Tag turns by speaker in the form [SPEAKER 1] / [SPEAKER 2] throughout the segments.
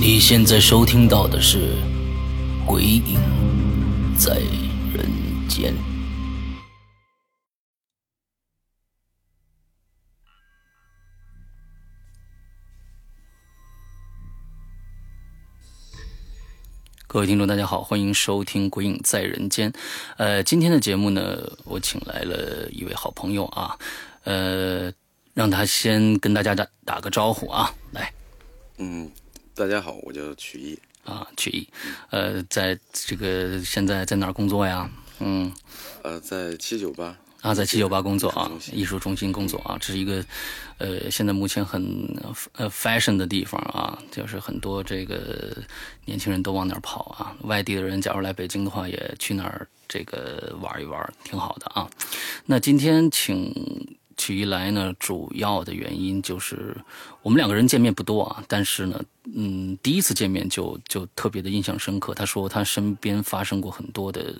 [SPEAKER 1] 你现在收听到的是《鬼影在人间》。各位听众，大家好，欢迎收听《鬼影在人间》。呃，今天的节目呢，我请来了一位好朋友啊，呃，让他先跟大家打打个招呼啊，来。
[SPEAKER 2] 嗯，大家好，我叫曲艺，
[SPEAKER 1] 啊，曲艺，呃，在这个现在在哪儿工作呀？嗯，
[SPEAKER 2] 呃，在七九八，
[SPEAKER 1] 啊，在七九八工作啊
[SPEAKER 2] 艺术中，心
[SPEAKER 1] 艺术中心工作啊，这是一个，呃，现在目前很呃 fashion 的地方啊，就是很多这个年轻人都往那儿跑啊，外地的人假如来北京的话，也去那儿这个玩一玩，挺好的啊。那今天请曲艺来呢，主要的原因就是我们两个人见面不多啊，但是呢，嗯，第一次见面就就特别的印象深刻。他说他身边发生过很多的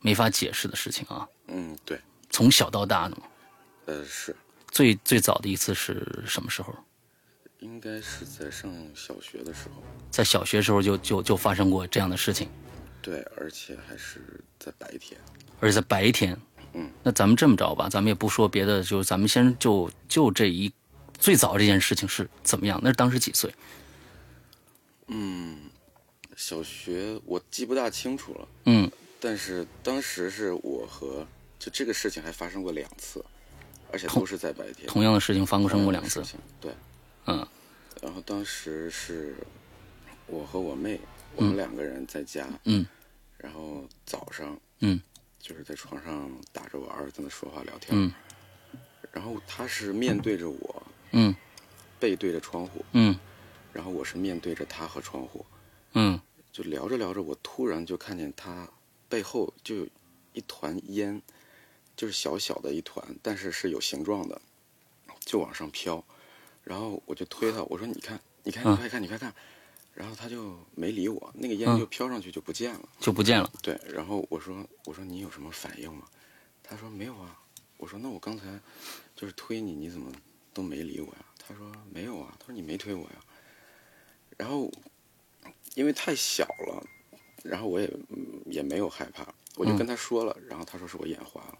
[SPEAKER 1] 没法解释的事情啊。
[SPEAKER 2] 嗯，对，
[SPEAKER 1] 从小到大呢，
[SPEAKER 2] 呃，是，
[SPEAKER 1] 最最早的一次是什么时候？
[SPEAKER 2] 应该是在上小学的时候，
[SPEAKER 1] 在小学时候就就就发生过这样的事情，
[SPEAKER 2] 对，而且还是在白天，
[SPEAKER 1] 而且在白天。
[SPEAKER 2] 嗯，
[SPEAKER 1] 那咱们这么着吧，咱们也不说别的，就是咱们先就就这一最早这件事情是怎么样？那是当时几岁？
[SPEAKER 2] 小学我记不大清楚了，
[SPEAKER 1] 嗯，
[SPEAKER 2] 但是当时是我和就这个事情还发生过两次，而且都是在白天，
[SPEAKER 1] 同样的事情发生过两次
[SPEAKER 2] 事。情，对，
[SPEAKER 1] 嗯，
[SPEAKER 2] 然后当时是我和我妹，我们两个人在家，
[SPEAKER 1] 嗯，
[SPEAKER 2] 然后早上，
[SPEAKER 1] 嗯，
[SPEAKER 2] 就是在床上打着玩儿，在那说话聊天，然后她是面对着我，
[SPEAKER 1] 嗯
[SPEAKER 2] 背对着窗户，
[SPEAKER 1] 嗯
[SPEAKER 2] 然后我是面对着她和窗户，
[SPEAKER 1] 嗯
[SPEAKER 2] 就聊着聊着，我突然就看见她背后就有一团烟，就是小小的一团，但是是有形状的，就往上飘，然后我就推她，我说你看，你看，你快看，你快看，然后她就没理我，那个烟就飘上去就不见了。
[SPEAKER 1] 就不见了。
[SPEAKER 2] 对，然后我说我说你有什么反应吗？他说没有啊。我说那我刚才就是推你，你怎么都没理我呀？他说没有啊，他说你没推我呀。然后因为太小了，然后我也嗯也没有害怕，我
[SPEAKER 1] 嗯
[SPEAKER 2] 就跟他说了，然后他说是我眼花了。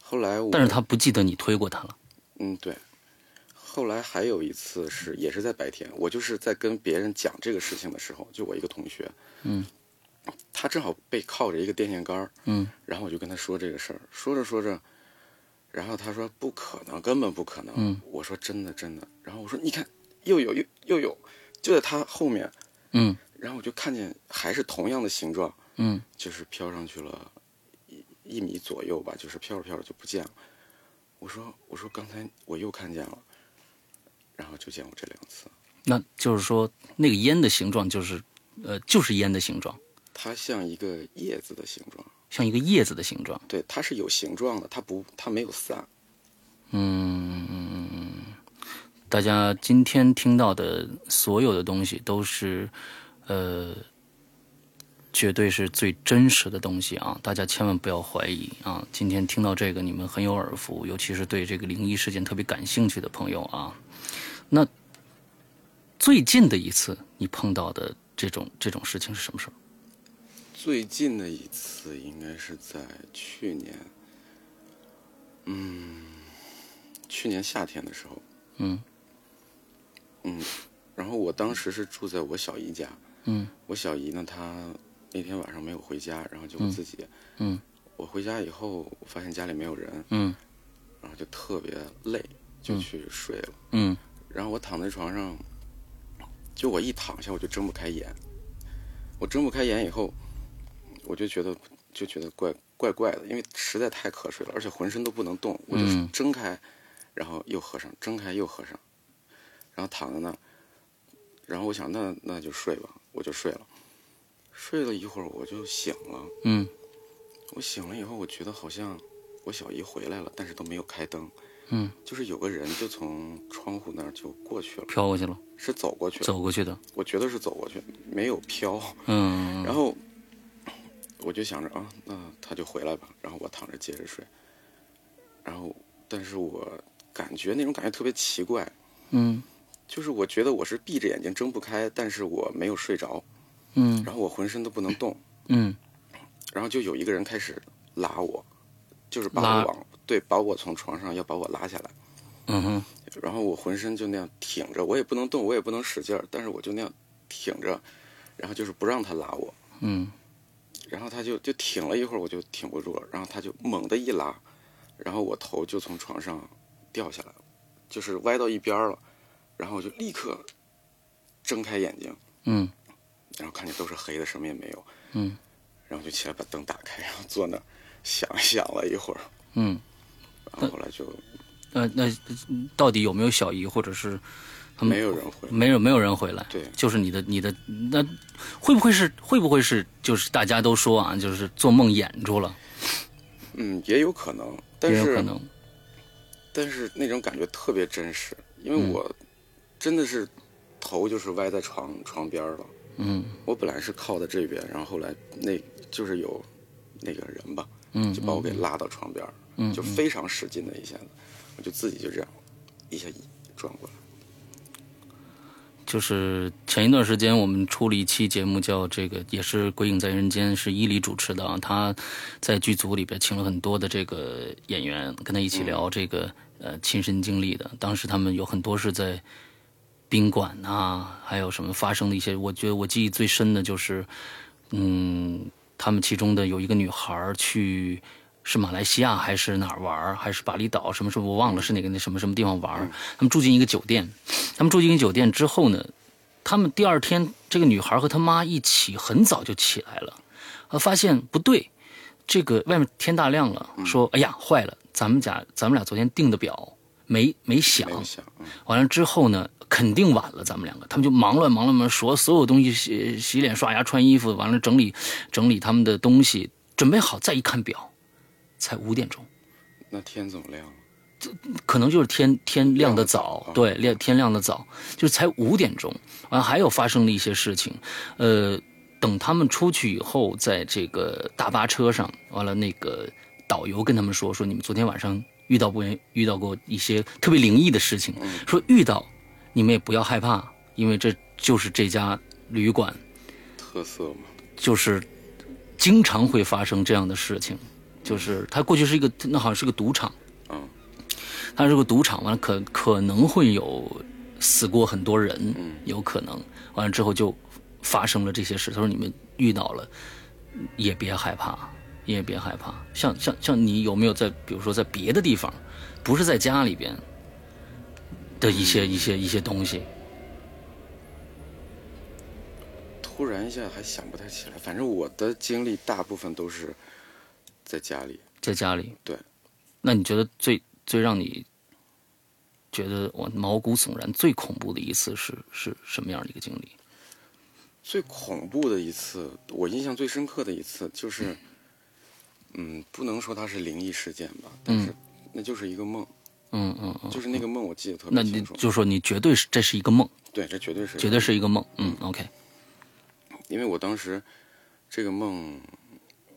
[SPEAKER 2] 后来我
[SPEAKER 1] 但是他不记得你推过他了。
[SPEAKER 2] 嗯，对。后来还有一次是，也是在白天，我就是在跟别人讲这个事情的时候，就我一个同学，
[SPEAKER 1] 嗯，
[SPEAKER 2] 他正好背靠着一个电线杆儿，
[SPEAKER 1] 嗯
[SPEAKER 2] 然后我就跟他说这个事儿，说着说着，然后他说不可能，根本不可能，
[SPEAKER 1] 嗯
[SPEAKER 2] 我说真的真的，然后我说你看又有又又有，就在他后面，
[SPEAKER 1] 嗯
[SPEAKER 2] 然后我就看见还是同样的形状，
[SPEAKER 1] 嗯
[SPEAKER 2] 就是飘上去了一一米左右吧，就是飘着飘着就不见了。我说我说刚才我又看见了，然后就见过这两次。
[SPEAKER 1] 那就是说那个烟的形状就是呃就是烟的形状，
[SPEAKER 2] 它像一个叶子的形状，
[SPEAKER 1] 像一个叶子的形状。
[SPEAKER 2] 对，它是有形状的，它不它没有散。
[SPEAKER 1] 嗯，大家今天听到的所有的东西都是，呃，绝对是最真实的东西啊！大家千万不要怀疑啊！今天听到这个，你们很有耳福，尤其是对这个灵异事件特别感兴趣的朋友啊。那最近的一次你碰到的这种这种事情是什么时候？
[SPEAKER 2] 最近的一次应该是在去年，嗯，去年夏天的时候，
[SPEAKER 1] 嗯
[SPEAKER 2] 嗯，然后我当时是住在我小姨家，
[SPEAKER 1] 嗯
[SPEAKER 2] 我小姨呢，她那天晚上没有回家，然后就我自己，
[SPEAKER 1] 嗯
[SPEAKER 2] 我回家以后，我发现家里没有人，
[SPEAKER 1] 嗯
[SPEAKER 2] 然后就特别累，就去睡了。
[SPEAKER 1] 嗯
[SPEAKER 2] 然后我躺在床上，就我一躺下我就睁不开眼，我睁不开眼以后，我就觉得就觉得怪怪怪的，因为实在太瞌睡了，而且浑身都不能动，我就
[SPEAKER 1] 嗯
[SPEAKER 2] 睁开，然后又合上，睁开又合上，然后躺在那儿，然后我想那那就睡吧，我就睡了，睡了一会儿我就醒了，
[SPEAKER 1] 嗯
[SPEAKER 2] 我醒了以后我觉得好像我小姨回来了，但是都没有开灯，
[SPEAKER 1] 嗯，
[SPEAKER 2] 就是有个人就从窗户那儿就过去了，
[SPEAKER 1] 飘过去了，
[SPEAKER 2] 是走过去了，
[SPEAKER 1] 走过去的，
[SPEAKER 2] 我觉得是走过去，没有飘。
[SPEAKER 1] 嗯，
[SPEAKER 2] 然后我就想着啊，那他就回来吧，然后我躺着接着睡。然后，但是我感觉那种感觉特别奇怪，
[SPEAKER 1] 嗯
[SPEAKER 2] 就是我觉得我是闭着眼睛睁不开，但是我没有睡着，
[SPEAKER 1] 嗯
[SPEAKER 2] 然后我浑身都不能动，
[SPEAKER 1] 嗯
[SPEAKER 2] 然后就有一个人开始拉我，就是把
[SPEAKER 1] 拉
[SPEAKER 2] 我往对把我从床上要把我拉下来，
[SPEAKER 1] 嗯哼，
[SPEAKER 2] 然后我浑身就那样挺着，我也不能动，我也不能使劲儿，但是我就那样挺着，然后就是不让他拉我，
[SPEAKER 1] 嗯
[SPEAKER 2] 然后他就就挺了一会儿，我就挺不住了，然后他就猛地一拉，然后我头就从床上掉下来了，就是歪到一边儿了，然后我就立刻睁开眼睛，
[SPEAKER 1] 嗯
[SPEAKER 2] 然后看见都是黑的，什么也没有，
[SPEAKER 1] 嗯
[SPEAKER 2] 然后就起来把灯打开，然后坐那儿想想了一会儿，
[SPEAKER 1] 嗯，
[SPEAKER 2] 然后后来就
[SPEAKER 1] 那那到底有没有小姨，或者是他们
[SPEAKER 2] 没有人回来。
[SPEAKER 1] 没有没有人回来，
[SPEAKER 2] 对
[SPEAKER 1] 就是你的你的那会不会是会不会是就是大家都说啊，就是做梦演出了，
[SPEAKER 2] 嗯，也有可能，但
[SPEAKER 1] 也有可
[SPEAKER 2] 是
[SPEAKER 1] 能，
[SPEAKER 2] 但是那种感觉特别真实，因为
[SPEAKER 1] 嗯
[SPEAKER 2] 我真的是头就是歪在床床边儿了。
[SPEAKER 1] 嗯
[SPEAKER 2] 我本来是靠在这边，然后后来那就是有那个人吧，
[SPEAKER 1] 嗯，
[SPEAKER 2] 就把我给拉到床边儿，
[SPEAKER 1] 嗯
[SPEAKER 2] 就非常使劲的一下子，我就自己就这样一下转过来。
[SPEAKER 1] 就是前一段时间我们出了一期节目，叫这个也是《鬼影在人间》，是伊犁主持的啊。他在剧组里边请了很多的这个演员，跟他一
[SPEAKER 2] 嗯
[SPEAKER 1] 起聊这个、呃亲身经历的。当时他们有很多是在宾馆啊，还有什么发生的一些，我觉得我记忆最深的就是，嗯，他们其中的有一个女孩儿去。是马来西亚还是哪儿玩儿还是巴厘岛什么什么我忘了是哪个那什么什么地方玩儿他们住进一个酒店，他们住进一个酒店之后呢，他们第二天，这个女孩和她妈一起很早就起来了，呃，发现不对，这个外面天大亮了，说，哎呀，坏了，咱们家咱们俩昨天订的表没没响
[SPEAKER 2] 没，有想，嗯，
[SPEAKER 1] 完了之后呢，肯定晚了，咱们两个，他们就忙乱忙乱忙乱说所有东西洗洗脸、刷牙、穿衣服，完了整理整理他们的东西，准备好，再一看表，才五点钟。
[SPEAKER 2] 那天怎么亮了？
[SPEAKER 1] 可能就是天天亮的早
[SPEAKER 2] 亮得早，嗯
[SPEAKER 1] 对，亮天亮的早，就是才五点钟。完、还有发生了一些事情，呃，等他们出去以后，在这个大巴车上，完了那个导游跟他们说，说你们昨天晚上遇到不遇到过一些特别灵异的事情，
[SPEAKER 2] 嗯
[SPEAKER 1] 说遇到你们也不要害怕，因为这就是这家旅馆
[SPEAKER 2] 特色嘛，
[SPEAKER 1] 就是经常会发生这样的事情，就是它过去是一个那好像是个赌场，
[SPEAKER 2] 嗯，
[SPEAKER 1] 它是个赌场，完了可可能会有死过很多人，
[SPEAKER 2] 嗯
[SPEAKER 1] 有可能，完了之后就发生了这些事。他说你们遇到了也别害怕，也别害怕。像像像你有没有在比如说在别的地方，不是在家里边的一
[SPEAKER 2] 嗯
[SPEAKER 1] 些一些一些东西？
[SPEAKER 2] 突然一下还想不太起来。反正我的经历大部分都是在家里，
[SPEAKER 1] 在家里。
[SPEAKER 2] 对。
[SPEAKER 1] 那你觉得最最让你觉得我毛骨悚然、最恐怖的一次是是什么样的一个经历？
[SPEAKER 2] 最恐怖的一次，我印象最深刻的一次就是，嗯，不能说它是灵异事件吧，但是那就是一个梦，
[SPEAKER 1] 嗯嗯嗯。
[SPEAKER 2] 就是那个梦我记得特
[SPEAKER 1] 那
[SPEAKER 2] 别
[SPEAKER 1] 你
[SPEAKER 2] 清楚。
[SPEAKER 1] 就说你绝对是这是一个梦，
[SPEAKER 2] 对，这绝对是一个
[SPEAKER 1] 绝对是一个梦。嗯，OK，
[SPEAKER 2] 因为我当时这个梦，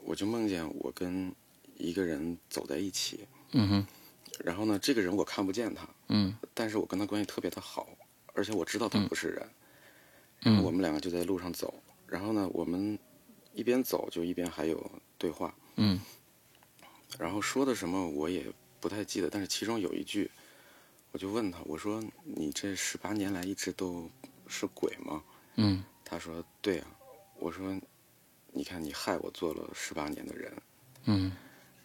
[SPEAKER 2] 我就梦见我跟一个人走在一起，
[SPEAKER 1] 嗯哼，
[SPEAKER 2] 然后呢，这个人我看不见他，
[SPEAKER 1] 嗯
[SPEAKER 2] 但是我跟他关系特别的好，而且我知道他不是人。
[SPEAKER 1] 嗯
[SPEAKER 2] 我们两个就在路上走，然后呢，我们一边走就一边还有对话，
[SPEAKER 1] 嗯
[SPEAKER 2] 然后说的什么我也不太记得，但是其中有一句，我就问他，我说你这十八年来一直都是鬼吗？
[SPEAKER 1] 嗯
[SPEAKER 2] 他说：“对啊。”我说：“你看，你害我做了十八年的人。
[SPEAKER 1] 嗯。”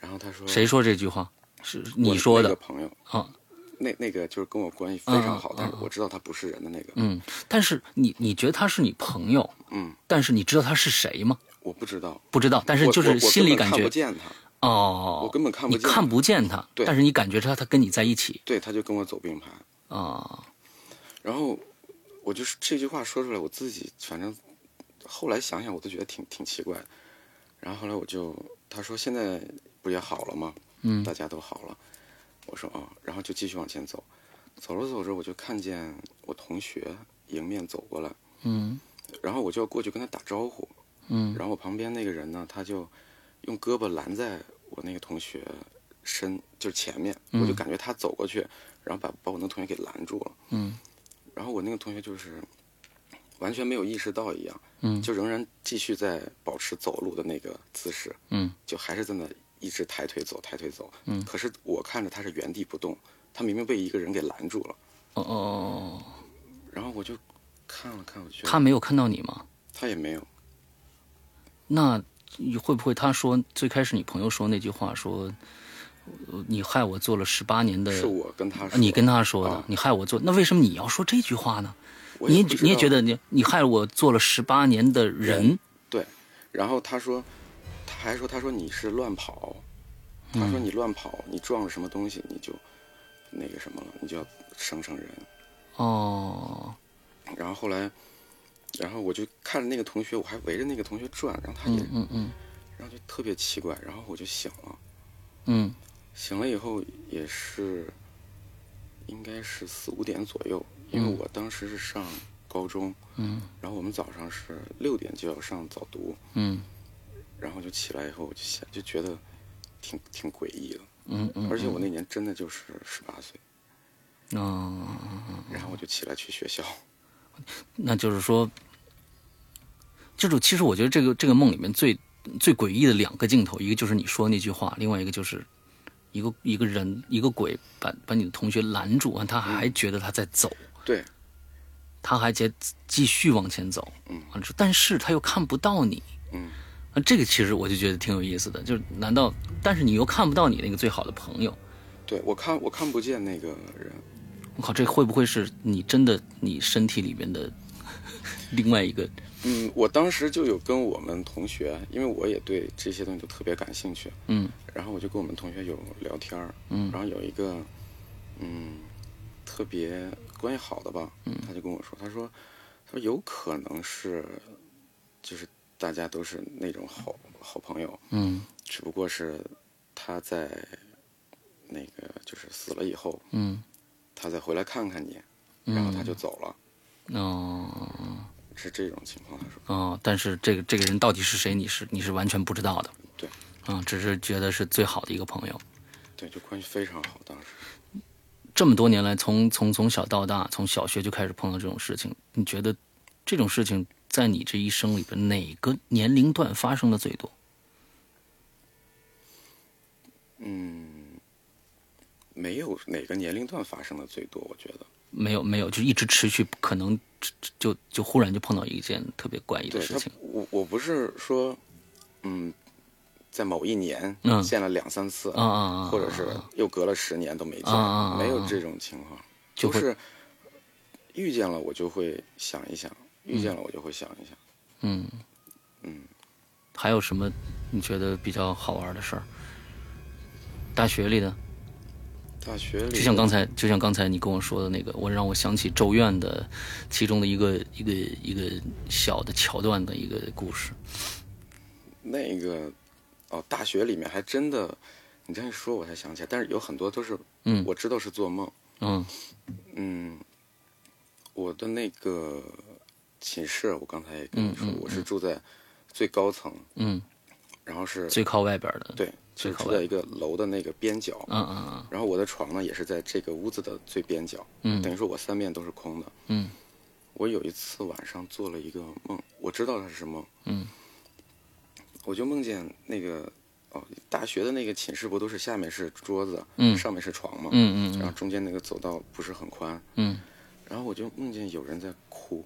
[SPEAKER 2] 然后他说：“
[SPEAKER 1] 谁说这句话？是
[SPEAKER 2] 我
[SPEAKER 1] 你说
[SPEAKER 2] 那
[SPEAKER 1] 的
[SPEAKER 2] 个朋友，
[SPEAKER 1] 啊？
[SPEAKER 2] 那那个就是跟我关系非常好
[SPEAKER 1] 嗯，
[SPEAKER 2] 但是我知道他不是人的那个，
[SPEAKER 1] 嗯，但是你你觉得他是你朋友，
[SPEAKER 2] 嗯，
[SPEAKER 1] 但是你知道他是谁吗？
[SPEAKER 2] 我不知道，
[SPEAKER 1] 不知道，但是
[SPEAKER 2] 我
[SPEAKER 1] 就
[SPEAKER 2] 我
[SPEAKER 1] 是
[SPEAKER 2] 我根
[SPEAKER 1] 心里
[SPEAKER 2] 本
[SPEAKER 1] 感
[SPEAKER 2] 看
[SPEAKER 1] 觉
[SPEAKER 2] 不见他，
[SPEAKER 1] 哦，
[SPEAKER 2] 我根本看不
[SPEAKER 1] 你
[SPEAKER 2] 见他，
[SPEAKER 1] 看不见他，
[SPEAKER 2] 对
[SPEAKER 1] 但是你感觉他他跟你在一起
[SPEAKER 2] 对，他就跟我走并排，
[SPEAKER 1] 啊、
[SPEAKER 2] 然后我就是这句话说出来，我自己反正后来想想，我都觉得挺挺奇怪的。然后后来我就他说现在不也好了吗？
[SPEAKER 1] 嗯
[SPEAKER 2] 大家都好了。我说啊、然后就继续往前走，走着走着我就看见我同学迎面走过来，
[SPEAKER 1] 嗯
[SPEAKER 2] 然后我就要过去跟他打招呼，
[SPEAKER 1] 嗯
[SPEAKER 2] 然后我旁边那个人呢，他就用胳膊拦在我那个同学身就是前面，我就
[SPEAKER 1] 嗯
[SPEAKER 2] 感觉他走过去，然后把把我那个同学给拦住了。
[SPEAKER 1] 嗯
[SPEAKER 2] 然后我那个同学就是完全没有意识到一样，
[SPEAKER 1] 嗯
[SPEAKER 2] 就仍然继续在保持走路的那个姿势，
[SPEAKER 1] 嗯
[SPEAKER 2] 就还是在那一直抬腿走，抬腿走。
[SPEAKER 1] 嗯
[SPEAKER 2] 可是我看着他是原地不动，他明明被一个人给拦住了。
[SPEAKER 1] 哦哦哦，哦
[SPEAKER 2] 然后我就看了看，我觉得
[SPEAKER 1] 他没有看到你吗？
[SPEAKER 2] 他也没有，
[SPEAKER 1] 那你会不会他说最开始你朋友说那句话说，呃你害我做了十八年的，
[SPEAKER 2] 是我跟他
[SPEAKER 1] 啊
[SPEAKER 2] 说，
[SPEAKER 1] 你跟他说的，
[SPEAKER 2] 啊
[SPEAKER 1] 你害我做，那为什么你要说这句话呢？
[SPEAKER 2] 我
[SPEAKER 1] 你也
[SPEAKER 2] 不知
[SPEAKER 1] 你也
[SPEAKER 2] 道
[SPEAKER 1] 觉得你你害我做了十八年的人，
[SPEAKER 2] 对，然后他说，他还说，他说你是乱跑，他
[SPEAKER 1] 嗯
[SPEAKER 2] 说你乱跑，你撞了什么东西，你就那个什么了，你就要生成人。
[SPEAKER 1] 哦，
[SPEAKER 2] 然后后来，然后我就看着那个同学，我还围着那个同学转，然后他也，
[SPEAKER 1] 嗯嗯嗯
[SPEAKER 2] 然后就特别奇怪，然后我就醒了，
[SPEAKER 1] 嗯
[SPEAKER 2] 醒了以后也是，应该是四五点左右，因为
[SPEAKER 1] 嗯
[SPEAKER 2] 我当时是上高中，
[SPEAKER 1] 嗯
[SPEAKER 2] 然后我们早上是六点就要上早读，
[SPEAKER 1] 嗯
[SPEAKER 2] 然后就起来以后我就想，就觉得挺挺诡异的，
[SPEAKER 1] 嗯嗯，
[SPEAKER 2] 而且我那年真的就是十八岁，
[SPEAKER 1] 哦，
[SPEAKER 2] 然后我就起来去学校，
[SPEAKER 1] 那就是说，这种其实我觉得这个这个梦里面最最诡异的两个镜头，一个就是你说那句话，另外一个就是一个一个人一个鬼把把你的同学拦住，完他还觉得他在走，
[SPEAKER 2] 嗯对，
[SPEAKER 1] 他还接继续往前走，
[SPEAKER 2] 嗯
[SPEAKER 1] 完了之后，但是他又看不到你。
[SPEAKER 2] 嗯，
[SPEAKER 1] 那这个其实我就觉得挺有意思的，就是难道，但是你又看不到你那个最好的朋友，
[SPEAKER 2] 对我看我看不见那个人，
[SPEAKER 1] 我靠，这会不会是你真的你身体里面的 另外一个？
[SPEAKER 2] 嗯，我当时就有跟我们同学，因为我也对这些东西都特别感兴趣，
[SPEAKER 1] 嗯
[SPEAKER 2] 然后我就跟我们同学有聊天儿，
[SPEAKER 1] 嗯
[SPEAKER 2] 然后有一个，嗯，特别关系好的吧，
[SPEAKER 1] 嗯
[SPEAKER 2] 他就跟我说，他说，他说有可能是，就是大家都是那种好好朋友，
[SPEAKER 1] 嗯
[SPEAKER 2] 只不过是他在那个就是死了以后，
[SPEAKER 1] 嗯，
[SPEAKER 2] 他再回来看看你，然后他就走了，
[SPEAKER 1] 哦
[SPEAKER 2] 是这种情况。他说，
[SPEAKER 1] 哦，但是这个这个人到底是谁，你是你是完全不知道的。
[SPEAKER 2] 对，
[SPEAKER 1] 啊、只是觉得是最好的一个朋友。
[SPEAKER 2] 对，就关系非常好，当时。
[SPEAKER 1] 这么多年来，从从从小到大，从小学就开始碰到这种事情，你觉得这种事情在你这一生里边哪个年龄段发生的最多？
[SPEAKER 2] 嗯，没有哪个年龄段发生的最多，我觉得。
[SPEAKER 1] 没有没有，就一直持续，可能就就就忽然就碰到一件特别怪异的
[SPEAKER 2] 对
[SPEAKER 1] 事
[SPEAKER 2] 他
[SPEAKER 1] 情。，
[SPEAKER 2] 我我不是说，嗯，在某一年
[SPEAKER 1] 嗯
[SPEAKER 2] 见了两三次，
[SPEAKER 1] 啊啊啊啊！
[SPEAKER 2] 或者是又隔了十年都没见，
[SPEAKER 1] 啊啊啊啊
[SPEAKER 2] 没有这种情况，
[SPEAKER 1] 就会
[SPEAKER 2] 是遇见了我就会想一想，遇见了我就会想一想。
[SPEAKER 1] 嗯
[SPEAKER 2] 嗯，
[SPEAKER 1] 还有什么你觉得比较好玩的事儿？大学里的，
[SPEAKER 2] 大学里
[SPEAKER 1] 就像刚才，就像刚才你跟我说的那个，我让我想起《咒怨》的其中的一个一个一个小的桥段的一个故事。
[SPEAKER 2] 那个哦，大学里面还真的，你这样一说我才想起来，但是有很多都是
[SPEAKER 1] 嗯
[SPEAKER 2] 我知道是做梦，
[SPEAKER 1] 嗯
[SPEAKER 2] 嗯，我的那个寝室，我刚才也跟你说，
[SPEAKER 1] 嗯嗯
[SPEAKER 2] 我是住在最高层，
[SPEAKER 1] 嗯，
[SPEAKER 2] 然后是
[SPEAKER 1] 最靠外边的。，
[SPEAKER 2] 对，
[SPEAKER 1] 最
[SPEAKER 2] 就是
[SPEAKER 1] 靠
[SPEAKER 2] 住
[SPEAKER 1] 外
[SPEAKER 2] 在一个楼的那个边角，
[SPEAKER 1] 嗯嗯
[SPEAKER 2] 然后我的床呢也是在这个屋子的最边角，
[SPEAKER 1] 嗯
[SPEAKER 2] 等于说我三面都是空的。
[SPEAKER 1] 嗯
[SPEAKER 2] 我有一次晚上做了一个梦，我知道它是什么梦，
[SPEAKER 1] 嗯
[SPEAKER 2] 我就梦见那个哦，大学的那个寝室不都是下面是桌子，
[SPEAKER 1] 嗯
[SPEAKER 2] 上面是床嘛，
[SPEAKER 1] 嗯嗯
[SPEAKER 2] 然后
[SPEAKER 1] 嗯
[SPEAKER 2] 中间那个走道不是很宽，
[SPEAKER 1] 嗯
[SPEAKER 2] 然后我就梦见有人在哭，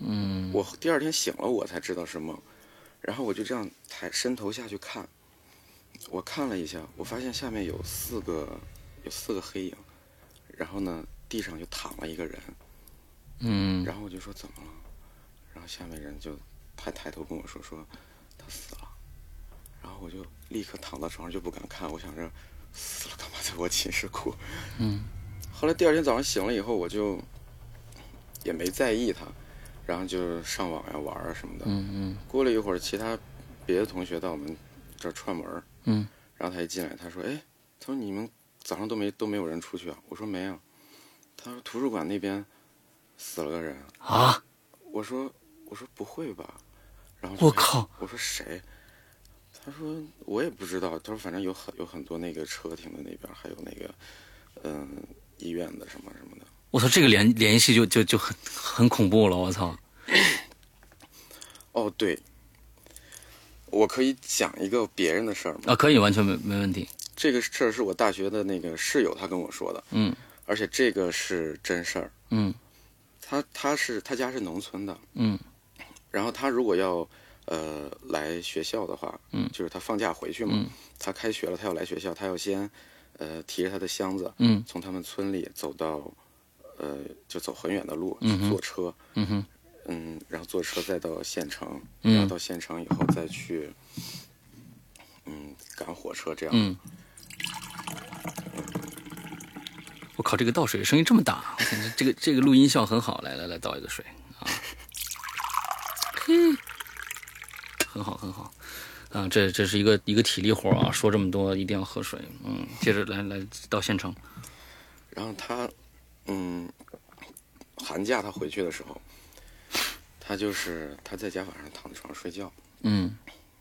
[SPEAKER 1] 嗯
[SPEAKER 2] 我第二天醒了，我才知道是梦，然后我就这样抬伸头下去看，我看了一下，我发现下面有四个有四个黑影，然后呢，地上就躺了一个人，
[SPEAKER 1] 嗯
[SPEAKER 2] 然后我就说怎么了？然后下面人就他抬头跟我说说他死了，然后我就立刻躺到床上就不敢看，我想着死了干嘛在我寝室哭？
[SPEAKER 1] 嗯
[SPEAKER 2] 后来第二天早上醒了以后，我就也没在意他，然后就上网呀玩啊什么的。
[SPEAKER 1] 嗯
[SPEAKER 2] 过了一会儿，其他别的同学到我们这儿串门儿，
[SPEAKER 1] 嗯
[SPEAKER 2] 然后他一进来，他说：“哎，他说你们早上都没都没有人出去啊？”我说：“没有。”他说：“图书馆那边死了个人。
[SPEAKER 1] 啊，”
[SPEAKER 2] 我说：“我说不会吧？”然后就
[SPEAKER 1] 我！靠，
[SPEAKER 2] 我说谁？他说我也不知道。他说反正有很有很多那个车停在那边，还有那个嗯医院的什么什么的。
[SPEAKER 1] 我操，这个联联系就就就很很恐怖了，我操，
[SPEAKER 2] 哦，对，我可以讲一个别人的事儿吗？
[SPEAKER 1] 啊，可以，完全没没问题，
[SPEAKER 2] 这个事儿是我大学的那个室友他跟我说的，
[SPEAKER 1] 嗯
[SPEAKER 2] 而且这个是真事儿。
[SPEAKER 1] 嗯
[SPEAKER 2] 他他是他家是农村的，
[SPEAKER 1] 嗯
[SPEAKER 2] 然后他如果要呃来学校的话，
[SPEAKER 1] 嗯
[SPEAKER 2] 就是他放假回去嘛，
[SPEAKER 1] 嗯
[SPEAKER 2] 他开学了，他要来学校，他要先呃提着他的箱子，
[SPEAKER 1] 嗯
[SPEAKER 2] 从他们村里走到呃就走很远的路，
[SPEAKER 1] 嗯哼
[SPEAKER 2] 坐车，
[SPEAKER 1] 嗯哼，
[SPEAKER 2] 嗯，然后坐车再到县城，
[SPEAKER 1] 嗯
[SPEAKER 2] 然后到县城以后再去嗯赶火车这样，
[SPEAKER 1] 嗯。我靠，这个倒水声音这么大，啊我感觉这个这个录音效很好。来来来，倒一个水啊， 嘿，很好很好。啊，这这是一个一个体力活啊，说这么多一定要喝水。嗯，接着来来到县城，
[SPEAKER 2] 然后他，嗯，寒假他回去的时候，他就是他在家晚上躺在床上睡觉，
[SPEAKER 1] 嗯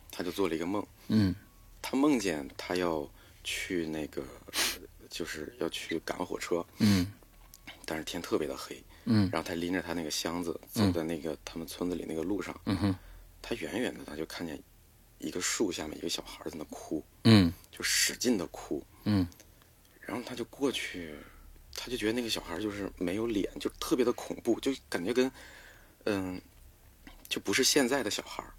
[SPEAKER 2] 他就做了一个梦，
[SPEAKER 1] 嗯
[SPEAKER 2] 他梦见他要去那个，就是要去赶火车，
[SPEAKER 1] 嗯
[SPEAKER 2] 但是天特别的黑，
[SPEAKER 1] 嗯
[SPEAKER 2] 然后他拎着他那个箱子走在那个他们村子里那个路上，
[SPEAKER 1] 嗯哼
[SPEAKER 2] 他远远的他就看见一个树下面一个小孩在那哭，
[SPEAKER 1] 嗯
[SPEAKER 2] 就使劲的哭，
[SPEAKER 1] 嗯
[SPEAKER 2] 然后他就过去，他就觉得那个小孩就是没有脸，就特别的恐怖，就感觉跟，嗯，就不是现在的小孩儿，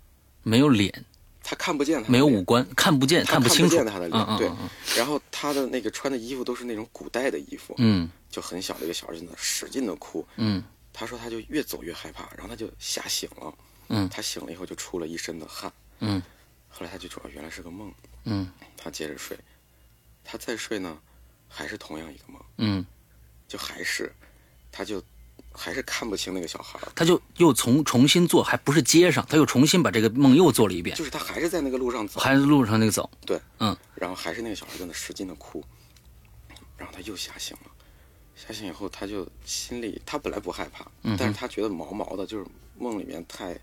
[SPEAKER 1] 没有脸，
[SPEAKER 2] 他看不见他的
[SPEAKER 1] 没有
[SPEAKER 2] 脸
[SPEAKER 1] 五官，看不见，
[SPEAKER 2] 他
[SPEAKER 1] 不清楚。
[SPEAKER 2] 见他的脸，
[SPEAKER 1] 嗯嗯
[SPEAKER 2] 对
[SPEAKER 1] 嗯嗯。
[SPEAKER 2] 然后他的那个穿的衣服都是那种古代的衣服，
[SPEAKER 1] 嗯
[SPEAKER 2] 就很小的一个小孩在那使劲的哭。
[SPEAKER 1] 嗯
[SPEAKER 2] 他说他就越走越害怕，然后他就吓醒了。
[SPEAKER 1] 嗯
[SPEAKER 2] 他醒了以后就出了一身的汗，
[SPEAKER 1] 嗯
[SPEAKER 2] 后来他就说原来是个梦，
[SPEAKER 1] 嗯
[SPEAKER 2] 他接着睡，他再睡呢，还是同样一个梦。
[SPEAKER 1] 嗯，
[SPEAKER 2] 就还是，他就还是看不清那个小孩儿，
[SPEAKER 1] 他就又重重新做，还不是街上，他又重新把这个梦又做了一遍，
[SPEAKER 2] 就是他还是在那个路上走，
[SPEAKER 1] 还是路上那个走。
[SPEAKER 2] 对，
[SPEAKER 1] 嗯
[SPEAKER 2] 然后还是那个小孩在那使劲的哭，然后他又吓醒了，吓醒以后他就心里他本来不害怕，
[SPEAKER 1] 嗯哼
[SPEAKER 2] 但是他觉得毛毛的，就是梦里面太，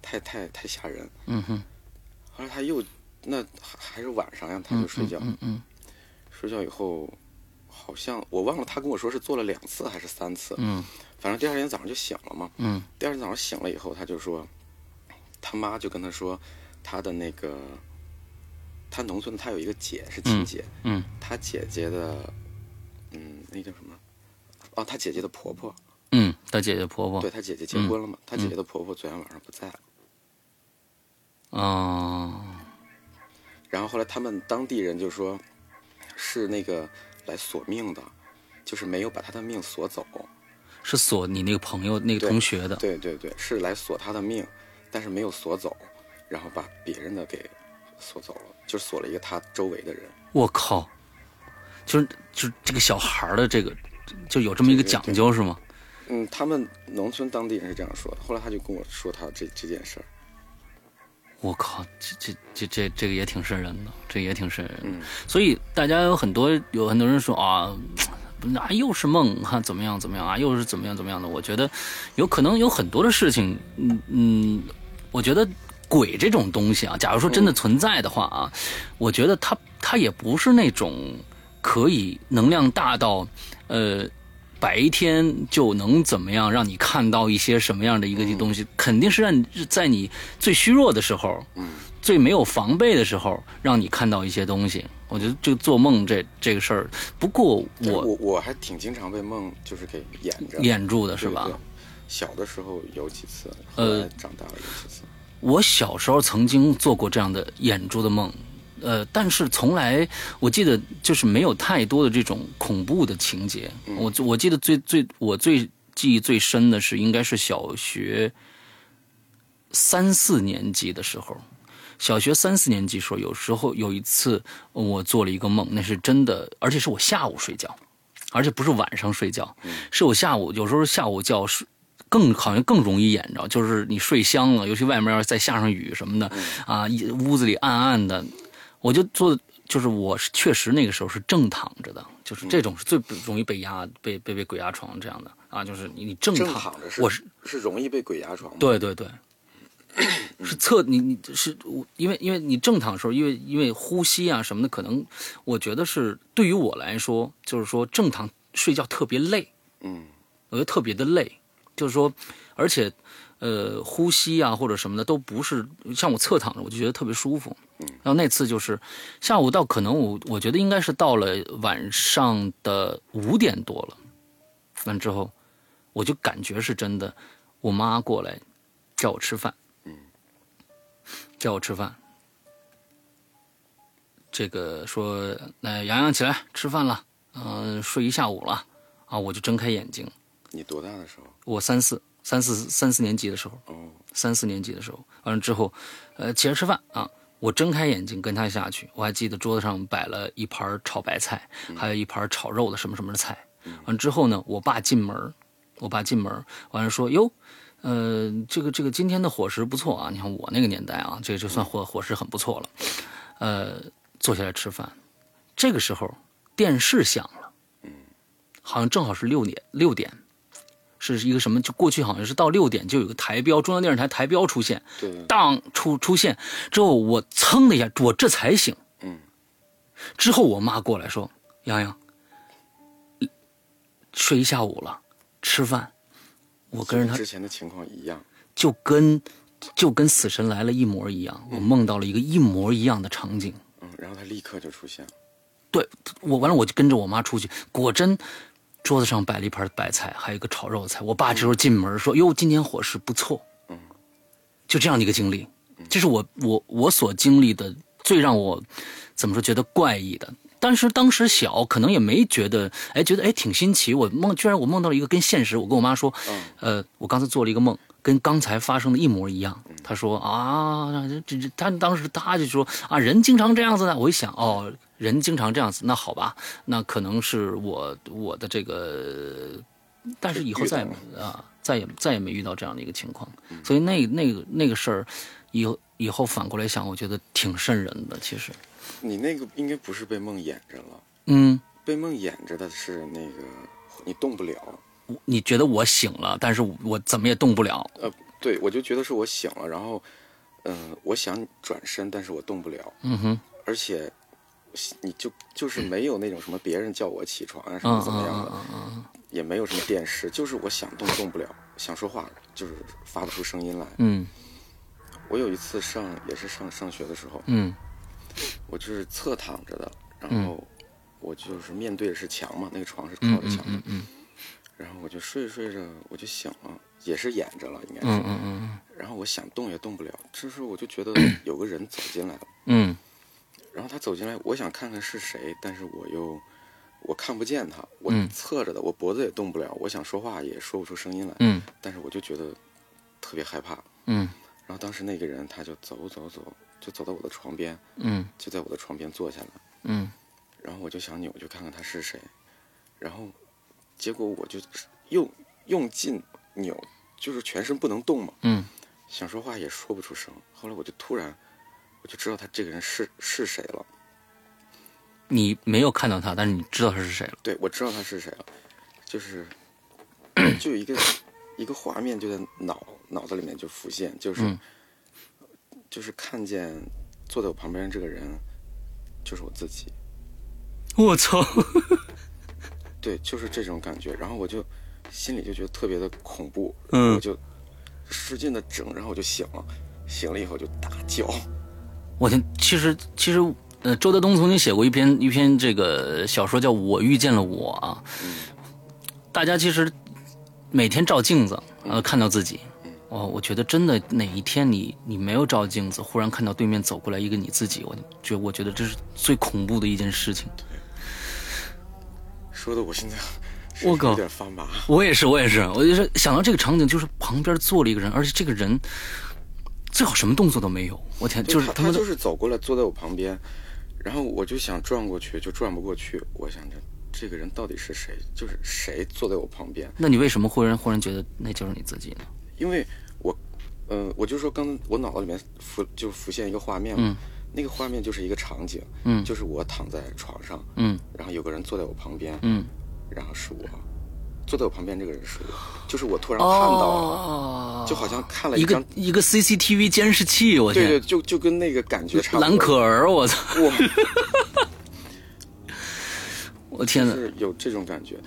[SPEAKER 2] 太太太吓人，
[SPEAKER 1] 嗯哼，
[SPEAKER 2] 后来他又那还还是晚上呀，他就睡觉，
[SPEAKER 1] 嗯嗯
[SPEAKER 2] 睡觉以后。好像我忘了，他跟我说是做了两次还是三次，
[SPEAKER 1] 嗯
[SPEAKER 2] 反正第二天早上就醒了嘛。
[SPEAKER 1] 嗯
[SPEAKER 2] 第二天早上醒了以后，他就说，他妈就跟他说，他的那个，他农村他有一个姐是亲姐，
[SPEAKER 1] 嗯
[SPEAKER 2] 他姐姐的，嗯，那叫什么？哦，他姐姐的婆婆，
[SPEAKER 1] 嗯，他姐姐婆婆
[SPEAKER 2] 对他姐姐结婚了嘛？他姐姐的婆婆昨天晚上不在了。
[SPEAKER 1] 啊，
[SPEAKER 2] 然后后来他们当地人就说，是那个来索命的，就是没有把他的命索走。
[SPEAKER 1] 是锁你那个朋友那个
[SPEAKER 2] 对
[SPEAKER 1] 同学的。
[SPEAKER 2] 对对对，是来索他的命，但是没有索走，然后把别人的给索走了，就索了一个他周围的人。
[SPEAKER 1] 我靠，就是就是这个小孩儿的这个就有这么一个
[SPEAKER 2] 对对
[SPEAKER 1] 讲究是吗？
[SPEAKER 2] 嗯，他们农村当地人是这样说的。后来他就跟我说他这这件事儿，
[SPEAKER 1] 我靠，这这这这这个也挺瘆人的，这也挺瘆人的。
[SPEAKER 2] 嗯
[SPEAKER 1] 所以大家有很多有很多人说啊，啊又是梦哈、怎么样怎么样啊，又是怎么样怎么样的。我觉得有可能有很多的事情，嗯嗯，我觉得鬼这种东西啊，假如说真的存在的话啊，我觉得它它也不是那种可以能量大到呃。白天就能怎么样让你看到一些什么样的一个东西，肯定是让你在你最虚弱的时候，最没有防备的时候，让你看到一些东西。我觉得就做梦这这个事儿，不过
[SPEAKER 2] 但是
[SPEAKER 1] 我
[SPEAKER 2] 我我还挺经常被梦就是给演着，
[SPEAKER 1] 掩住的
[SPEAKER 2] 对
[SPEAKER 1] 是吧？
[SPEAKER 2] 对小的时候有几次，后
[SPEAKER 1] 呃嗯
[SPEAKER 2] 来长大了有几次。
[SPEAKER 1] 我小时候曾经做过这样的眼珠的梦，呃，但是从来我记得就是没有太多的这种恐怖的情节。
[SPEAKER 2] 嗯
[SPEAKER 1] 我我记得最最我最记忆最深的是，应该是小学三四年级的时候。小学三四年级时候，有时候有一次呃我做了一个梦，那是真的，而且是我下午睡觉，而且不是晚上睡觉，
[SPEAKER 2] 嗯
[SPEAKER 1] 是我下午有时候下午觉睡。更好像更容易演着，就是你睡香了，尤其外面要是再下上雨什么的，
[SPEAKER 2] 嗯
[SPEAKER 1] 啊，一屋子里暗暗的，我就做，就是我是确实那个时候是正躺着的，就是
[SPEAKER 2] 嗯
[SPEAKER 1] 这种是最不容易被压、被被被鬼压床这样的啊，就是你你正
[SPEAKER 2] 正
[SPEAKER 1] 躺
[SPEAKER 2] 躺着是
[SPEAKER 1] 我是
[SPEAKER 2] 是容易被鬼压床吗？，
[SPEAKER 1] 对对对，是侧你你是我因为因为你正躺的时候，因为因为呼吸啊什么的，可能我觉得是对于我来说，就是说正躺睡觉特别累，
[SPEAKER 2] 嗯
[SPEAKER 1] 我觉得特别的累，就是说，而且，呃，呼吸啊或者什么的都不是像我侧躺着，我就觉得特别舒服。嗯，然后那次就是下午到可能我我觉得应该是到了晚上的五点多了，完之后我就感觉是真的，我妈过来叫我吃饭，
[SPEAKER 2] 嗯，
[SPEAKER 1] 叫我吃饭。这个说，来洋洋起来吃饭了，嗯、睡一下午了啊，我就睁开眼睛，
[SPEAKER 2] 你多大的时候？
[SPEAKER 1] 我三四三四三四年级的时候，
[SPEAKER 2] 哦，
[SPEAKER 1] 三四年级的时候，完了之后，呃，起来吃饭啊。我睁开眼睛跟他下去，我还记得桌子上摆了一盘炒白菜，还有一盘炒肉的什么什么的菜。完了之后呢，我爸进门儿，我爸进门儿，完了说：“哟，呃，这个这个今天的伙食不错啊，你看我那个年代啊，这就算伙伙食很不错了。”呃，坐下来吃饭，这个时候电视响了，好像正好是六点六点，是一个什么？就过去好像是到六点就有个台标，中央电视台台标出现，
[SPEAKER 2] 对，
[SPEAKER 1] 当出出现之后，我噌的一下，我这才醒。
[SPEAKER 2] 嗯，
[SPEAKER 1] 之后我妈过来说：“洋洋，睡一下午了，吃饭。”我跟着她
[SPEAKER 2] 之前的情况一样。
[SPEAKER 1] 就跟就跟《死神来了》一模一样，我梦到了一个一模一样的场景。
[SPEAKER 2] 嗯，然后他立刻就出现了。
[SPEAKER 1] 对我完了，我就跟着我妈出去，果真桌子上摆了一盘白菜，还有一个炒肉的菜。我爸这时候进门说：“哟，今天伙食不错。”
[SPEAKER 2] 嗯，
[SPEAKER 1] 就这样的一个经历，这是我我我所经历的最让我怎么说觉得怪异的。但是当时小，可能也没觉得，哎，觉得哎挺新奇。我梦居然我梦到了一个跟现实，我跟我妈说，呃，我刚才做了一个梦，跟刚才发生的一模一样。她说啊，这这，她当时她就说啊，人经常这样子的。我一想，哦，人经常这样子，那好吧，那可能是我我的这个但是以后再也没啊，再也再也没遇到这样的一个情况，所以那那个那个事儿，以后以后反过来想，我觉得挺瘆人的。其实，
[SPEAKER 2] 你那个应该不是被梦魇着了，
[SPEAKER 1] 嗯，
[SPEAKER 2] 被梦魇着的是那个你动不了。
[SPEAKER 1] 我你觉得我醒了，但是我我怎么也动不了。
[SPEAKER 2] 呃，对，我就觉得是我醒了，然后，嗯、我想转身，但是我动不了，
[SPEAKER 1] 嗯哼，
[SPEAKER 2] 而且你就就是没有那种什么别人叫我起床啊什
[SPEAKER 1] 嗯
[SPEAKER 2] 么怎么样的，也没有什么电视，就是我想动动不了，想说话就是发不出声音来。
[SPEAKER 1] 嗯
[SPEAKER 2] 我有一次上也是上上学的时候，
[SPEAKER 1] 嗯
[SPEAKER 2] 我就是侧躺着的，然后我就是面对的是墙嘛，那个床是靠
[SPEAKER 1] 嗯
[SPEAKER 2] 着墙的，然后我就睡着睡着我就醒了，也是掩着了应该是，
[SPEAKER 1] 嗯嗯嗯
[SPEAKER 2] 然后我想动也动不了，这时候我就觉 得有个人走进来了，
[SPEAKER 1] 嗯
[SPEAKER 2] 然后他走进来，我想看看是谁，但是我又我看不见他，我
[SPEAKER 1] 嗯
[SPEAKER 2] 侧着的，我脖子也动不了，我想说话也说不出声音来，
[SPEAKER 1] 嗯
[SPEAKER 2] 但是我就觉得特别害怕，
[SPEAKER 1] 嗯
[SPEAKER 2] 然后当时那个人他就走走走，就走到我的床边，
[SPEAKER 1] 嗯
[SPEAKER 2] 就在我的床边坐下来。
[SPEAKER 1] 嗯
[SPEAKER 2] 然后我就想扭去看看他是谁，然后结果我就用用劲扭，就是全身不能动嘛，
[SPEAKER 1] 嗯
[SPEAKER 2] 想说话也说不出声。后来我就突然我就知道他这个人是是谁了，
[SPEAKER 1] 你没有看到他，但是你知道他是谁了。
[SPEAKER 2] 对我知道他是谁了，就是就有一个一个画面就在脑脑子里面就浮现，就是、
[SPEAKER 1] 嗯
[SPEAKER 2] 就是看见坐在我旁边这个人就是我自己，
[SPEAKER 1] 我操！
[SPEAKER 2] 对，就是这种感觉。然后我就心里就觉得特别的恐怖，
[SPEAKER 1] 嗯
[SPEAKER 2] 我就使劲的整，然后我就醒了，醒了以后就大叫，
[SPEAKER 1] 我天，其实其实，呃，周德东曾经写过一篇一篇这个小说叫《我遇见了我》嗯嗯啊，大家其实每天照镜子，呃，看到自己，哦，我觉得真的哪一天你你没有照镜子，忽然看到对面走过来一个你自己，我觉我觉得这是最恐怖的一件事情。
[SPEAKER 2] 说的我现在
[SPEAKER 1] 我靠
[SPEAKER 2] 有点发麻。
[SPEAKER 1] 我也是，我也是，我就是想到这个场景，就是旁边坐了一个人，而且这个人最好什么动作都没有。我天，
[SPEAKER 2] 对
[SPEAKER 1] 就是
[SPEAKER 2] 他
[SPEAKER 1] 他妈
[SPEAKER 2] 他
[SPEAKER 1] 的
[SPEAKER 2] 就是走过来坐在我旁边，然后我就想转过去，就转不过去。我想着这个人到底是谁，就是谁坐在我旁边，
[SPEAKER 1] 那你为什么忽然忽然觉得那就是你自己呢？
[SPEAKER 2] 因为我，呃，我就说刚我脑子里面浮就浮现一个画面嘛，那个画面就是一个场景，
[SPEAKER 1] 嗯
[SPEAKER 2] 就是我躺在床上，
[SPEAKER 1] 嗯
[SPEAKER 2] 然后有个人坐在我旁边，
[SPEAKER 1] 嗯，
[SPEAKER 2] 然后是我，坐在我旁边这个人是我，就是我突然看到了，
[SPEAKER 1] 哦，
[SPEAKER 2] 就好像看了
[SPEAKER 1] 一
[SPEAKER 2] 张
[SPEAKER 1] 个，一个 CCTV 监视器，我
[SPEAKER 2] 对
[SPEAKER 1] 天，
[SPEAKER 2] 对，就就跟那个感觉差不多。
[SPEAKER 1] 蓝可儿，我操，
[SPEAKER 2] 哇，
[SPEAKER 1] 我天哪！
[SPEAKER 2] 是有这种感觉，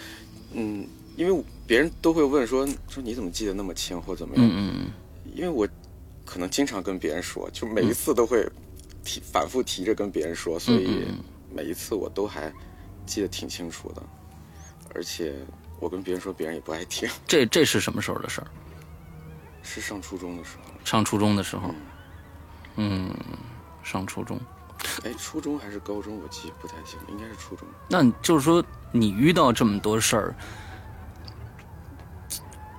[SPEAKER 2] 嗯，因为别人都会问说说你怎么记得那么清或怎么样，
[SPEAKER 1] 嗯嗯
[SPEAKER 2] 因为我可能经常跟别人说，就每一次都会提反复提着跟别人
[SPEAKER 1] 嗯
[SPEAKER 2] 说，所以每一次我都还记得挺清楚的，而且我跟别人说，别人也不爱听，
[SPEAKER 1] 嗯，这这是什么时候的事儿？
[SPEAKER 2] 是上初中的时候，
[SPEAKER 1] 上初中的时候，嗯，上初中。
[SPEAKER 2] 哎，初中还是高中，我记不太清，应该是初中。
[SPEAKER 1] 那你就是说，你遇到这么多事儿，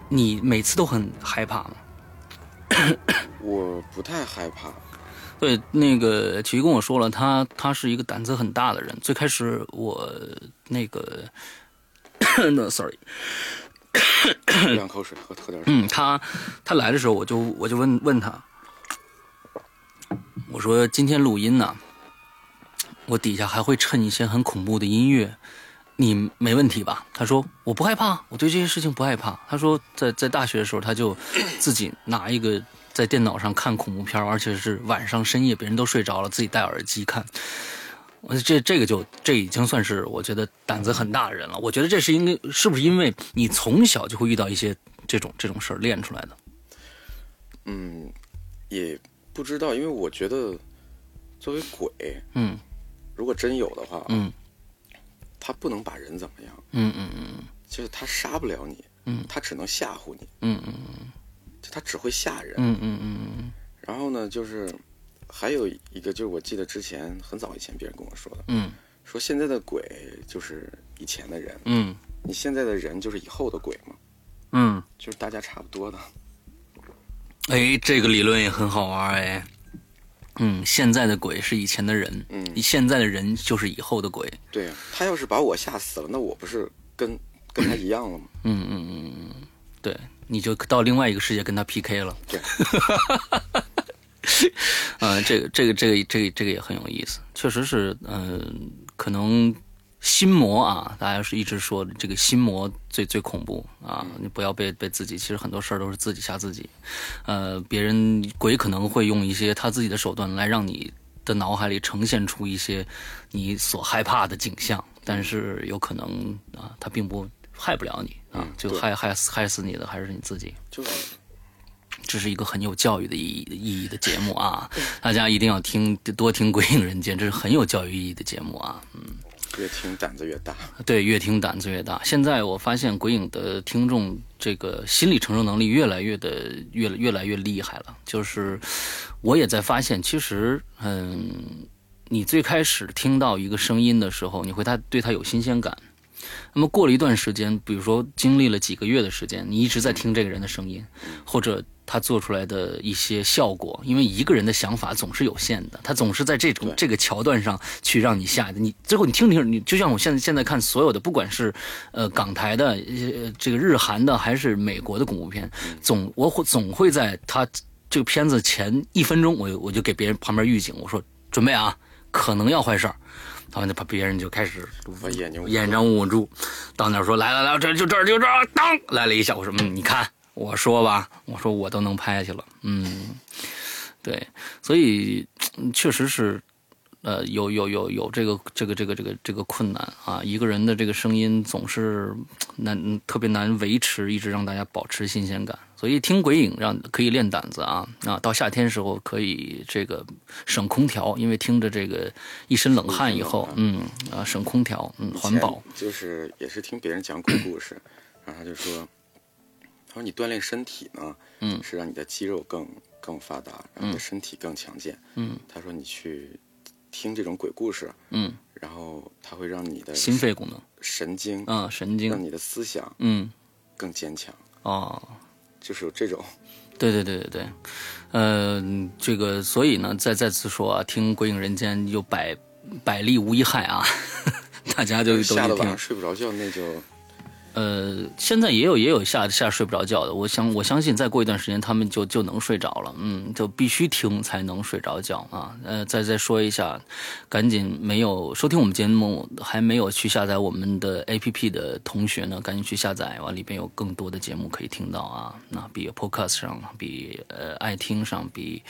[SPEAKER 1] 你每次都很害怕吗？
[SPEAKER 2] 我不太害怕，
[SPEAKER 1] 对，那个奇跟我说了，他他是一个胆子很大的人。最开始我那个 那，sorry，
[SPEAKER 2] 喝两口水，喝喝点水。
[SPEAKER 1] 嗯，他他来的时候，我就我就问问他，我说今天录音呢、我底下还会衬一些很恐怖的音乐，你没问题吧？他说我不害怕，我对这些事情不害怕。他说在在大学的时候，他就自己拿一个在电脑上看恐怖片，而且是晚上深夜，别人都睡着了，自己戴耳机看。我觉得这这个就这已经算是我觉得胆子很大的人了。我觉得这是应该是不是因为你从小就会遇到一些这种这种事儿练出来的？
[SPEAKER 2] 嗯，也不知道，因为我觉得作为鬼，
[SPEAKER 1] 嗯
[SPEAKER 2] 如果真有的话，
[SPEAKER 1] 嗯
[SPEAKER 2] 他不能把人怎么样，
[SPEAKER 1] 嗯嗯嗯
[SPEAKER 2] 就是他杀不了你，
[SPEAKER 1] 嗯
[SPEAKER 2] 他只能吓唬你，
[SPEAKER 1] 嗯嗯
[SPEAKER 2] 就他只会吓人。
[SPEAKER 1] 嗯嗯嗯
[SPEAKER 2] 然后呢，就是还有一个，就是我记得之前很早以前别人跟我说的，
[SPEAKER 1] 嗯
[SPEAKER 2] 说现在的鬼就是以前的人，
[SPEAKER 1] 嗯
[SPEAKER 2] 你现在的人就是以后的鬼嘛，
[SPEAKER 1] 嗯，
[SPEAKER 2] 就是大家差不多的。
[SPEAKER 1] 哎，这个理论也很好玩哎。嗯，现在的鬼是以前的人，
[SPEAKER 2] 嗯
[SPEAKER 1] 现在的人就是以后的鬼。
[SPEAKER 2] 对呀、他要是把我吓死了，那我不是跟跟他一样 了吗？
[SPEAKER 1] 嗯嗯嗯嗯，对，你就到另外一个世界跟他 PK 了。
[SPEAKER 2] 对，
[SPEAKER 1] 呃，这个这个这个这个这个也很有意思，确实是，嗯、可能心魔啊，大家是一直说的这个心魔最最恐怖啊，你不要被被自己，其实很多事儿都是自己吓自己，呃，别人鬼可能会用一些他自己的手段来让你的脑海里呈现出一些你所害怕的景象，但是有可能啊，他并不害不了你啊
[SPEAKER 2] 嗯，
[SPEAKER 1] 就
[SPEAKER 2] 对
[SPEAKER 1] 害害死害死你的还是你自己。
[SPEAKER 2] 就是
[SPEAKER 1] 这是一个很有教育的意义意义的节目啊，大家一定要听多听《鬼影人间》，这是很有教育意义的节目啊。
[SPEAKER 2] 越听胆子越大。
[SPEAKER 1] 对，越听胆子越大。现在我发现鬼影的听众这个心理承受能力越来越的越越来越厉害了。就是我也在发现，其实嗯，你最开始听到一个声音的时候，你会他对他有新鲜感。那么过了一段时间，比如说经历了几个月的时间，你一直在听这个人的声音，或者他做出来的一些效果，因为一个人的想法总是有限的，他总是在这种
[SPEAKER 2] 对
[SPEAKER 1] 这个桥段上去让你下的。你最后你听听，你就像我现在现在看所有的，不管是呃港台的、呃这个日韩的，还是美国的恐怖片，总我会总会在他这个片子前一分钟，我就我就给别人旁边预警，我说准备啊，可能要坏事儿。他们就把别人就开始
[SPEAKER 2] 把眼睛捂住
[SPEAKER 1] 嗯眼睛捂住，到那儿说来来来，这就这儿就这儿，当来了一下，我说嗯，你看我说吧，我说我都能拍下去了，嗯，对，所以嗯确实是呃，有有有有这个这个这个这个这个困难啊！一个人的这个声音总是难，特别难维持，一直让大家保持新鲜感。所以听鬼影让可以练胆子啊啊！到夏天时候可以这个省空调，因为听着这个一身冷汗以后，嗯啊省空调，嗯
[SPEAKER 2] 以
[SPEAKER 1] 环保
[SPEAKER 2] 前，就是也是听别人讲鬼故事，然后他就说，说你锻炼身体呢，
[SPEAKER 1] 嗯
[SPEAKER 2] 是让你的肌肉更更发达，让你的身体更强健。
[SPEAKER 1] 嗯
[SPEAKER 2] 他说你去听这种鬼故事，
[SPEAKER 1] 嗯，
[SPEAKER 2] 然后它会让你的
[SPEAKER 1] 心肺功能
[SPEAKER 2] 神经，
[SPEAKER 1] 啊，神
[SPEAKER 2] 让
[SPEAKER 1] 经，
[SPEAKER 2] 你的思想
[SPEAKER 1] 嗯，
[SPEAKER 2] 更坚强，
[SPEAKER 1] 哦，
[SPEAKER 2] 就是有这种
[SPEAKER 1] 对对对对对，呃，这个所以呢，再再次说啊，听《鬼影人间》有百百利无一害啊， 大家就都
[SPEAKER 2] 吓
[SPEAKER 1] 去
[SPEAKER 2] 得晚
[SPEAKER 1] 听。
[SPEAKER 2] 上睡不着觉，那就
[SPEAKER 1] 呃，现在也有也有下下睡不着觉的，我想我相信再过一段时间他们就就能睡着了，嗯，就必须听才能睡着觉啊。呃，再再说一下，赶紧没有收听我们节目还没有去下载我们的 APP 的同学呢，赶紧去下载完，里边有更多的节目可以听到啊。那比 Podcast 上，比呃爱听上，比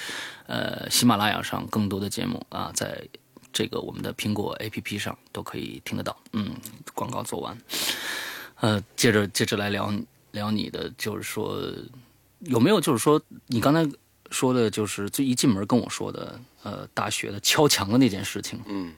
[SPEAKER 1] 呃喜马拉雅上更多的节目啊，在这个我们的苹果 APP 上都可以听得到。嗯，广告做完。呃，接着接着来聊聊你的，就是说有没有就是说你刚才说的，就是最一进门跟我说的，呃，大学的敲墙的那件事情，
[SPEAKER 2] 嗯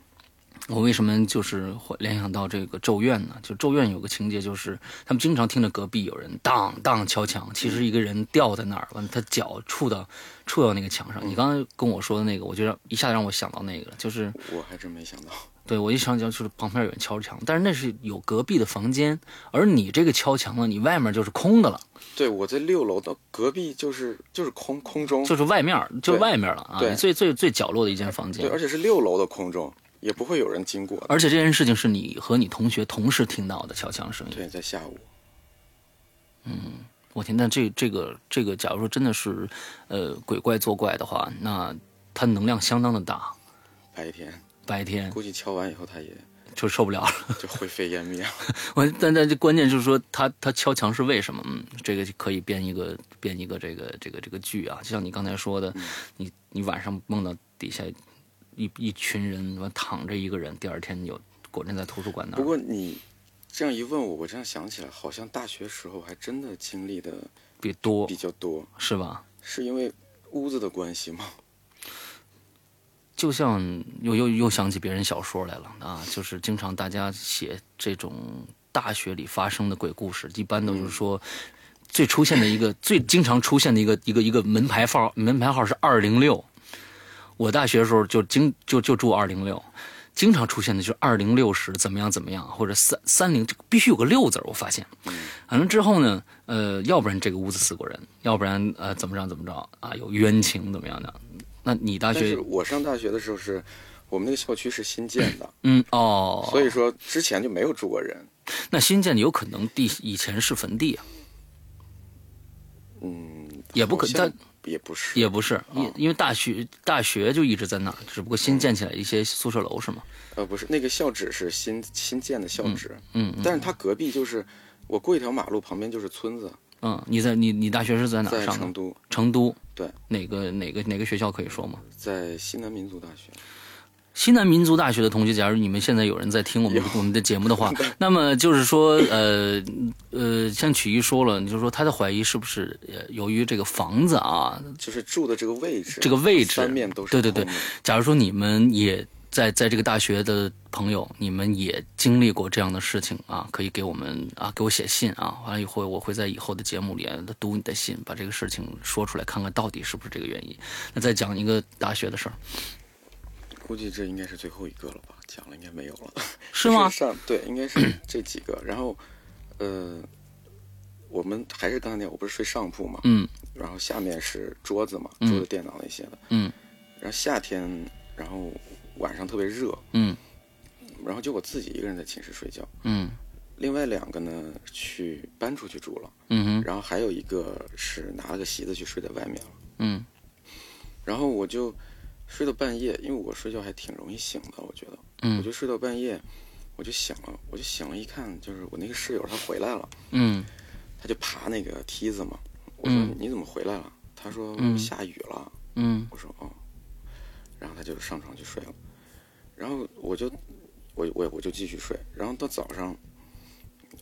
[SPEAKER 1] 我为什么就是会联想到这个《咒怨》呢？就《咒怨》有个情节，就是他们经常听着隔壁有人当当敲墙，其实一个人掉在那儿，完了他脚触到触到那个墙上。你刚才跟我说的那个，我就让一下让我想到那个了，就是
[SPEAKER 2] 我还真没想到。
[SPEAKER 1] 对，我一想想就是旁边有人敲墙，但是那是有隔壁的房间，而你这个敲墙呢，你外面就是空的了，
[SPEAKER 2] 对，我在六楼的隔壁就是就是空空中，
[SPEAKER 1] 就是外面儿，就是外面了啊，
[SPEAKER 2] 对
[SPEAKER 1] 最最最角落的一间房
[SPEAKER 2] 对，
[SPEAKER 1] 间
[SPEAKER 2] 而。且是六楼的空中，也不会有人经过的。
[SPEAKER 1] 而且这件事情是你和你同学同时听到的敲墙声音。
[SPEAKER 2] 对，在下午，
[SPEAKER 1] 我天，那这这个这个，假如说真的是，呃，鬼怪作怪的话，那它能量相当的大，
[SPEAKER 2] 白天
[SPEAKER 1] 白天
[SPEAKER 2] 估计敲完以后， 他也
[SPEAKER 1] 就受不了了。
[SPEAKER 2] 就灰飞烟灭了。
[SPEAKER 1] 我但但这关键就是说，它它敲墙是为什么？嗯，这个就可以编一个编一个这个这个这个剧啊，就像你刚才说
[SPEAKER 2] 嗯
[SPEAKER 1] 的，你你晚上梦到底下一一群人，完躺着一个人，第二天有果真在图书馆那
[SPEAKER 2] 不
[SPEAKER 1] 儿
[SPEAKER 2] 过你这样一问我，我这样想起来，好像大学时候还真的经历的
[SPEAKER 1] 比多
[SPEAKER 2] 比较多，
[SPEAKER 1] 是吧？
[SPEAKER 2] 是因为屋子的关系吗？
[SPEAKER 1] 就像又又又想起别人小说来了啊，就是经常大家写这种大学里发生的鬼故事，一般都
[SPEAKER 2] 嗯
[SPEAKER 1] 是说最出现的一个、最经常出现的一个一个一个门牌号，门牌号是二零六。我大学的时候就经就就住二零六，经常出现的就是二零六十怎么样怎么样，或者三三零，必须有个六字儿。我发现，
[SPEAKER 2] 嗯
[SPEAKER 1] 完了之后呢，呃，要不然这个屋子死过人，要不然呃怎么着怎么着啊，有冤情怎么样的。那你大
[SPEAKER 2] 但
[SPEAKER 1] 学
[SPEAKER 2] 是我上大学的时候是，我们那个校区是新建的，
[SPEAKER 1] 嗯哦，
[SPEAKER 2] 所以说之前就没有住过人。
[SPEAKER 1] 那新建的有可能地以前是坟地啊，
[SPEAKER 2] 嗯，
[SPEAKER 1] 也不可
[SPEAKER 2] 好像
[SPEAKER 1] 但
[SPEAKER 2] 也不是，
[SPEAKER 1] 也不是，因因为大学大学就一直在那儿，只不过新建起来一些宿舍楼是吗？
[SPEAKER 2] 呃，不是那个校址是新新建的校址，
[SPEAKER 1] 嗯嗯
[SPEAKER 2] 但是它隔壁就是我过一条马路旁边就是村子，
[SPEAKER 1] 嗯，你在你你大学是在哪儿
[SPEAKER 2] 在
[SPEAKER 1] 上
[SPEAKER 2] 成
[SPEAKER 1] 的？
[SPEAKER 2] 都，
[SPEAKER 1] 成都
[SPEAKER 2] 对，
[SPEAKER 1] 哪个哪个哪个学校可以说吗？
[SPEAKER 2] 在西南民族大学。
[SPEAKER 1] 西南民族大学的同学，假如你们现在有人在听我们我们的节目的 话，那么就是说，呃呃，像曲艺说了，你就说他的怀疑是不是呃由于这个房子啊，
[SPEAKER 2] 就是住的这个位置，
[SPEAKER 1] 这个位置
[SPEAKER 2] 三面都是
[SPEAKER 1] 对对对
[SPEAKER 2] 空的
[SPEAKER 1] 假如说你们也在在这个大学的朋友，你们也经历过这样的事情啊，可以给我们啊给我写信啊，完了以后我会在以后的节目里啊读你的信，把这个事情说出来，看看到底是不是这个原因。那再讲一个大学的事儿，
[SPEAKER 2] 估计这应该是最后一个了吧？讲了应该没有了，
[SPEAKER 1] 是吗
[SPEAKER 2] 就？ 上对，应 该是这几个。然后，呃，我们还是刚才那样，我不是睡上铺嘛，
[SPEAKER 1] 嗯
[SPEAKER 2] 然后下面是桌子嘛，桌子、电脑那些的。
[SPEAKER 1] 嗯
[SPEAKER 2] 然后夏天，然后晚上特别热，
[SPEAKER 1] 嗯
[SPEAKER 2] 然后就我自己一个人在寝室睡觉，
[SPEAKER 1] 嗯
[SPEAKER 2] 另外两个呢去搬出去住了，
[SPEAKER 1] 嗯哼
[SPEAKER 2] 然后还有一个是拿了个席子去睡在外面了。
[SPEAKER 1] 嗯
[SPEAKER 2] 然后我就睡到半夜，因为我睡觉还挺容易醒的，我觉得，
[SPEAKER 1] 嗯
[SPEAKER 2] 我就睡到半夜，我就醒了，我就醒了，一看就是我那个室友他回来了，
[SPEAKER 1] 嗯
[SPEAKER 2] 他就爬那个梯子嘛，我说、
[SPEAKER 1] 嗯
[SPEAKER 2] 你怎么回来了？他说、
[SPEAKER 1] 嗯
[SPEAKER 2] 下雨了，
[SPEAKER 1] 嗯
[SPEAKER 2] 我说哦，然后他就上床去睡了，然后我就我我我就继续睡，然后到早上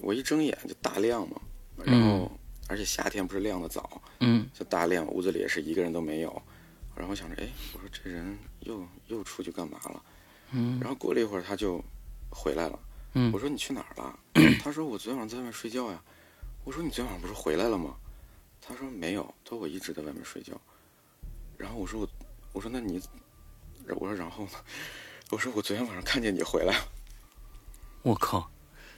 [SPEAKER 2] 我一睁眼就大亮嘛，然后、而且夏天不是亮的早，
[SPEAKER 1] 嗯
[SPEAKER 2] 就大量屋子里也是一个人都没有。然后我想着，哎，我说这人又又出去干嘛了？
[SPEAKER 1] 嗯
[SPEAKER 2] 然后过了一会儿他就回来了。
[SPEAKER 1] 嗯
[SPEAKER 2] 我说你去哪儿了？他说我昨天晚上在外面睡觉呀。我说你昨天晚上不是回来了吗？他说没有，他说我一直在外面睡觉。然后我说我，我说那你，我说然后呢？我说我昨天晚上看见你回来了，
[SPEAKER 1] 我靠，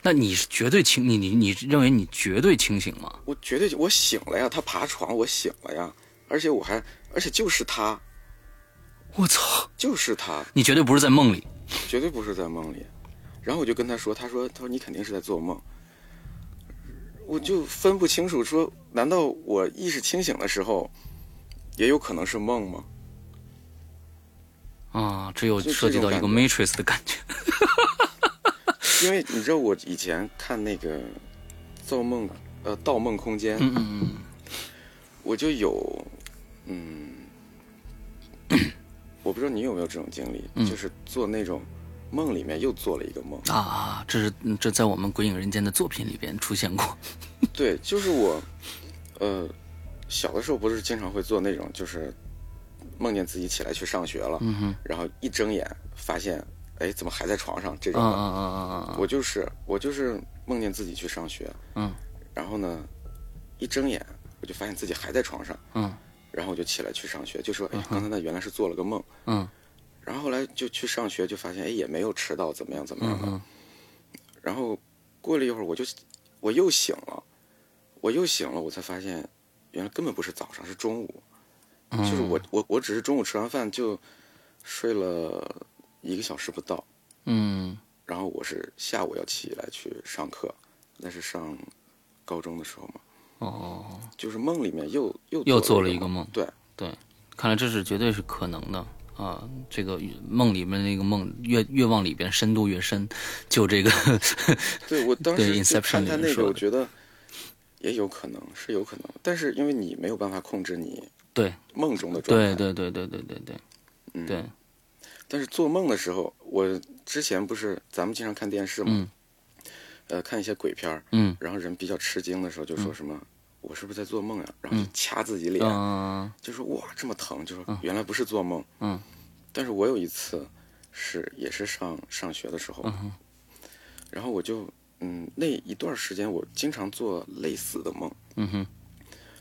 [SPEAKER 1] 那你是绝对清，你你你认为你绝对清醒吗？
[SPEAKER 2] 我绝对我醒了呀，他爬床我醒了呀，而且我还而且就是他
[SPEAKER 1] 我操，
[SPEAKER 2] 就是他，
[SPEAKER 1] 你绝对不是在梦里。
[SPEAKER 2] 绝对不是在梦里。然后我就跟他说，他说他说你肯定是在做梦。我就分不清楚说，难道我意识清醒的时候，也有可能是梦吗？
[SPEAKER 1] 啊，这又
[SPEAKER 2] 就这
[SPEAKER 1] 涉及到一个
[SPEAKER 2] 种
[SPEAKER 1] Matrix 的感觉。
[SPEAKER 2] 因为你知道我以前看那个《造梦》呃《盗梦空间》，
[SPEAKER 1] 嗯嗯嗯，
[SPEAKER 2] 我就有，嗯，我不知道你有没有这种经历，
[SPEAKER 1] 嗯
[SPEAKER 2] 就是做那种梦里面又做了一个梦。
[SPEAKER 1] 啊啊，这是这在我们《鬼影人间》的作品里边出现过。
[SPEAKER 2] 对，就是我，呃，小的时候不是经常会做那种，就是梦见自己起来去上学了，
[SPEAKER 1] 嗯哼，
[SPEAKER 2] 然后一睁眼发现，哎，怎么还在床上？这
[SPEAKER 1] 啊
[SPEAKER 2] 种的，
[SPEAKER 1] 啊啊啊啊！
[SPEAKER 2] 我就是我就是梦见自己去上学，
[SPEAKER 1] 嗯
[SPEAKER 2] 然后呢，一睁眼我就发现自己还在床上，
[SPEAKER 1] 嗯
[SPEAKER 2] 然后我就起来去上学，就说，哎，刚才那原来是做了个梦，
[SPEAKER 1] 嗯
[SPEAKER 2] 然后后来就去上学，就发现哎也没有迟到，怎么样怎么样的。
[SPEAKER 1] 嗯
[SPEAKER 2] 然后过了一会儿，我就我又醒了，我又醒了，我才发现原来根本不是早上，是中午。
[SPEAKER 1] 嗯，
[SPEAKER 2] 就是我我我只是中午吃完饭就睡了一个小时不到，
[SPEAKER 1] 嗯
[SPEAKER 2] 然后我是下午要起来去上课，那是上高中的时候嘛，
[SPEAKER 1] 哦哦哦。
[SPEAKER 2] 就是梦里面又又
[SPEAKER 1] 又
[SPEAKER 2] 做
[SPEAKER 1] 做了一个
[SPEAKER 2] 梦，
[SPEAKER 1] 梦，
[SPEAKER 2] 对，
[SPEAKER 1] 对，看来这是绝对是可能的啊！这个梦里面那个梦越越往里边深度越深，就这个
[SPEAKER 2] 对我当
[SPEAKER 1] 对
[SPEAKER 2] 时就
[SPEAKER 1] ，Inception
[SPEAKER 2] 看他
[SPEAKER 1] 里面
[SPEAKER 2] 那
[SPEAKER 1] 说
[SPEAKER 2] 个，
[SPEAKER 1] 的
[SPEAKER 2] 我觉得也有可能是有可能，但是因为你没有办法控制你
[SPEAKER 1] 对
[SPEAKER 2] 梦中的状态，
[SPEAKER 1] 对对对对对对对
[SPEAKER 2] 嗯
[SPEAKER 1] 对，
[SPEAKER 2] 但是做梦的时候，我之前不是咱们经常看电视嘛，
[SPEAKER 1] 嗯
[SPEAKER 2] 呃，看一些鬼片儿，
[SPEAKER 1] 嗯
[SPEAKER 2] 然后人比较吃惊的时候就说什么。我是不是在做梦呀、啊然后就掐自己脸，
[SPEAKER 1] 嗯
[SPEAKER 2] 就说哇这么疼，就说原来不是做梦。
[SPEAKER 1] 嗯
[SPEAKER 2] 但是我有一次是也是上上学的时候，
[SPEAKER 1] 嗯哼
[SPEAKER 2] 然后我就嗯那一段时间我经常做类似的梦，
[SPEAKER 1] 嗯哼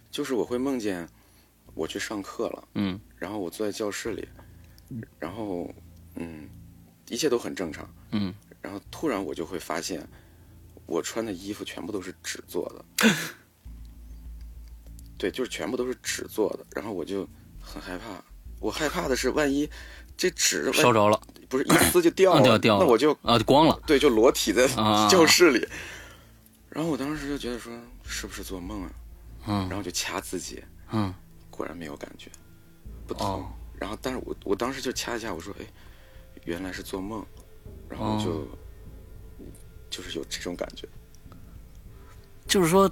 [SPEAKER 2] 就是我会梦见我去上课了，
[SPEAKER 1] 嗯
[SPEAKER 2] 然后我坐在教室里，然后嗯一切都很正常，
[SPEAKER 1] 嗯，
[SPEAKER 2] 然后突然我就会发现我穿的衣服全部都是纸做的。 对，就是全部都是纸做的，然后我就很害怕。我害怕的是，万一这纸万一
[SPEAKER 1] 烧着了，
[SPEAKER 2] 不是一撕就掉
[SPEAKER 1] 啊
[SPEAKER 2] 了，
[SPEAKER 1] 掉掉了，
[SPEAKER 2] 那我就
[SPEAKER 1] 啊光了，
[SPEAKER 2] 对就裸体在
[SPEAKER 1] 啊
[SPEAKER 2] 教室里。然后我当时就觉得说是不是做梦啊，
[SPEAKER 1] 嗯
[SPEAKER 2] 然后就掐自己，
[SPEAKER 1] 嗯
[SPEAKER 2] 果然没有感觉，不疼。
[SPEAKER 1] 哦
[SPEAKER 2] 然后但是我我当时就掐一下，我说哎，原来是做梦，然
[SPEAKER 1] 哦
[SPEAKER 2] 后就、就是有这种感觉。
[SPEAKER 1] 就是说，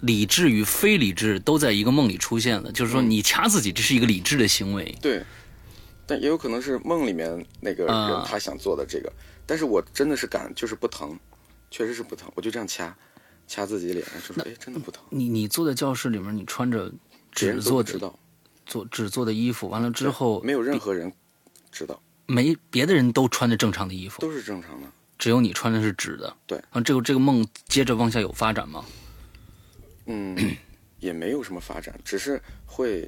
[SPEAKER 1] 理智与非理智都在一个梦里出现了。就是说，
[SPEAKER 2] 嗯
[SPEAKER 1] 你掐自己，这是一个理智的行为。
[SPEAKER 2] 对，但也有可能是梦里面那个
[SPEAKER 1] 啊
[SPEAKER 2] 人他想做的这个，但是我真的是感就是不疼，确实是不疼，我就这样掐，掐自己脸，就说哎真的不疼，
[SPEAKER 1] 你你坐在教室里面，你穿着
[SPEAKER 2] 别人
[SPEAKER 1] 纸做
[SPEAKER 2] 都不
[SPEAKER 1] 的
[SPEAKER 2] 知道，
[SPEAKER 1] 做纸做的衣服，完了之后
[SPEAKER 2] 没有任何人知道，
[SPEAKER 1] 没别的人都穿着正常的衣服，
[SPEAKER 2] 都是正常的。
[SPEAKER 1] 只有你穿的是纸的。
[SPEAKER 2] 对
[SPEAKER 1] 然后这个这个梦接着往下有发展吗？
[SPEAKER 2] 嗯，也没有什么发展，只是会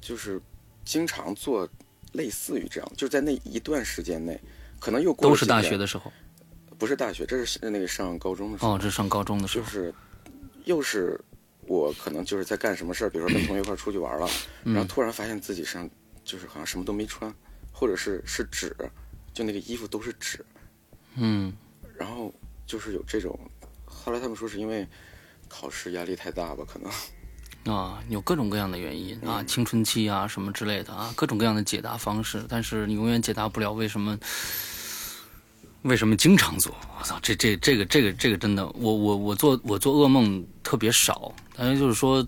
[SPEAKER 2] 就是经常做类似于这样，就在那一段时间内，可能又过
[SPEAKER 1] 都
[SPEAKER 2] 了
[SPEAKER 1] 是
[SPEAKER 2] 几
[SPEAKER 1] 大
[SPEAKER 2] 年
[SPEAKER 1] 学，的时候，
[SPEAKER 2] 不是大学，这是那个上高中的时候，
[SPEAKER 1] 哦，这上高中的时
[SPEAKER 2] 就
[SPEAKER 1] 候，
[SPEAKER 2] 是又是我可能就是在干什么事儿，比如说跟同学一块儿出去玩了，
[SPEAKER 1] 嗯
[SPEAKER 2] 然后突然发现自己身上就是好像什么都没穿，或者是是纸，就那个衣服都是纸，
[SPEAKER 1] 嗯，
[SPEAKER 2] 然后就是有这种，后来他们说是因为考试压力太大吧，可能。
[SPEAKER 1] 啊，有各种各样的原因啊，青春期啊什么之类的啊，各种各样的解答方式，但是你永远解答不了为什么。为什么经常做？我操，这这这个这个这个真的，我我我做我做噩梦特别少，但是就是说，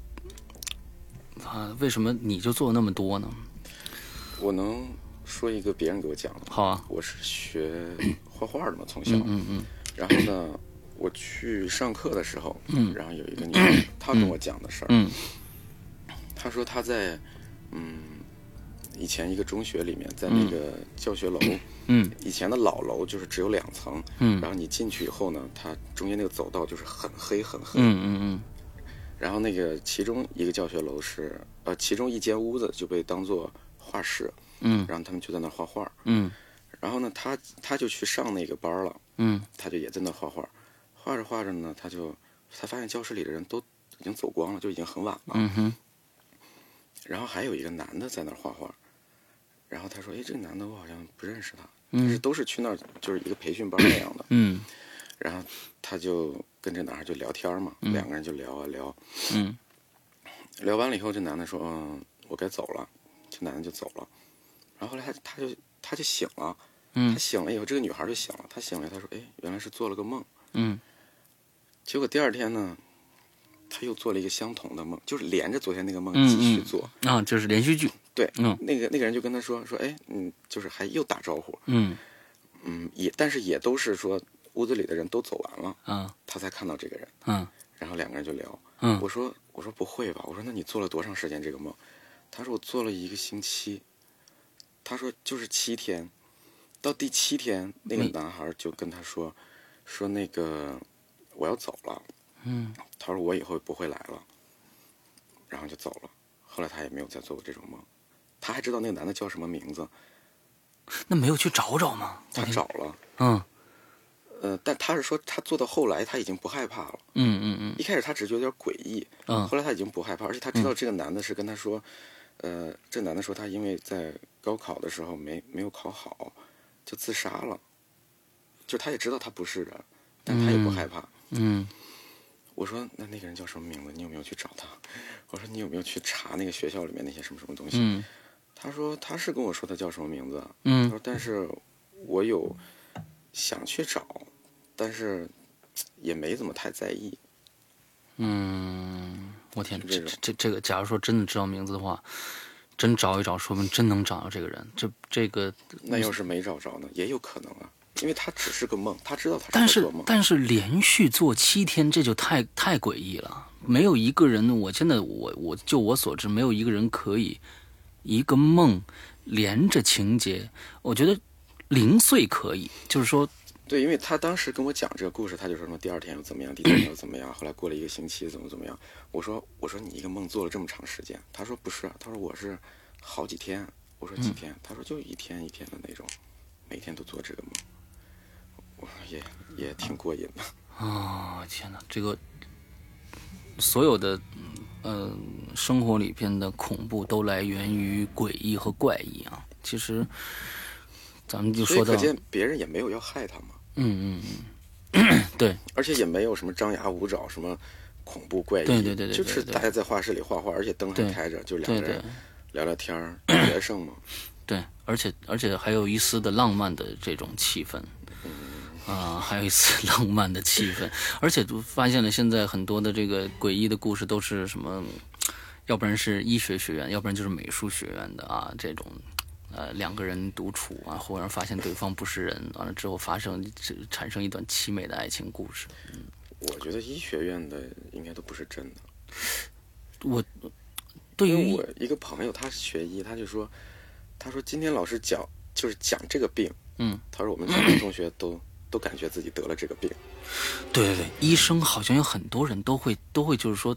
[SPEAKER 1] 啊，为什么你就做那么多呢？
[SPEAKER 2] 我能说一个别人给我讲的吗，
[SPEAKER 1] 好啊，
[SPEAKER 2] 我是学画画的嘛，从小，
[SPEAKER 1] 嗯嗯
[SPEAKER 2] 然后呢，我去上课的时候，然后有一个女生，她跟我讲的事儿，
[SPEAKER 1] 嗯
[SPEAKER 2] 她说她在，嗯，以前一个中学里面，在那个教学楼，
[SPEAKER 1] 嗯
[SPEAKER 2] 以前的老楼就是只有两层，
[SPEAKER 1] 嗯
[SPEAKER 2] 然后你进去以后呢，它中间那个走道就是很黑很黑，
[SPEAKER 1] 嗯嗯嗯
[SPEAKER 2] 然后那个其中一个教学楼是，呃，其中一间屋子就被当做画室，
[SPEAKER 1] 嗯
[SPEAKER 2] 然后他们就在那儿画画。
[SPEAKER 1] 嗯
[SPEAKER 2] 然后呢，他他就去上那个班儿了，
[SPEAKER 1] 嗯
[SPEAKER 2] 他就也在那画画，画着画着呢，他就他发现教室里的人都已经走光了，就已经很晚了。
[SPEAKER 1] 嗯哼
[SPEAKER 2] 然后还有一个男的在那儿画画，然后他说：“哎，这个男的我好像不认识他，但是
[SPEAKER 1] 嗯
[SPEAKER 2] 都是去那儿就是一个培训班那样的。
[SPEAKER 1] 嗯
[SPEAKER 2] 然后他就跟这男孩就聊天嘛，
[SPEAKER 1] 嗯
[SPEAKER 2] 两个人就聊啊聊，
[SPEAKER 1] 嗯
[SPEAKER 2] 聊完了以后，这男的说：“嗯，我该走了。”这男的就走了。然后后来他他就他就醒了，他
[SPEAKER 1] 嗯
[SPEAKER 2] 醒了以后，这个女孩就醒了，她醒了，她说：“哎，原来是做了个梦。”
[SPEAKER 1] 嗯
[SPEAKER 2] 结果第二天呢，他又做了一个相同的梦，就是连着昨天那个梦
[SPEAKER 1] 嗯
[SPEAKER 2] 继续
[SPEAKER 1] 嗯
[SPEAKER 2] 做。
[SPEAKER 1] 啊，就是连续剧，
[SPEAKER 2] 对，
[SPEAKER 1] 嗯
[SPEAKER 2] 那个那个人就跟他说说，哎，嗯，就是还又打招呼，
[SPEAKER 1] 嗯
[SPEAKER 2] 嗯，也但是也都是说屋子里的人都走完了，
[SPEAKER 1] 啊
[SPEAKER 2] 他才看到这个人，
[SPEAKER 1] 嗯
[SPEAKER 2] 然后两个人就聊。
[SPEAKER 1] 嗯
[SPEAKER 2] 我说我说不会吧，我说那你做了多长时间这个梦？他说我做了一个星期，他说就是七天，到第七天那个
[SPEAKER 1] 你
[SPEAKER 2] 男孩就跟他说说那个我要走了。
[SPEAKER 1] 嗯
[SPEAKER 2] 他说我以后不会来了，然后就走了。后来他也没有再做过这种梦，他还知道那个男的叫什么名字，
[SPEAKER 1] 那没有去找找吗？
[SPEAKER 2] 他找了。
[SPEAKER 1] 嗯
[SPEAKER 2] 呃，但他是说他做到后来他已经不害怕了，
[SPEAKER 1] 嗯嗯嗯
[SPEAKER 2] 一开始他只觉得有点诡异，
[SPEAKER 1] 嗯
[SPEAKER 2] 后来他已经不害怕，而且他知道这个男的是跟他说，呃，这男的说他因为在高考的时候没没有考好，就自杀了，就他也知道他不是人，但他也不
[SPEAKER 1] 嗯
[SPEAKER 2] 害怕。
[SPEAKER 1] 嗯
[SPEAKER 2] 我说那那个人叫什么名字？你有没有去找他？ 我说你有没有去查那个学校里面那些什么什么东西？
[SPEAKER 1] 嗯
[SPEAKER 2] 他说他是跟我说他叫什么名字啊，他
[SPEAKER 1] 嗯
[SPEAKER 2] 说但是我有想去找，但是也没怎么太在意。
[SPEAKER 1] 嗯，我天，
[SPEAKER 2] 就
[SPEAKER 1] 这
[SPEAKER 2] 这
[SPEAKER 1] 这
[SPEAKER 2] 种
[SPEAKER 1] 这这个，假如说真的知道名字的话，真找一找，说明真能找到这个人。这这个
[SPEAKER 2] 那要是没找着呢，也有可能啊，因为他只是个梦，他知道他
[SPEAKER 1] 但
[SPEAKER 2] 是
[SPEAKER 1] 是
[SPEAKER 2] 个梦。
[SPEAKER 1] 但是连续做七天，这就太太诡异了。没有一个人，我真的我我就我所知，没有一个人可以一个梦连着情节。我觉得零碎可以，就是说，
[SPEAKER 2] 对，因为他当时跟我讲这个故事，他就说什么第二天又怎么样，第三天又怎么样，后来过了一个星期怎么怎么样。我说我说你一个梦做了这么长时间，他说不是，啊他说我是好几天，我
[SPEAKER 1] 嗯
[SPEAKER 2] 说几天，他说就一天一天的那种，每天都做这个梦。我说也也挺过瘾的，
[SPEAKER 1] 啊、天哪，这个所有的呃生活里边的恐怖都来源于诡异和怪异啊。其实咱们就
[SPEAKER 2] 所以
[SPEAKER 1] 说到
[SPEAKER 2] 可，见别人也没有要害他嘛，
[SPEAKER 1] 嗯嗯嗯，对，
[SPEAKER 2] 而且也没有什么张牙舞爪什么。恐怖怪异，
[SPEAKER 1] 对对对对对
[SPEAKER 2] 就是
[SPEAKER 1] 对
[SPEAKER 2] 大家在画室里画画，而且灯还
[SPEAKER 1] 对
[SPEAKER 2] 开着，就两
[SPEAKER 1] 对
[SPEAKER 2] 个
[SPEAKER 1] 对
[SPEAKER 2] 人。聊聊 天儿，学生嘛，
[SPEAKER 1] 对，而且而且还有一丝的浪漫的这种气氛，啊、还有一丝 浪漫的气氛，而且就发现了现在很多的这个诡异的故事都是什么，要不然是医学学院，要不然就是美术学院的啊，这种。呃，两个人独处啊，忽然发现对方不是人，完了之后发生这产生一段凄美的爱情故事。
[SPEAKER 2] 我觉得医学院的应该都不是真的。
[SPEAKER 1] 我对
[SPEAKER 2] 因为
[SPEAKER 1] 于
[SPEAKER 2] 我一个朋友，他是学医，他就说，他说今天老师讲就是讲这个病，
[SPEAKER 1] 嗯，
[SPEAKER 2] 他说我们全班同学都都感觉自己得了这个病，
[SPEAKER 1] 对对对，医生好像有很多人都会都会就是说，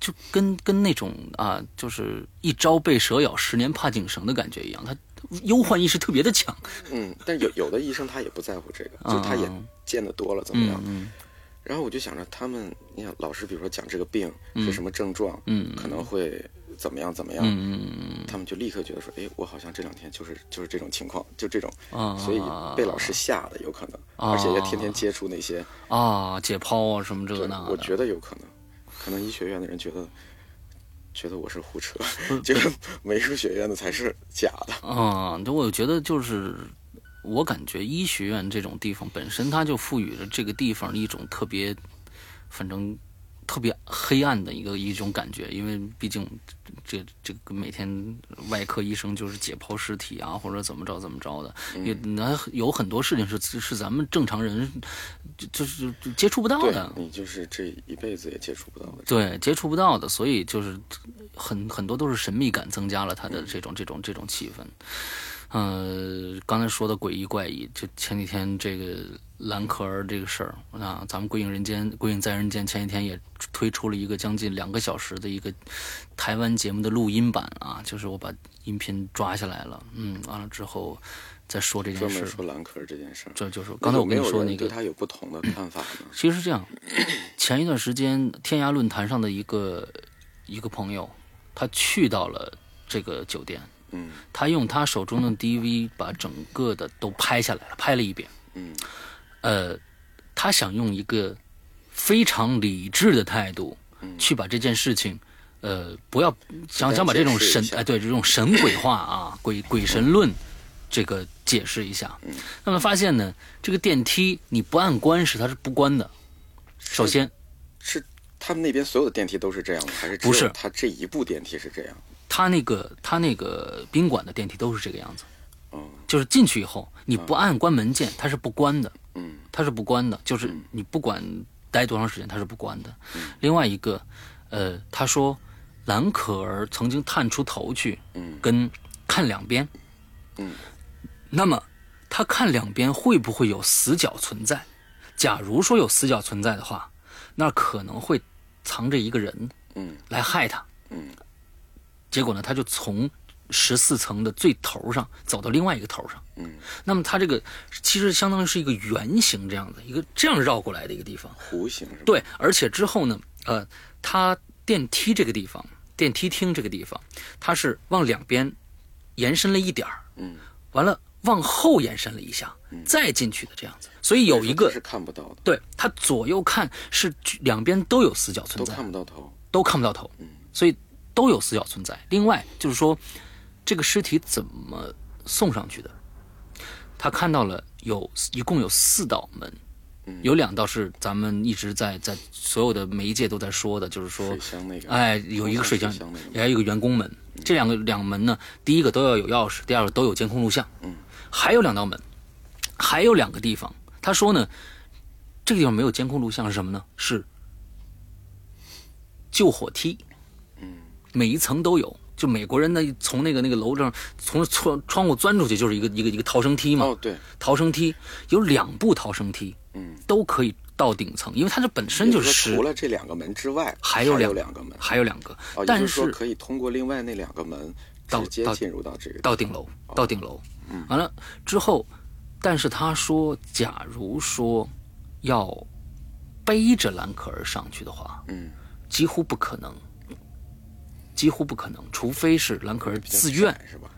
[SPEAKER 1] 就跟跟那种啊，就是一朝被蛇咬，十年怕井绳的感觉一样，他忧患意识特别的强。
[SPEAKER 2] 嗯，但有有的医生他也不在乎这个，就是他也
[SPEAKER 1] 嗯
[SPEAKER 2] 见得多了怎么
[SPEAKER 1] 嗯
[SPEAKER 2] 样？
[SPEAKER 1] 嗯
[SPEAKER 2] 然后我就想着他们，你想老师比如说讲这个病是什么症状，
[SPEAKER 1] 嗯
[SPEAKER 2] 可能会怎么样怎么样，
[SPEAKER 1] 嗯
[SPEAKER 2] 他们就立刻觉得说，哎，我好像这两天就是就是这种情况，就这种，
[SPEAKER 1] 嗯啊，
[SPEAKER 2] 所以被老师吓的有可能，
[SPEAKER 1] 啊
[SPEAKER 2] 而且也天天接触那些。
[SPEAKER 1] 啊解剖啊什么这个
[SPEAKER 2] 对
[SPEAKER 1] 那的，
[SPEAKER 2] 我觉得有可能，可能医学院的人觉得觉得我是胡扯，
[SPEAKER 1] 不
[SPEAKER 2] 结果美术学院的才是假的。
[SPEAKER 1] 啊，就我觉得就是，我感觉医学院这种地方本身，它就赋予了这个地方一种特别，反正特别黑暗的一个一种感觉，因为毕竟这这个每天外科医生就是解剖尸体啊，或者怎么着怎么着的，也那有很多事情是是咱们正常人就就是就接触不到
[SPEAKER 2] 对
[SPEAKER 1] 的。
[SPEAKER 2] 你就是这一辈子也接触不到的。
[SPEAKER 1] 对，接触不到的，所以就是很很多都是神秘感增加了他的这种这种这种气氛。呃，刚才说的诡异怪异，就前几天这个蓝可儿这个事儿啊，咱们《鬼影人间》《鬼影在人间》前几天也推出了一个将近两个小时的一个台湾节目的录音版啊，就是我把音频抓下来了，嗯，完了之后再说这件
[SPEAKER 2] 专
[SPEAKER 1] 事
[SPEAKER 2] 门
[SPEAKER 1] 儿。
[SPEAKER 2] 说蓝壳这件事儿。
[SPEAKER 1] 这嗯就是刚才我跟你说
[SPEAKER 2] 没有
[SPEAKER 1] 那
[SPEAKER 2] 人
[SPEAKER 1] 个。
[SPEAKER 2] 对，他有不同的看法呢
[SPEAKER 1] 其实是这样， 前一段时间天涯论坛上的一个一个朋友，他去到了这个酒店，
[SPEAKER 2] 嗯
[SPEAKER 1] 他用他手中的 DV 把整个的都拍下来了，拍了一遍。
[SPEAKER 2] 嗯
[SPEAKER 1] 呃，他想用一个非常理智的态度
[SPEAKER 2] 嗯
[SPEAKER 1] 去把这件事情，呃，不要想
[SPEAKER 2] 再
[SPEAKER 1] 想把这种
[SPEAKER 2] 解释一
[SPEAKER 1] 神
[SPEAKER 2] 下
[SPEAKER 1] 哎对这种神鬼话啊鬼鬼神论这个解释一下。
[SPEAKER 2] 嗯
[SPEAKER 1] 那么发现呢，这个电梯你不按关是它是不关的。首先，
[SPEAKER 2] 是他们那边所有的电梯都是这样吗？还是只
[SPEAKER 1] 不
[SPEAKER 2] 有
[SPEAKER 1] 是
[SPEAKER 2] 他这一部电梯是这样？
[SPEAKER 1] 他那个他那个宾馆的电梯都是这个样子，
[SPEAKER 2] 嗯
[SPEAKER 1] 就是进去以后你不按关门键，它是不关的。
[SPEAKER 2] 嗯
[SPEAKER 1] 它是不关的，就是你不管待多长时间，它是不关的。
[SPEAKER 2] 嗯
[SPEAKER 1] 另外一个，呃，他说蓝可儿曾经探出头去
[SPEAKER 2] 嗯
[SPEAKER 1] 跟看两边，
[SPEAKER 2] 嗯，
[SPEAKER 1] 那么他看两边会不会有死角存在？假如说有死角存在的话，那可能会藏着一个人
[SPEAKER 2] 嗯
[SPEAKER 1] 来害他。
[SPEAKER 2] 嗯，
[SPEAKER 1] 结果呢，他就从十四层的最头上走到另外一个头上。
[SPEAKER 2] 嗯，
[SPEAKER 1] 那么它这个其实相当于是一个圆形这样的一个这样绕过来的一个地方。
[SPEAKER 2] 弧形是吧？
[SPEAKER 1] 对，而且之后呢，呃，它电梯这个地方，电梯厅这个地方，它是往两边延伸了一点儿，
[SPEAKER 2] 嗯，
[SPEAKER 1] 完了往后延伸了一下，再进去的这样子。所以有一
[SPEAKER 2] 所以说
[SPEAKER 1] 个
[SPEAKER 2] 他是看不到的，
[SPEAKER 1] 对它左右看是两边都有死角存
[SPEAKER 2] 都
[SPEAKER 1] 在，
[SPEAKER 2] 看不到头。
[SPEAKER 1] 都看不到头，
[SPEAKER 2] 嗯
[SPEAKER 1] 所以都有死角存在。另外就是说，这个尸体怎么送上去的？他看到了有一共有四道门，
[SPEAKER 2] 嗯
[SPEAKER 1] 有两道是咱们一直在在所有的媒介都在说的，就是说
[SPEAKER 2] 水，箱那个，
[SPEAKER 1] 哎，有一个水
[SPEAKER 2] 水
[SPEAKER 1] 箱
[SPEAKER 2] 箱那，个
[SPEAKER 1] 还有一个员工门。这两个两门呢，第一个都要有钥匙，第二个都有监控录像。
[SPEAKER 2] 嗯，
[SPEAKER 1] 还有两道门，还有两个地方。他说呢，这个地方没有监控录像是什么呢？是救火梯。
[SPEAKER 2] 嗯，
[SPEAKER 1] 每一层都有。就美国人呢，从那个那个楼上从窗窗户钻出去，就是一个一个一个逃生梯嘛。
[SPEAKER 2] 哦对，
[SPEAKER 1] 逃生梯有两步逃生梯，
[SPEAKER 2] 嗯，
[SPEAKER 1] 都可以到顶层，因为它这本身
[SPEAKER 2] 也
[SPEAKER 1] 就
[SPEAKER 2] 就是是说除
[SPEAKER 1] 石，
[SPEAKER 2] 了这两个门之外，
[SPEAKER 1] 还有
[SPEAKER 2] 有
[SPEAKER 1] 两
[SPEAKER 2] 两个门，
[SPEAKER 1] 还有两个，
[SPEAKER 2] 哦，也
[SPEAKER 1] 但
[SPEAKER 2] 就是说
[SPEAKER 1] 是
[SPEAKER 2] 可以通过另外那两个门
[SPEAKER 1] 到
[SPEAKER 2] 直接
[SPEAKER 1] 到
[SPEAKER 2] 进入到这个
[SPEAKER 1] 到顶楼，到顶楼。完了之后，但是他说，假如说要背着兰可儿上去的话，
[SPEAKER 2] 嗯，
[SPEAKER 1] 几乎不可能，几乎不可能，除非是兰可儿自愿。
[SPEAKER 2] 是吧？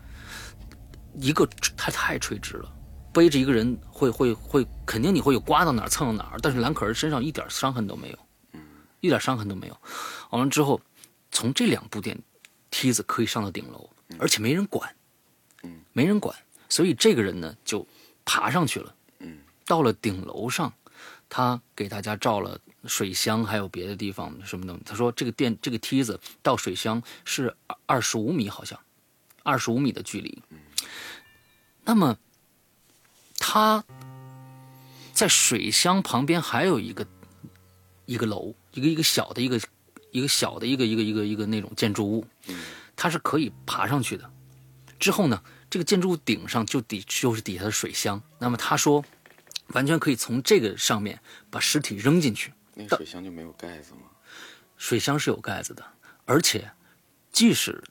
[SPEAKER 1] 一个它太垂直了，背着一个人会会会，肯定你会有刮到哪儿蹭到哪儿，但是兰可儿身上一点伤痕都没有，
[SPEAKER 2] 嗯
[SPEAKER 1] 一点伤痕都没有。完了之后，从这两部电梯子可以上到顶楼，而且没人管，
[SPEAKER 2] 嗯
[SPEAKER 1] 没人管，所以这个人呢就爬上去了。
[SPEAKER 2] 嗯，
[SPEAKER 1] 到了顶楼上，他给大家照了水箱，还有别的地方什么的。他说这个电这个梯子到水箱是二十五米，好像二十五米的距离。那么他在水箱旁边还有一个一个楼，一个一个小的一个一个小的一个一个一个一个那种建筑物，它是可以爬上去的。之后呢，这个建筑物顶上就底就是底下的水箱。那么他说，完全可以从这个上面把尸体扔进去。
[SPEAKER 2] 那个水箱就没有盖子吗？
[SPEAKER 1] 水箱是有盖子的，而且即使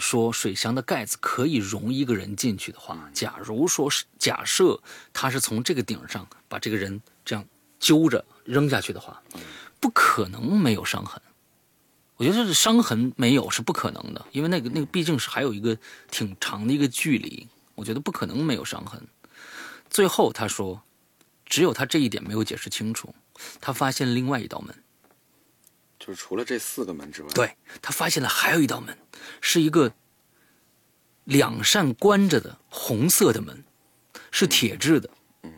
[SPEAKER 1] 说水箱的盖子可以容一个人进去的话，假如说是假设他是从这个顶上把这个人这样揪着扔下去的话，不可能没有伤痕。我觉得这是伤痕没有是不可能的，因为那个那个毕竟是还有一个挺长的一个距离，我觉得不可能没有伤痕。最后他说，只有他这一点没有解释清楚，他发现另外一道门。
[SPEAKER 2] 就是除了这四个门之外，，
[SPEAKER 1] 对他发现了还有一道门，是一个两扇关着的红色的门，是铁制的。
[SPEAKER 2] 嗯，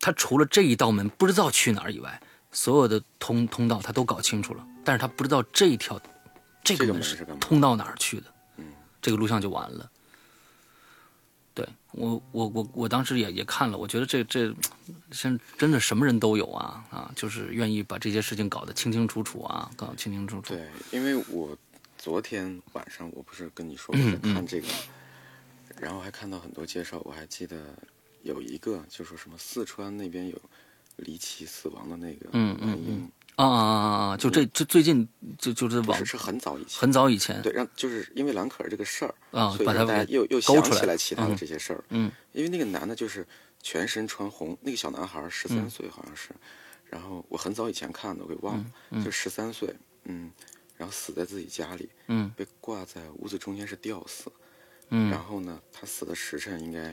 [SPEAKER 1] 他除了这一道门不知道去哪儿以外，所有的通通道他都搞清楚了，但是他不知道这一条这
[SPEAKER 2] 这
[SPEAKER 1] 个
[SPEAKER 2] 个
[SPEAKER 1] 门
[SPEAKER 2] 门
[SPEAKER 1] 是
[SPEAKER 2] 是干嘛
[SPEAKER 1] 通到哪儿去的。
[SPEAKER 2] 嗯，
[SPEAKER 1] 这个录像就完了。对我，我我我当时也也看了，我觉得这这，现在真的什么人都有啊啊，就是愿意把这些事情搞得清清楚楚啊，搞得清清楚楚。嗯
[SPEAKER 2] 对，因为我昨天晚上我不是跟你说我在看这个，然后还看到很多介绍，我还记得有一个就说什么四川那边有离奇死亡的那个
[SPEAKER 1] 嗯嗯
[SPEAKER 2] 男婴，
[SPEAKER 1] 啊啊啊啊啊！就这这最近就就是
[SPEAKER 2] 不
[SPEAKER 1] 网
[SPEAKER 2] 是是很早以前，
[SPEAKER 1] 很早以前
[SPEAKER 2] 对，让就是因为蓝可儿这个事儿，
[SPEAKER 1] 啊，
[SPEAKER 2] 所以
[SPEAKER 1] 把它
[SPEAKER 2] 让大家又又
[SPEAKER 1] 勾
[SPEAKER 2] 想
[SPEAKER 1] 出来
[SPEAKER 2] 起来其他的
[SPEAKER 1] 嗯
[SPEAKER 2] 这些事儿。
[SPEAKER 1] 嗯，
[SPEAKER 2] 因为那个男的就是全身穿红，那个小男孩十三
[SPEAKER 1] 嗯
[SPEAKER 2] 岁好像是，然后我很早以前看的，我给忘了，就十三岁，嗯，然后死在自己家里，
[SPEAKER 1] 嗯
[SPEAKER 2] 被挂在屋子中间是吊死，然
[SPEAKER 1] 嗯
[SPEAKER 2] 后呢，他死的时辰应该，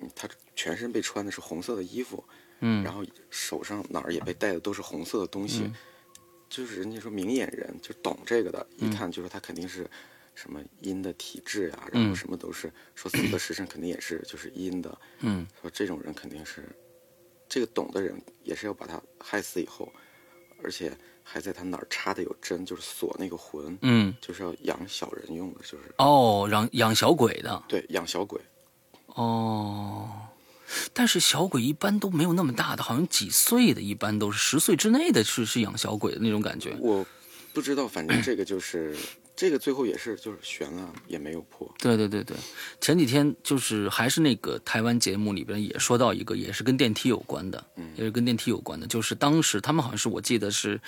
[SPEAKER 2] 嗯他全身被穿的是红色的衣服，然
[SPEAKER 1] 嗯
[SPEAKER 2] 后手上哪儿也被戴的都是红色的东西，
[SPEAKER 1] 嗯
[SPEAKER 2] 就是人家说明眼人就懂这个的，
[SPEAKER 1] 嗯
[SPEAKER 2] 一看就说他肯定是什么阴的体质呀、然后
[SPEAKER 1] 嗯
[SPEAKER 2] 什么都是说死的时辰肯定也是就是阴的，
[SPEAKER 1] 嗯
[SPEAKER 2] 说这种人肯定是这个懂的人也是要把他害死以后，而且还在他哪儿插的有针，就是锁那个魂，
[SPEAKER 1] 嗯，
[SPEAKER 2] 就是要养小人用的，就是
[SPEAKER 1] 哦，养养小鬼的
[SPEAKER 2] 对养小鬼，
[SPEAKER 1] 哦。但是小鬼一般都没有那么大的，好像几岁的，一般都是十岁之内的是是养小鬼的那种感觉。
[SPEAKER 2] 我不知道，反正这个就是这个最后也是就是悬了也没有破，
[SPEAKER 1] 对对对对，前几天就是还是那个台湾节目里边也说到一个，也是跟电梯有关的，也是跟电梯有关的，就是当时他们好像是我记得是，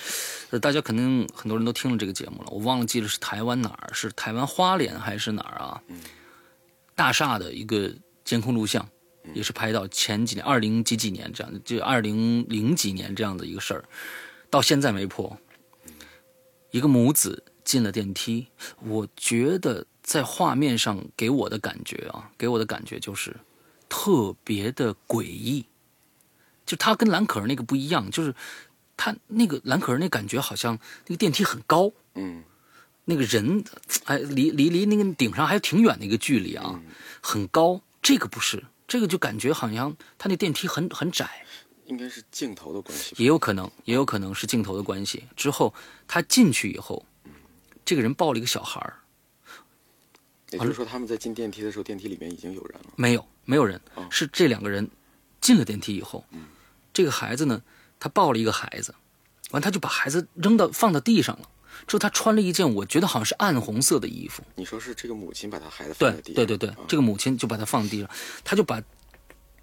[SPEAKER 1] 呃，大家肯定很多人都听了这个节目了，我忘了记得是台湾哪儿，是台湾花莲还是哪儿啊？大厦的一个监控录像，也是拍到前几年二零几几年这样的，就二零零几年这样的一个事儿，到现在没破。一个母子进了电梯，我觉得在画面上给我的感觉啊，给我的感觉就是特别的诡异，就它跟蓝可儿那个不一样，就是它那个蓝可儿那感觉好像那个电梯很高，
[SPEAKER 2] 嗯
[SPEAKER 1] 那个人，哎，离离离那个顶上还挺远的一个距离啊，很高。这个不是，这个就感觉好像它那电梯很很窄，
[SPEAKER 2] 应该是镜头的关系吧。
[SPEAKER 1] 也有可能，也有可能是镜头的关系。之后他进去以后，这个人抱了一个小孩儿，
[SPEAKER 2] 也就是说，他们在进电梯的时候，电梯里面已经有人了。
[SPEAKER 1] 没有，没有人
[SPEAKER 2] 哦，
[SPEAKER 1] 是这两个人进了电梯以后，这个孩子呢，他抱了一个孩子，完他就把孩子扔到放到地上了。之后他穿了一件我觉得好像是暗红色的衣服，
[SPEAKER 2] 你说是这个母亲把他孩子
[SPEAKER 1] 对
[SPEAKER 2] 放在地上？嗯啊
[SPEAKER 1] 对对对，这个母亲就把他放地上，他就把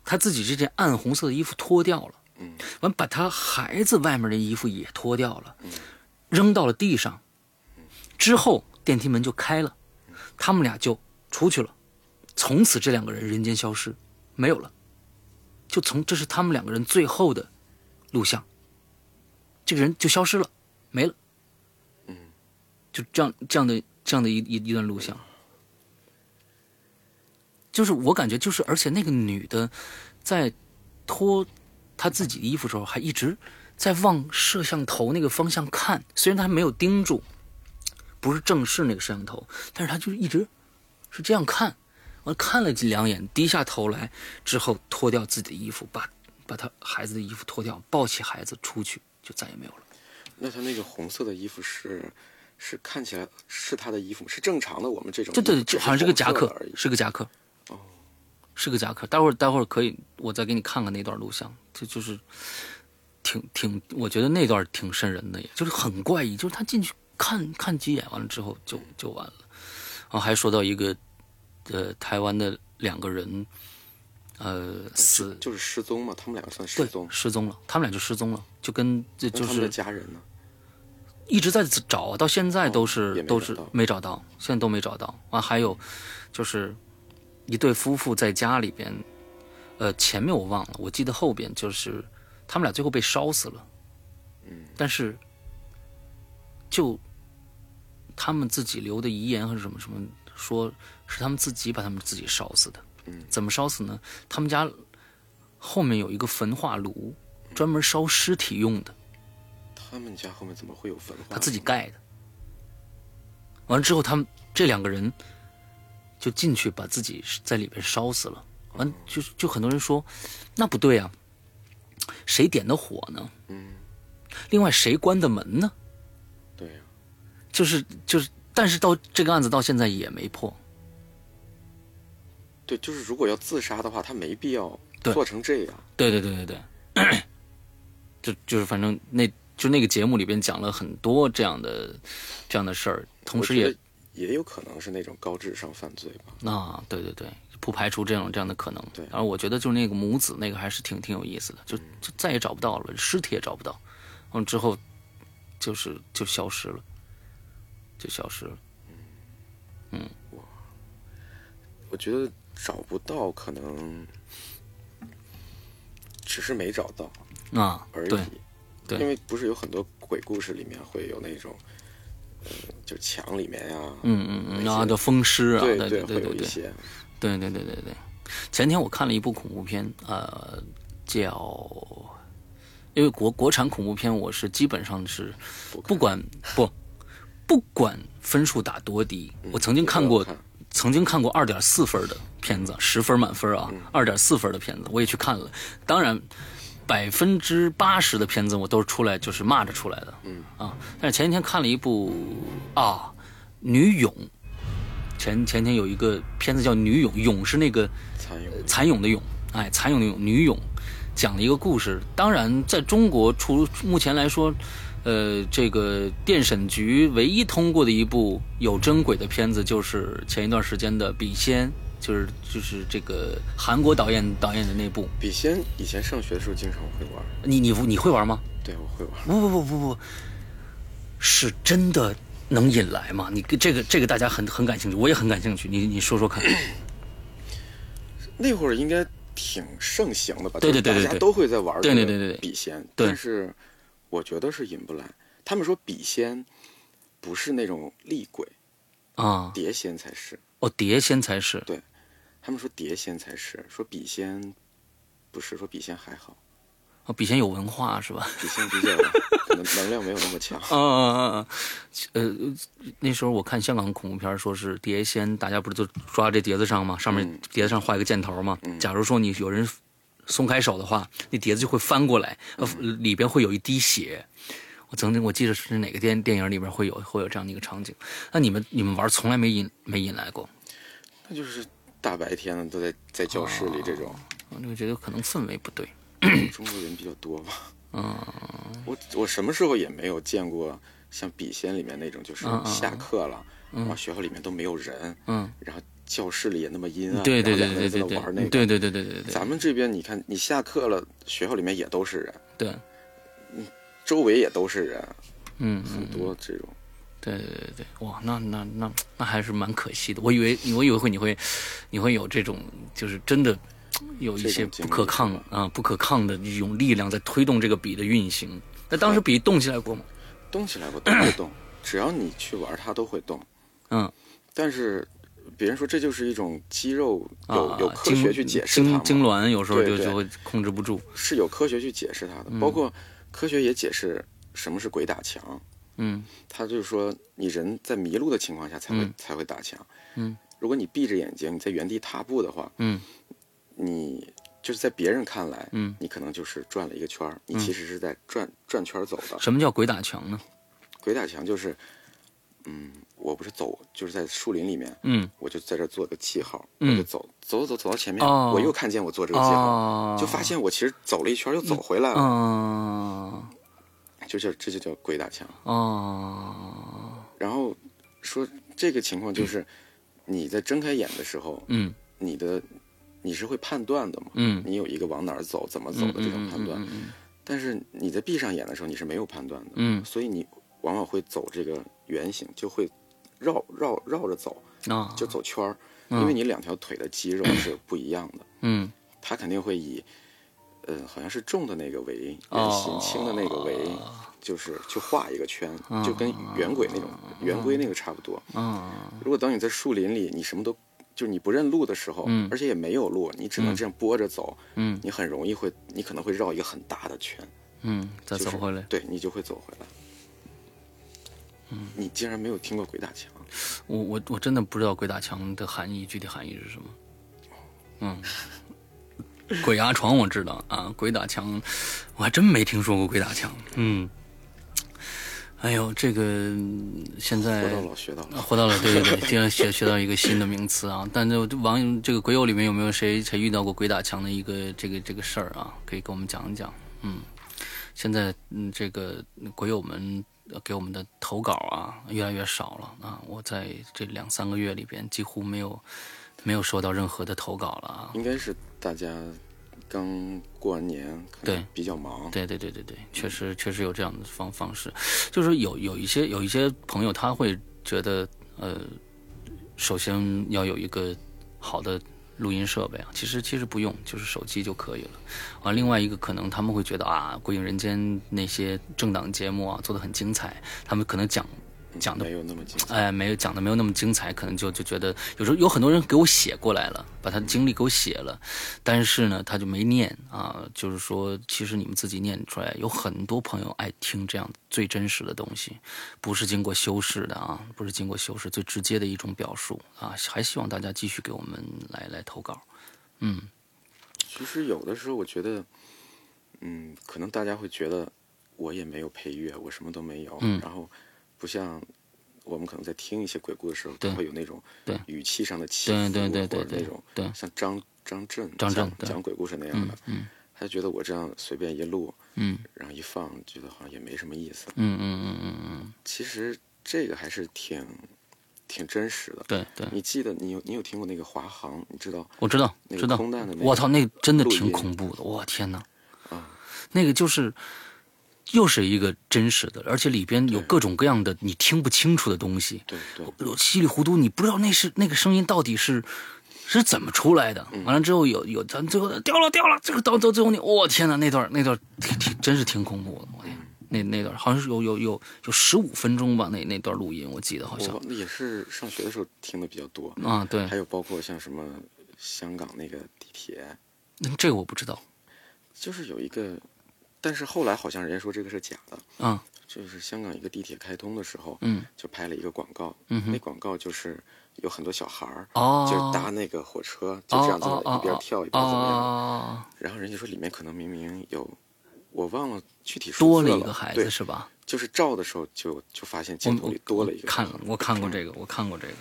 [SPEAKER 1] 他自己这件暗红色的衣服脱掉了，
[SPEAKER 2] 嗯，
[SPEAKER 1] 完把他孩子外面的衣服也脱掉了，
[SPEAKER 2] 嗯
[SPEAKER 1] 扔到了地上。之后电梯门就开了，他们俩就出去了，从此这两个人人间消失，没有了。就从这是他们两个人最后的录像，这个人就消失了，没了。
[SPEAKER 2] 嗯，
[SPEAKER 1] 就这样这样的这样的一一一段录像。就是我感觉就是，而且那个女的在脱她自己的衣服的时候，还一直在往摄像头那个方向看。虽然她没有盯住，不是正视那个摄像头，但是她就一直是这样看。完看了两眼，低下头来之后，脱掉自己的衣服，把把她孩子的衣服脱掉，抱起孩子出去，就再也没有了。
[SPEAKER 2] 那他那个红色的衣服是是看起来是他的衣服吗，是正常的我们这种衣
[SPEAKER 1] 这
[SPEAKER 2] 服。
[SPEAKER 1] 对，
[SPEAKER 2] 只
[SPEAKER 1] 这好像是个夹
[SPEAKER 2] 红色
[SPEAKER 1] 克
[SPEAKER 2] 的而已，。
[SPEAKER 1] 是个夹克，
[SPEAKER 2] 哦，
[SPEAKER 1] 是个夹克。待会儿待会儿可以，我再给你看看那段录像，这就是挺挺，我觉得那段挺瘆人的，也就是很怪异，就是他进去看看几眼，完了之后就就完了。然后还说到一个，呃，台湾的两个人，呃，死
[SPEAKER 2] 就是失踪嘛，他们两个算失
[SPEAKER 1] 对
[SPEAKER 2] 踪。
[SPEAKER 1] 失踪了，他们俩就失踪了，就跟这就
[SPEAKER 2] 那他们的
[SPEAKER 1] 是
[SPEAKER 2] 家人呢？
[SPEAKER 1] 一直在找，到现在都是、
[SPEAKER 2] 哦也没
[SPEAKER 1] 都
[SPEAKER 2] 找
[SPEAKER 1] 是
[SPEAKER 2] 到
[SPEAKER 1] 没找到，现在都没找到。完、还有就是一对夫妇在家里边，呃，前面我忘了，我记得后边就是他们俩最后被烧死了。嗯，但是就他们自己留的遗言还是什么什么，说是他们自己把他们自己烧死的。
[SPEAKER 2] 嗯，
[SPEAKER 1] 怎么烧死呢？他们家后面有一个焚化炉，专门烧尸体用的。
[SPEAKER 2] 他们家后面怎么会有焚化？
[SPEAKER 1] 他自己。盖的。完了之后，他们这两个人就进去把自己在里边烧死了。完，就就很多人说，那不对啊，谁点的火呢？
[SPEAKER 2] 嗯，
[SPEAKER 1] 另外谁关的门呢？
[SPEAKER 2] 对啊呀、
[SPEAKER 1] 就是就是，但是到这个案子到现在也没破。
[SPEAKER 2] 对，就是如果要自杀的话，他没必要
[SPEAKER 1] 对
[SPEAKER 2] 做成这样。
[SPEAKER 1] 对对对对对， 就就是反正那就那个节目里边讲了很多这样的这样的事儿，同时
[SPEAKER 2] 我觉
[SPEAKER 1] 也
[SPEAKER 2] 得也有可能是那种高智商犯罪吧。
[SPEAKER 1] 啊，对对对，不排除这种这样的可能。
[SPEAKER 2] 对嗯
[SPEAKER 1] 然后我觉得就是那个母子那个还是挺挺有意思的，就就再也找不到了，尸体也找不到，嗯，之后就是就消失了，就消失了。
[SPEAKER 2] 我觉得找不到，可能只是没找到
[SPEAKER 1] 啊，
[SPEAKER 2] 而已
[SPEAKER 1] 对，。对
[SPEAKER 2] 因为不是有很多鬼故事里面会有那种，呃，就墙里面呀、
[SPEAKER 1] 嗯嗯嗯，然后
[SPEAKER 2] 些
[SPEAKER 1] 叫风湿啊，
[SPEAKER 2] 对
[SPEAKER 1] 对对对
[SPEAKER 2] 会有
[SPEAKER 1] 对
[SPEAKER 2] 一
[SPEAKER 1] 对。
[SPEAKER 2] 些，
[SPEAKER 1] 对对对对对，前天我看了一部恐怖片，呃，叫，因为国国产恐怖片我是基本上是
[SPEAKER 2] 不看
[SPEAKER 1] 不管不不管分数打多低，
[SPEAKER 2] 嗯
[SPEAKER 1] 我曾经看过
[SPEAKER 2] 我看
[SPEAKER 1] 曾经看过二点四分的片子，十分满分啊，二点四分的片子我也去看了，当然。百分之八十的片子我都是出来就是骂着出来的，嗯啊，但是前几天看了一部啊，《女勇》，前前天有一个片子叫《女勇》，勇是那个
[SPEAKER 2] 蚕蛹
[SPEAKER 1] 蚕蛹的蛹，哎，蚕蛹的蛹，女蛹，讲了一个故事。当然，在中国除目前来说，呃，这个电审局唯一通过的一部有真鬼的片子，就是前一段时间的《笔仙》，就是就是这个韩国导演导演的那部。
[SPEAKER 2] 笔仙以前上学的时候经常会玩，
[SPEAKER 1] 你你你会玩吗？
[SPEAKER 2] 对我会玩，
[SPEAKER 1] 不不不不不，是真的能引来吗？你这个这个大家很很感兴趣，我也很感兴趣。你你说说 看。
[SPEAKER 2] 那会儿应该挺盛行的吧？
[SPEAKER 1] 对对对
[SPEAKER 2] 就
[SPEAKER 1] 对
[SPEAKER 2] 是大
[SPEAKER 1] 对
[SPEAKER 2] 家都会在玩
[SPEAKER 1] 对对
[SPEAKER 2] 这个
[SPEAKER 1] 对对对
[SPEAKER 2] 笔仙，
[SPEAKER 1] 对
[SPEAKER 2] 但是我觉得是引不来。他们说笔仙不是那种厉鬼，
[SPEAKER 1] 啊，
[SPEAKER 2] 碟仙才是。
[SPEAKER 1] 哦，碟仙才是
[SPEAKER 2] 他们说碟仙才是，说笔仙不是，说笔仙还好，
[SPEAKER 1] 哦，笔仙有文化是吧？
[SPEAKER 2] 笔仙比较可能能量没有那么强。
[SPEAKER 1] 啊啊啊！呃，那时候我看香港恐怖片，说是碟仙，大家不是就抓这碟子上吗？上面
[SPEAKER 2] 嗯
[SPEAKER 1] 碟子上画一个箭头嘛。假如说你有人松开手的话，那碟子就会翻过来，呃，里边会有一滴血。我曾经我记得是哪个电电影里边会有会有这样的一个场景。那你们你们玩从来没引没引来过，
[SPEAKER 2] 那就是大白天的都在在教室里这种，
[SPEAKER 1] 我就觉得可能氛围不对。哦
[SPEAKER 2] 中国人比较多嘛。嗯，我我什么时候也没有见过像笔仙里面那种，就是
[SPEAKER 1] 嗯嗯嗯
[SPEAKER 2] 下课了，然后学校里面都没有人，
[SPEAKER 1] 嗯，
[SPEAKER 2] 然后教室里也那么阴暗，
[SPEAKER 1] 对对对
[SPEAKER 2] 然后两个
[SPEAKER 1] 对
[SPEAKER 2] 人在
[SPEAKER 1] 对
[SPEAKER 2] 那
[SPEAKER 1] 对，
[SPEAKER 2] 玩那个。
[SPEAKER 1] 对对对对对对
[SPEAKER 2] 咱们这边你看，你下课了，学校里面也都是人，
[SPEAKER 1] 对，
[SPEAKER 2] 周围也都是人，
[SPEAKER 1] 嗯嗯。
[SPEAKER 2] 很多这种。
[SPEAKER 1] 对对对对，哇，那那那那还是蛮可惜的。我以为我以为会你会你会有这种，就是真的有一些
[SPEAKER 2] 这种经
[SPEAKER 1] 不
[SPEAKER 2] 历
[SPEAKER 1] 可抗
[SPEAKER 2] 是
[SPEAKER 1] 啊
[SPEAKER 2] 吧、
[SPEAKER 1] 不可抗的一种力量在推动这个笔的运行。那当时笔动起来过吗？
[SPEAKER 2] 动起来我都会 动，只要你去玩，它都会动。
[SPEAKER 1] 嗯，
[SPEAKER 2] 但是别人说这就是一种肌肉，
[SPEAKER 1] 啊
[SPEAKER 2] 有、有科学去解释它
[SPEAKER 1] 痉
[SPEAKER 2] 嘛
[SPEAKER 1] 痉痉挛有时候
[SPEAKER 2] 对
[SPEAKER 1] 就
[SPEAKER 2] 对
[SPEAKER 1] 就会控制不住。
[SPEAKER 2] 是有科学去解释它的，
[SPEAKER 1] 嗯
[SPEAKER 2] 包括科学也解释什么是鬼打墙。
[SPEAKER 1] 嗯
[SPEAKER 2] 他就是说，你人在迷路的情况下才会、
[SPEAKER 1] 嗯
[SPEAKER 2] 才会打墙。
[SPEAKER 1] 嗯，
[SPEAKER 2] 如果你闭着眼睛，你在原地踏步的话，
[SPEAKER 1] 嗯
[SPEAKER 2] 你就是在别人看来，
[SPEAKER 1] 嗯，
[SPEAKER 2] 你可能就是转了一个圈儿，你其实是在转、转圈儿走的。
[SPEAKER 1] 什么叫鬼打墙呢？
[SPEAKER 2] 鬼打墙就是，嗯，我不是走，就是在树林里面，
[SPEAKER 1] 嗯
[SPEAKER 2] 我就在这儿做个记号，
[SPEAKER 1] 嗯
[SPEAKER 2] 我就走走走走到前面，
[SPEAKER 1] 哦
[SPEAKER 2] 我又看见我做这个记号，
[SPEAKER 1] 哦，
[SPEAKER 2] 就发现我其实走了一圈又走回来了，
[SPEAKER 1] 哦嗯
[SPEAKER 2] 就叫这就叫鬼打墙。
[SPEAKER 1] 哦
[SPEAKER 2] 然后说这个情况就是，你在睁开眼的时候，
[SPEAKER 1] 嗯
[SPEAKER 2] 你的你是会判断的嘛，
[SPEAKER 1] 嗯
[SPEAKER 2] 你有一个往哪儿走、怎么走的这种判断，但是你在闭上眼的时候你是没有判断的，
[SPEAKER 1] 嗯
[SPEAKER 2] 所以你往往会走这个圆形，就会绕绕绕着走，
[SPEAKER 1] 啊
[SPEAKER 2] 就走圈儿，因为你两条腿的肌肉是不一样的。
[SPEAKER 1] 嗯
[SPEAKER 2] 他肯定会以，呃，好像是重的那个为圆
[SPEAKER 1] 哦
[SPEAKER 2] 心，轻的那个为，就是去画一个圈，
[SPEAKER 1] 嗯
[SPEAKER 2] 就跟圆轨那种圆规那个差不多。
[SPEAKER 1] 啊
[SPEAKER 2] 如果当你在树林里，你什么都就是你不认路的时候，而且也没有路，你只能这样拨着走，
[SPEAKER 1] 嗯
[SPEAKER 2] 你很容易会，你可能会绕一个很大的圈，
[SPEAKER 1] 嗯，再
[SPEAKER 2] 就是
[SPEAKER 1] 走回来。
[SPEAKER 2] 对你就会走回来。
[SPEAKER 1] 嗯
[SPEAKER 2] 你竟然没有听过鬼打墙？
[SPEAKER 1] 我我我真的不知道鬼打墙的含义，具体含义是什么。嗯，鬼压床我知道啊，鬼打墙我还真没听说过鬼打墙。嗯，哎呦，这个现在
[SPEAKER 2] 活到老学到
[SPEAKER 1] 啊
[SPEAKER 2] 老，
[SPEAKER 1] 活到了，对对对，竟然学学到一个新的名词啊！但这网友这个鬼友里面有没有谁谁遇到过鬼打墙的一个这个这个事儿啊？可以给我们讲一讲。嗯，现在嗯，这个鬼友们呃给我们的投稿啊，越来越少了啊。我在这两三个月里边，几乎没有没有收到任何的投稿了啊。
[SPEAKER 2] 应该是大家刚过完年，可能
[SPEAKER 1] 对
[SPEAKER 2] 比较忙，
[SPEAKER 1] 对对对对对，确实确实有这样的方方式，就是有有一些有一些朋友他会觉得，呃，首先要有一个好的录音设备啊，其实其实不用，就是手机就可以了啊。另外一个可能他们会觉得啊，《鬼影人间》那些政党节目啊做的很精彩，他们可能讲
[SPEAKER 2] 嗯
[SPEAKER 1] 讲得
[SPEAKER 2] 没有那么紧。
[SPEAKER 1] 哎，没有讲的没有那么精彩，可能就就觉得有时候有很多人给我写过来了，把他的经历给我写了，但是呢，他就没念啊。就是说，其实你们自己念出来，有很多朋友爱听这样最真实的东西，不是经过修饰的啊，不是经过修饰，最直接的一种表述啊。还希望大家继续给我们来来投稿，嗯，
[SPEAKER 2] 其实有的时候我觉得，嗯，可能大家会觉得我也没有配乐，我什么都没有，
[SPEAKER 1] 嗯
[SPEAKER 2] 然后不像我们可能在听一些鬼故事的时候，
[SPEAKER 1] 对
[SPEAKER 2] 它会有那种
[SPEAKER 1] 对
[SPEAKER 2] 语气上的起
[SPEAKER 1] 对
[SPEAKER 2] 伏，
[SPEAKER 1] 对对对
[SPEAKER 2] 或者那
[SPEAKER 1] 对
[SPEAKER 2] 种
[SPEAKER 1] 对，
[SPEAKER 2] 像张张震
[SPEAKER 1] 张震
[SPEAKER 2] 讲
[SPEAKER 1] 对
[SPEAKER 2] 讲鬼故事那样
[SPEAKER 1] 嗯
[SPEAKER 2] 的，
[SPEAKER 1] 嗯
[SPEAKER 2] 他觉得我这样随便一录，
[SPEAKER 1] 嗯
[SPEAKER 2] 然后一放，觉得好像也没什么意思。
[SPEAKER 1] 嗯嗯嗯嗯嗯，
[SPEAKER 2] 其实这个还是挺挺真实的。
[SPEAKER 1] 对对，
[SPEAKER 2] 你记得你有你有听过那个华航，你知道
[SPEAKER 1] 我知道
[SPEAKER 2] 那
[SPEAKER 1] 知
[SPEAKER 2] 个
[SPEAKER 1] 道，
[SPEAKER 2] 空难的那
[SPEAKER 1] 我
[SPEAKER 2] 个
[SPEAKER 1] 操，那个真的
[SPEAKER 2] 录
[SPEAKER 1] 挺
[SPEAKER 2] 音
[SPEAKER 1] 恐怖的，我天哪！
[SPEAKER 2] 啊，
[SPEAKER 1] 那个就是又是一个真实的，而且里边有
[SPEAKER 2] 对
[SPEAKER 1] 各种各样的你听不清楚的东西，
[SPEAKER 2] 对对
[SPEAKER 1] 稀里糊涂，你不知道那是那个声音到底是。是怎么出来的？
[SPEAKER 2] 嗯
[SPEAKER 1] 完了之后有有，咱最后掉了掉了，这个到到最后你，我、天哪，那段那段挺挺真是挺恐怖的，我
[SPEAKER 2] 嗯
[SPEAKER 1] 天，那那段好像是有有有有十五分钟吧，那那段录音我记得好像
[SPEAKER 2] 我也是上学的时候听的比较多，
[SPEAKER 1] 啊，对
[SPEAKER 2] 还，有包括像什么香港那个地铁，
[SPEAKER 1] 那嗯这个我不知道
[SPEAKER 2] 就是有一个，但是后来好像人家说这个是假的，
[SPEAKER 1] 啊，
[SPEAKER 2] 就是香港一个地铁开通的时候，
[SPEAKER 1] 嗯
[SPEAKER 2] 就拍了一个广告，
[SPEAKER 1] 嗯
[SPEAKER 2] 那
[SPEAKER 1] 哼，
[SPEAKER 2] 广告就是有很多小孩儿。
[SPEAKER 1] 哦，
[SPEAKER 2] 就是搭那个火车，就这样
[SPEAKER 1] 哦
[SPEAKER 2] 在一边跳一边怎么样？
[SPEAKER 1] 哦，
[SPEAKER 2] 然后人家说里面可能明明有，我忘了具体数
[SPEAKER 1] 多
[SPEAKER 2] 字
[SPEAKER 1] 了
[SPEAKER 2] 了
[SPEAKER 1] 一个孩
[SPEAKER 2] 对
[SPEAKER 1] 子是吧？
[SPEAKER 2] 就是照的时候就就发现
[SPEAKER 1] 我
[SPEAKER 2] 镜头里多了一个
[SPEAKER 1] 看了，我看过这个，我看过这个。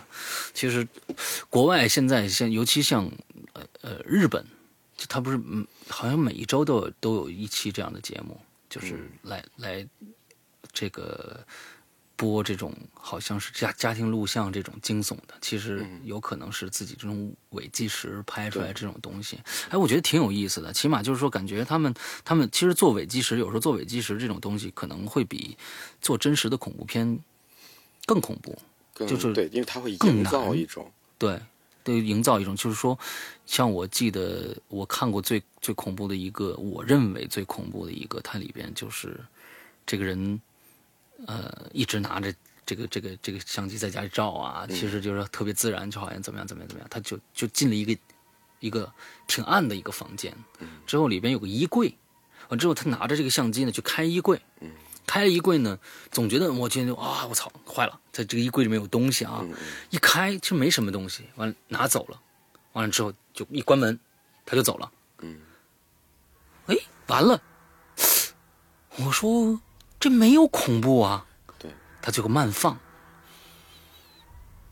[SPEAKER 1] 其实，国外现在像，尤其像呃呃日本，就他不是嗯，好像每一周都有都有一期这样的节目，就是来、来这个播这种好像是家家庭录像这种惊悚的，其实有可能是自己这种伪纪实拍出来这种东西。哎，我觉得挺有意思的，起码就是说，感觉他们他们其实做伪纪实，有时候做伪纪实这种东西可能会比做真实的恐怖片更恐怖。
[SPEAKER 2] 更
[SPEAKER 1] 就是
[SPEAKER 2] 对，因为它会
[SPEAKER 1] 更
[SPEAKER 2] 营造
[SPEAKER 1] 难
[SPEAKER 2] 一种
[SPEAKER 1] 对，对，营造一种就是说，像我记得我看过最最恐怖的一个，我认为最恐怖的一个，它里边就是这个人，呃，一直拿着这个这个这个相机在家里照啊，其实就是特别自然，就好像怎么样怎么样怎么样，他就就进了一个一个挺暗的一个房间，之后里边有个衣柜，完之后他拿着这个相机呢去开衣柜，开了衣柜呢，总觉得我觉得啊，我操，坏了，在这个衣柜里面有东西啊，一开就没什么东西，完了拿走了，完了之后就一关门，他就走了，
[SPEAKER 2] 嗯，
[SPEAKER 1] 哎，完了，我说这没有恐怖啊，
[SPEAKER 2] 对，
[SPEAKER 1] 他最后慢放，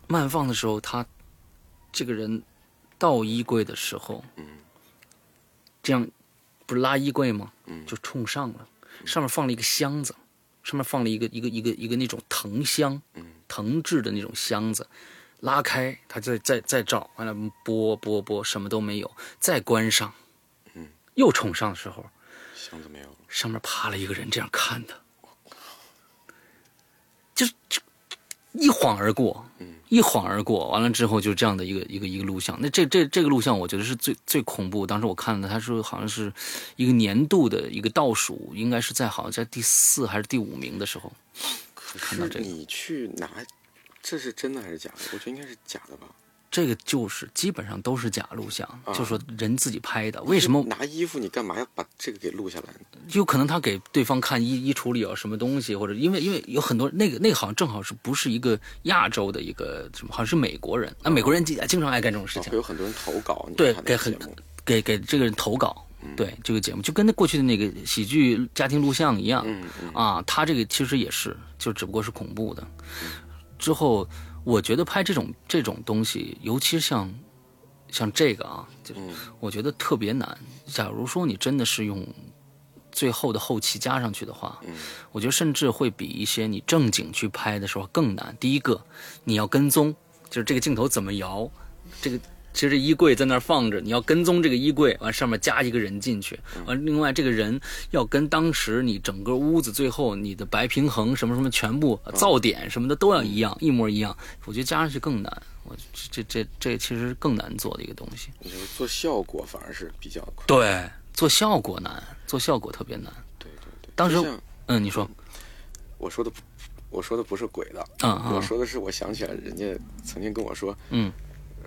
[SPEAKER 1] 慢放的时候，他这个人到衣柜的时候，
[SPEAKER 2] 嗯，
[SPEAKER 1] 这样不是拉衣柜吗？
[SPEAKER 2] 嗯
[SPEAKER 1] 就冲上了，上面放了一个箱子，上面放了一个一个一个一个那种藤箱，
[SPEAKER 2] 嗯，
[SPEAKER 1] 藤制的那种箱子，拉开，他再再再照，完了拨拨拨，什么都没有，再关上，
[SPEAKER 2] 嗯，
[SPEAKER 1] 又冲上的时候，
[SPEAKER 2] 箱子没有了，
[SPEAKER 1] 上面趴了一个人，这样看他，就是就一晃而过，一晃而过，完了之后就这样的一个一个一个录像。那这这这个录像，我觉得是最最恐怖。当时我看了，他说好像是一个年度的一个倒数，应该是在好像在第四还是第五名的时候。
[SPEAKER 2] 可
[SPEAKER 1] 看到这
[SPEAKER 2] 是
[SPEAKER 1] 个
[SPEAKER 2] 你去拿，这是真的还是假的？我觉得应该是假的吧。
[SPEAKER 1] 这个就是基本上都是假录像，
[SPEAKER 2] 啊
[SPEAKER 1] 就说人自己拍的。为什么
[SPEAKER 2] 拿衣服你干嘛要把这个给录下来呢？
[SPEAKER 1] 有可能他给对方看衣衣橱里有什么东西，或者因为因为有很多那个那个好像正好是不是一个亚洲的一个什么，好像是美国人，那、美国人经经常爱干这种事
[SPEAKER 2] 啊
[SPEAKER 1] 情
[SPEAKER 2] 会，有很多人投稿，你
[SPEAKER 1] 对，
[SPEAKER 2] 看那
[SPEAKER 1] 给
[SPEAKER 2] 个
[SPEAKER 1] 很
[SPEAKER 2] 节目，嗯
[SPEAKER 1] 给给这个人投稿，对这个节目就跟那过去的那个喜剧家庭录像一样，
[SPEAKER 2] 嗯嗯，
[SPEAKER 1] 啊，他这个其实也是，就只不过是恐怖的。
[SPEAKER 2] 嗯
[SPEAKER 1] 之后，我觉得拍这种这种东西，尤其像像这个啊，就是
[SPEAKER 2] 嗯
[SPEAKER 1] 我觉得特别难。假如说你真的是用最后的后期加上去的话，
[SPEAKER 2] 嗯
[SPEAKER 1] 我觉得甚至会比一些你正经去拍的时候更难。第一个，你要跟踪，就是这个镜头怎么摇，这个其实这衣柜在那儿放着，你要跟踪这个衣柜，完上面加一个人进去，
[SPEAKER 2] 嗯
[SPEAKER 1] 完另外这个人要跟当时你整个屋子最后你的白平衡什么什么全部
[SPEAKER 2] 嗯
[SPEAKER 1] 呃噪点什么的都要一样，一模一样。我觉得加上去更难，我这这这这其实更难做的一个东西。
[SPEAKER 2] 你就是做效果反而是比较快。
[SPEAKER 1] 对，做效果难，做效果特别难。
[SPEAKER 2] 对对对，
[SPEAKER 1] 当时
[SPEAKER 2] 就像
[SPEAKER 1] 嗯，你说，
[SPEAKER 2] 我说的不，我说的不是鬼的，
[SPEAKER 1] 嗯嗯
[SPEAKER 2] 我说的是我想起来人家曾经跟我说，
[SPEAKER 1] 嗯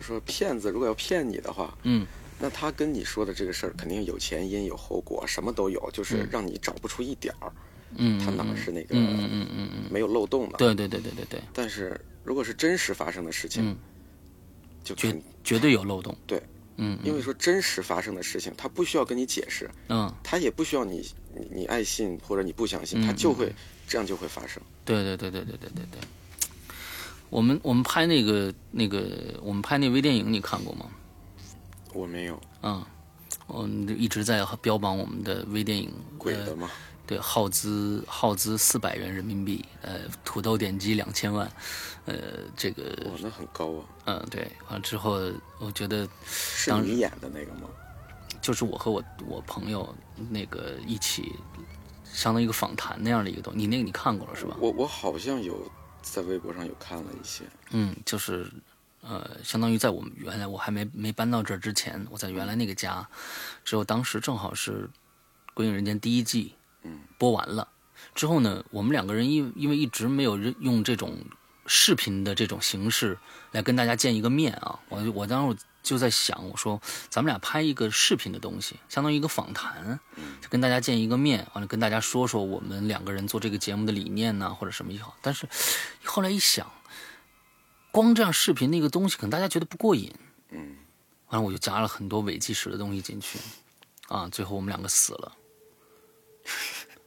[SPEAKER 2] 说骗子如果要骗你的话，
[SPEAKER 1] 嗯，
[SPEAKER 2] 那他跟你说的这个事儿肯定有前因有后果，什么都有，就是让你找不出一点儿，
[SPEAKER 1] 嗯，
[SPEAKER 2] 他哪是那个
[SPEAKER 1] 嗯嗯嗯嗯嗯，
[SPEAKER 2] 没有漏洞的。
[SPEAKER 1] 对对对对对对，
[SPEAKER 2] 但是如果是真实发生的事情，
[SPEAKER 1] 嗯
[SPEAKER 2] 就肯
[SPEAKER 1] 绝绝对有漏洞。
[SPEAKER 2] 对，
[SPEAKER 1] 嗯
[SPEAKER 2] 因为说真实发生的事情，他不需要跟你解释，
[SPEAKER 1] 嗯，
[SPEAKER 2] 他也不需要你你你爱信或者你不相信，
[SPEAKER 1] 嗯
[SPEAKER 2] 他就会这样就会发生。
[SPEAKER 1] 对对对对对对对对。我们我们拍那个那个我们拍那微电影，你看过吗？
[SPEAKER 2] 我没有
[SPEAKER 1] 嗯，我们一直在标榜我们的微电影，
[SPEAKER 2] 鬼
[SPEAKER 1] 呃
[SPEAKER 2] 的吗？
[SPEAKER 1] 对，耗资耗资四百元人民币，呃，土豆点击两千万，呃，这个，
[SPEAKER 2] 哇，那很高啊！
[SPEAKER 1] 嗯、对，完了之后，我觉得
[SPEAKER 2] 是你演的那个吗？
[SPEAKER 1] 就是我和我我朋友那个一起，相当于一个访谈那样的一个东西，你那个你看过了是吧？
[SPEAKER 2] 我我好像有在微博上有看了一些，
[SPEAKER 1] 嗯，就是呃，相当于在我们原来我还没没搬到这儿之前，我在原来那个家，之后当时正好是《鬼影人间》第一季，
[SPEAKER 2] 嗯，
[SPEAKER 1] 播完了之后呢，我们两个人因因为一直没有人用这种视频的这种形式来跟大家见一个面啊，我就我当时就在想，我说咱们俩拍一个视频的东西，相当于一个访谈，就跟大家见一个面，完了跟大家说说我们两个人做这个节目的理念呐、或者什么也好。但是后来一想，光这样视频那个东西，可能大家觉得不过瘾，
[SPEAKER 2] 嗯，
[SPEAKER 1] 完了我就加了很多伪纪实的东西进去，啊，最后我们两个死了。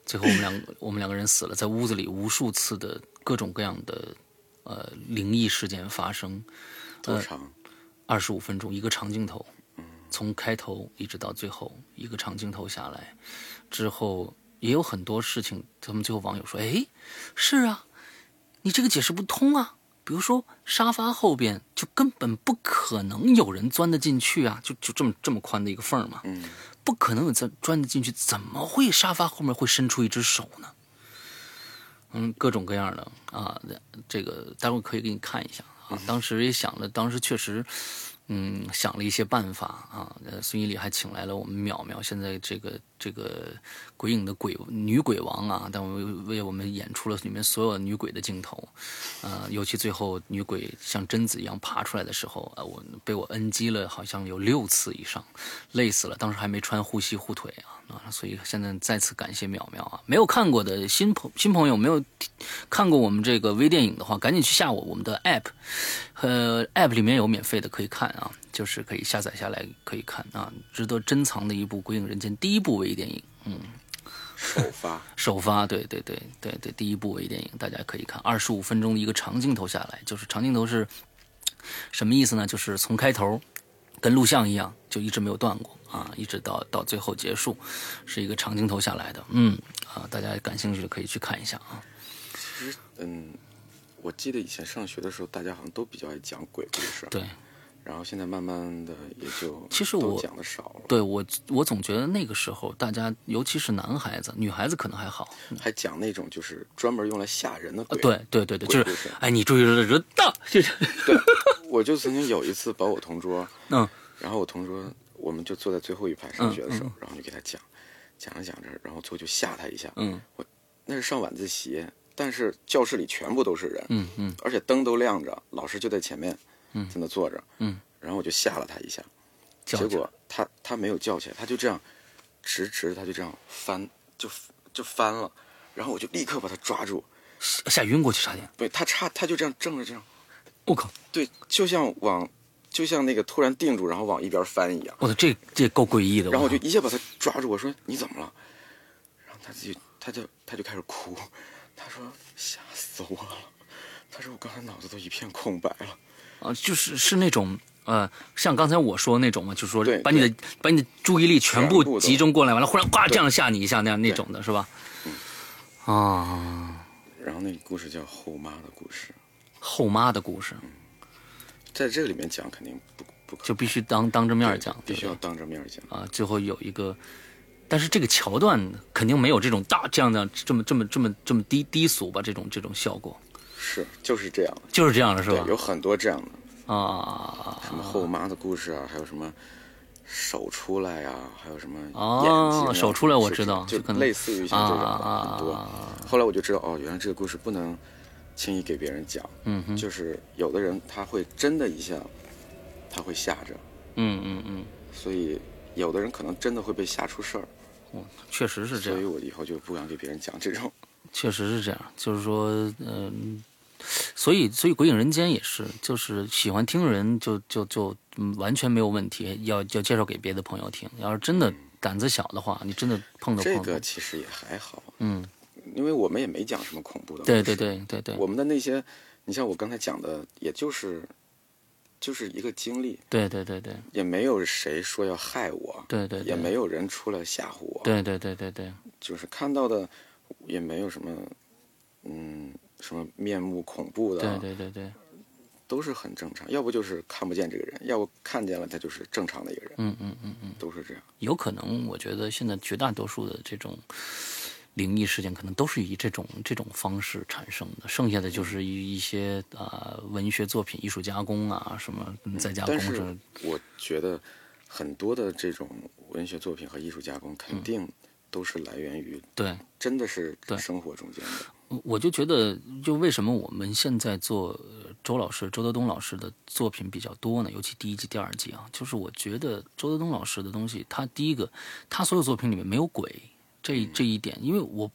[SPEAKER 1] 最后我们两个我们两个人死了，在屋子里无数次的各种各样的呃灵异事件发生，
[SPEAKER 2] 多长？
[SPEAKER 1] 二十五分钟一个长镜头，从开头一直到最后一个长镜头下来，之后也有很多事情，他们最后网友说：“哎，是啊，你这个解释不通啊。”比如说沙发后边就根本不可能有人钻得进去啊，就就这么这么宽的一个缝儿嘛，
[SPEAKER 2] 嗯，
[SPEAKER 1] 不可能有钻钻得进去，怎么会沙发后面会伸出一只手呢？嗯，各种各样的啊，这个待会儿可以给你看一下啊。当时也想了，当时确实，嗯，想了一些办法啊。呃，孙一礼还请来了我们淼淼，现在这个这个鬼影的鬼女鬼王啊，但我为我们演出了里面所有女鬼的镜头，呃，尤其最后女鬼像贞子一样爬出来的时候，呃，我被我 NG 了，好像有六次以上，累死了。当时还没穿护膝护腿啊，啊，所以现在再次感谢淼淼啊！没有看过的新朋新朋友，没有听看过我们这个微电影的话，赶紧去下我我们的 app，呃，app 里面有免费的可以看啊，就是可以下载下来可以看啊，值得珍藏的一部《鬼影人间》第一部微电影。
[SPEAKER 2] 首发
[SPEAKER 1] 首发，对对对对对，第一部微电影大家可以看，二十五分钟的一个长镜头下来，就是长镜头是什么意思呢？就是从开头跟录像一样，就一直没有断过啊，一直到到最后结束，是一个长镜头下来的。嗯啊，大家感兴趣的可以去看一下啊。
[SPEAKER 2] 其实，嗯，我记得以前上学的时候，大家好像都比较爱讲鬼故事，
[SPEAKER 1] 对
[SPEAKER 2] 然后现在慢慢的也就
[SPEAKER 1] 其实
[SPEAKER 2] 都
[SPEAKER 1] 我
[SPEAKER 2] 讲的少了，
[SPEAKER 1] 对，我我总觉得那个时候大家，尤其是男孩子，女孩子可能还好。
[SPEAKER 2] 还讲那种就是专门用来吓人的鬼。
[SPEAKER 1] 呃对啊对对对，就
[SPEAKER 2] 鬼故
[SPEAKER 1] 是
[SPEAKER 2] 事
[SPEAKER 1] 哎，你注意了，人大，就是
[SPEAKER 2] 对，我就曾经有一次把我同桌，
[SPEAKER 1] 嗯
[SPEAKER 2] 然后我同桌我们就坐在最后一排上学的时候，
[SPEAKER 1] 嗯
[SPEAKER 2] 然后就给他讲，讲着讲着，然后最后就吓他一下，
[SPEAKER 1] 嗯
[SPEAKER 2] 我那是上晚自习，但是教室里全部都是人，
[SPEAKER 1] 嗯嗯
[SPEAKER 2] 而且灯都亮着，老师就在前面，
[SPEAKER 1] 嗯
[SPEAKER 2] 在那坐着，
[SPEAKER 1] 嗯，
[SPEAKER 2] 然后我就吓了他一下，
[SPEAKER 1] 叫
[SPEAKER 2] 结果他他没有叫起来，他就这样直直的，他就这样翻，就就翻了，然后我就立刻把他抓住，
[SPEAKER 1] 吓吓晕过去差点，
[SPEAKER 2] 不，他差他就这样正着这样，
[SPEAKER 1] 我靠！
[SPEAKER 2] 对，就像往就像那个突然定住，然后往一边翻一样，
[SPEAKER 1] 我操，这这够诡异的。
[SPEAKER 2] 然后我就
[SPEAKER 1] 靠
[SPEAKER 2] 一下把他抓住，我说你怎么了？然后他就他就他就开始哭，他说吓死我了，他说我刚才脑子都一片空白了。
[SPEAKER 1] 啊，就是是那种呃，像刚才我说那种嘛，就是说
[SPEAKER 2] 对
[SPEAKER 1] 把你的
[SPEAKER 2] 对
[SPEAKER 1] 把你的注意力全
[SPEAKER 2] 全部
[SPEAKER 1] 部
[SPEAKER 2] 都
[SPEAKER 1] 集中过来，完了忽然呱这样吓你一下那样那
[SPEAKER 2] 对嗯
[SPEAKER 1] 种的是吧？啊，
[SPEAKER 2] 然后那个故事叫《后妈的故事
[SPEAKER 1] 后妈的故事》，
[SPEAKER 2] 嗯在这个里面讲肯定不不可
[SPEAKER 1] 就必须当当着面儿讲，
[SPEAKER 2] 必须
[SPEAKER 1] 对
[SPEAKER 2] 要
[SPEAKER 1] 不对
[SPEAKER 2] 当着面儿讲。
[SPEAKER 1] 啊，最后有一个，但是这个桥段肯定没有这种大这样的这么这么这么这么低低俗吧？这种这种效果
[SPEAKER 2] 是，就是这样，
[SPEAKER 1] 就是这样的是
[SPEAKER 2] 对
[SPEAKER 1] 吧，？
[SPEAKER 2] 有很多这样的，
[SPEAKER 1] 啊，
[SPEAKER 2] 什么后妈的故事啊，还有什么手出来呀、还有什么
[SPEAKER 1] 哦
[SPEAKER 2] 眼睛啊
[SPEAKER 1] 手出来我知道
[SPEAKER 2] 就
[SPEAKER 1] 就可能
[SPEAKER 2] 类似于像这种
[SPEAKER 1] 啊啊啊
[SPEAKER 2] 的很多。后来我就知道，哦，原来这个故事不能轻易给别人讲，
[SPEAKER 1] 嗯哼，
[SPEAKER 2] 就是有的人他会真的一下，他会吓着，
[SPEAKER 1] 嗯嗯嗯，
[SPEAKER 2] 所以有的人可能真的会被吓出事儿，
[SPEAKER 1] 我确实是这啊
[SPEAKER 2] 所
[SPEAKER 1] 样
[SPEAKER 2] 以。我以后就不敢给别人讲这种。
[SPEAKER 1] 确实是这样，就是说，嗯、所以所以《鬼影人间》也是，就是喜欢听的人就就就、嗯、完全没有问题，要要介绍给别的朋友听。要是真的胆子小的话，你真的碰都碰
[SPEAKER 2] 这
[SPEAKER 1] 不
[SPEAKER 2] 个
[SPEAKER 1] 到。
[SPEAKER 2] 其实也还好，
[SPEAKER 1] 嗯，
[SPEAKER 2] 因为我们也没讲什么恐怖的故
[SPEAKER 1] 对
[SPEAKER 2] 事。
[SPEAKER 1] 对对对对
[SPEAKER 2] 我们的那些，你像我刚才讲的，也就是就是一个经历，
[SPEAKER 1] 对对对对
[SPEAKER 2] 也没有谁说要害我，
[SPEAKER 1] 对对，
[SPEAKER 2] 也没有人出来吓唬我，
[SPEAKER 1] 对对对对对，
[SPEAKER 2] 就是看到的也没有什么，嗯，什么面目恐怖的，
[SPEAKER 1] 对对对对，
[SPEAKER 2] 都是很正常。要不就是看不见这个人，要不看见了他就是正常的一个人，
[SPEAKER 1] 嗯嗯嗯嗯，
[SPEAKER 2] 都是这样。
[SPEAKER 1] 有可能，我觉得现在绝大多数的这种。灵异事件可能都是以这种这种方式产生的，剩下的就是一一些啊、呃文学作品、艺术加工啊什么嗯再加工
[SPEAKER 2] 但
[SPEAKER 1] 这
[SPEAKER 2] 是我觉得很多的这种文学作品和艺术加工，肯定都是来源于
[SPEAKER 1] 对，
[SPEAKER 2] 真的是
[SPEAKER 1] 嗯对
[SPEAKER 2] 生活中间的。
[SPEAKER 1] 我我就觉得，就为什么我们现在做呃周老师、周德东老师的作品比较多呢？尤其第一季、第二季啊，就是我觉得周德东老师的东西，他第一个，他所有作品里面没有鬼这一这一点，因为我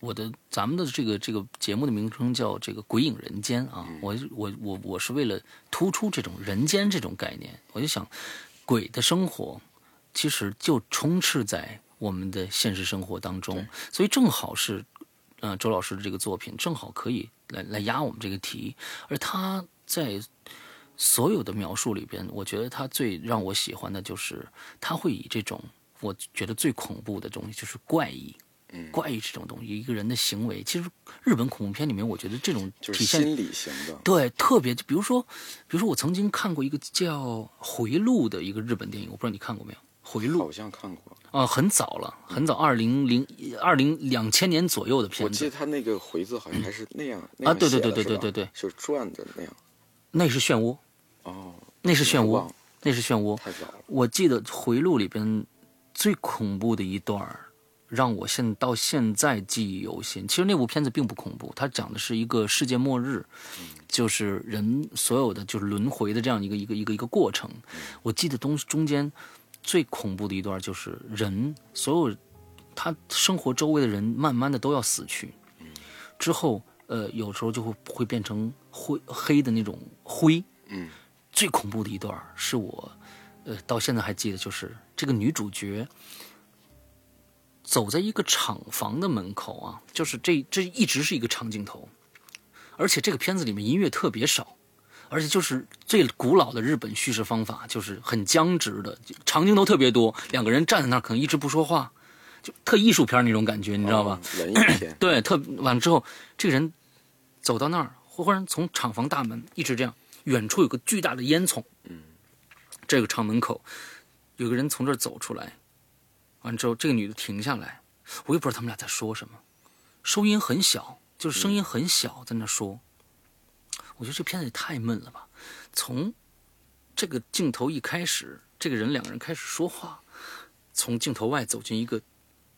[SPEAKER 1] 我的咱们的这个这个节目的名称叫这个“鬼影人间”啊，我我我我是为了突出这种人间这种概念，我就想鬼的生活其实就充斥在我们的现实生活当中，所以正好是，呃，周老师的这个作品正好可以来来压我们这个题，而他在所有的描述里边，我觉得他最让我喜欢的就是他会以这种我觉得最恐怖的东西就是怪异。
[SPEAKER 2] 嗯
[SPEAKER 1] 怪异这种东西，一个人的行为，其实日本恐怖片里面，我觉得这种
[SPEAKER 2] 就是
[SPEAKER 1] 体现
[SPEAKER 2] 心理型的，
[SPEAKER 1] 对，特别就比如说，比如说我曾经看过一个叫《回路》的一个日本电影，我不知道你看过没有，《回路》
[SPEAKER 2] 好像看过。
[SPEAKER 1] 啊、很早了，很早，二零零二零两千年左右的
[SPEAKER 2] 我
[SPEAKER 1] 片
[SPEAKER 2] 记
[SPEAKER 1] 子
[SPEAKER 2] 得，他那个回字好像还是那样那
[SPEAKER 1] 嗯
[SPEAKER 2] 样
[SPEAKER 1] 啊对对
[SPEAKER 2] 写的
[SPEAKER 1] 对对
[SPEAKER 2] 是吧
[SPEAKER 1] 对对对
[SPEAKER 2] 就是转的那样。
[SPEAKER 1] 那是漩涡，
[SPEAKER 2] 哦，
[SPEAKER 1] 那是漩
[SPEAKER 2] 忘
[SPEAKER 1] 涡
[SPEAKER 2] 了，
[SPEAKER 1] 那是漩涡。
[SPEAKER 2] 太早了。
[SPEAKER 1] 我记得《回路》里边最恐怖的一段儿，让我现到现在记忆犹新。其实那部片子并不恐怖，它讲的是一个世界末日，就是人所有的就是轮回的这样一个一个一个一个过程。我记得东中间最恐怖的一段就是人所有他生活周围的人慢慢的都要死去，之后呃有时候就会会变成灰黑的那种灰。
[SPEAKER 2] 嗯，
[SPEAKER 1] 最恐怖的一段儿是我，呃，到现在还记得，就是这个女主角走在一个厂房的门口啊，就是这这一直是一个长镜头，而且这个片子里面音乐特别少，而且就是最古老的日本叙事方法，就是很僵直的长镜头特别多，两个人站在那儿可能一直不说话，就特艺术片儿那种感觉，你
[SPEAKER 2] 你
[SPEAKER 1] 知道吧？？
[SPEAKER 2] 嗯文艺片，
[SPEAKER 1] 对，特完了之后，这个人走到那儿，忽然从厂房大门一直这样，远处有个巨大的烟囱，嗯，这个厂门口有个人从这儿走出来，完了之后，这个女的停下来，我也不知道他们俩在说什么，收音很小，就是
[SPEAKER 2] 嗯
[SPEAKER 1] 声音很小，在那说。我觉得这片子也太闷了吧！从这个镜头一开始，这个人两个人开始说话，从镜头外走进一个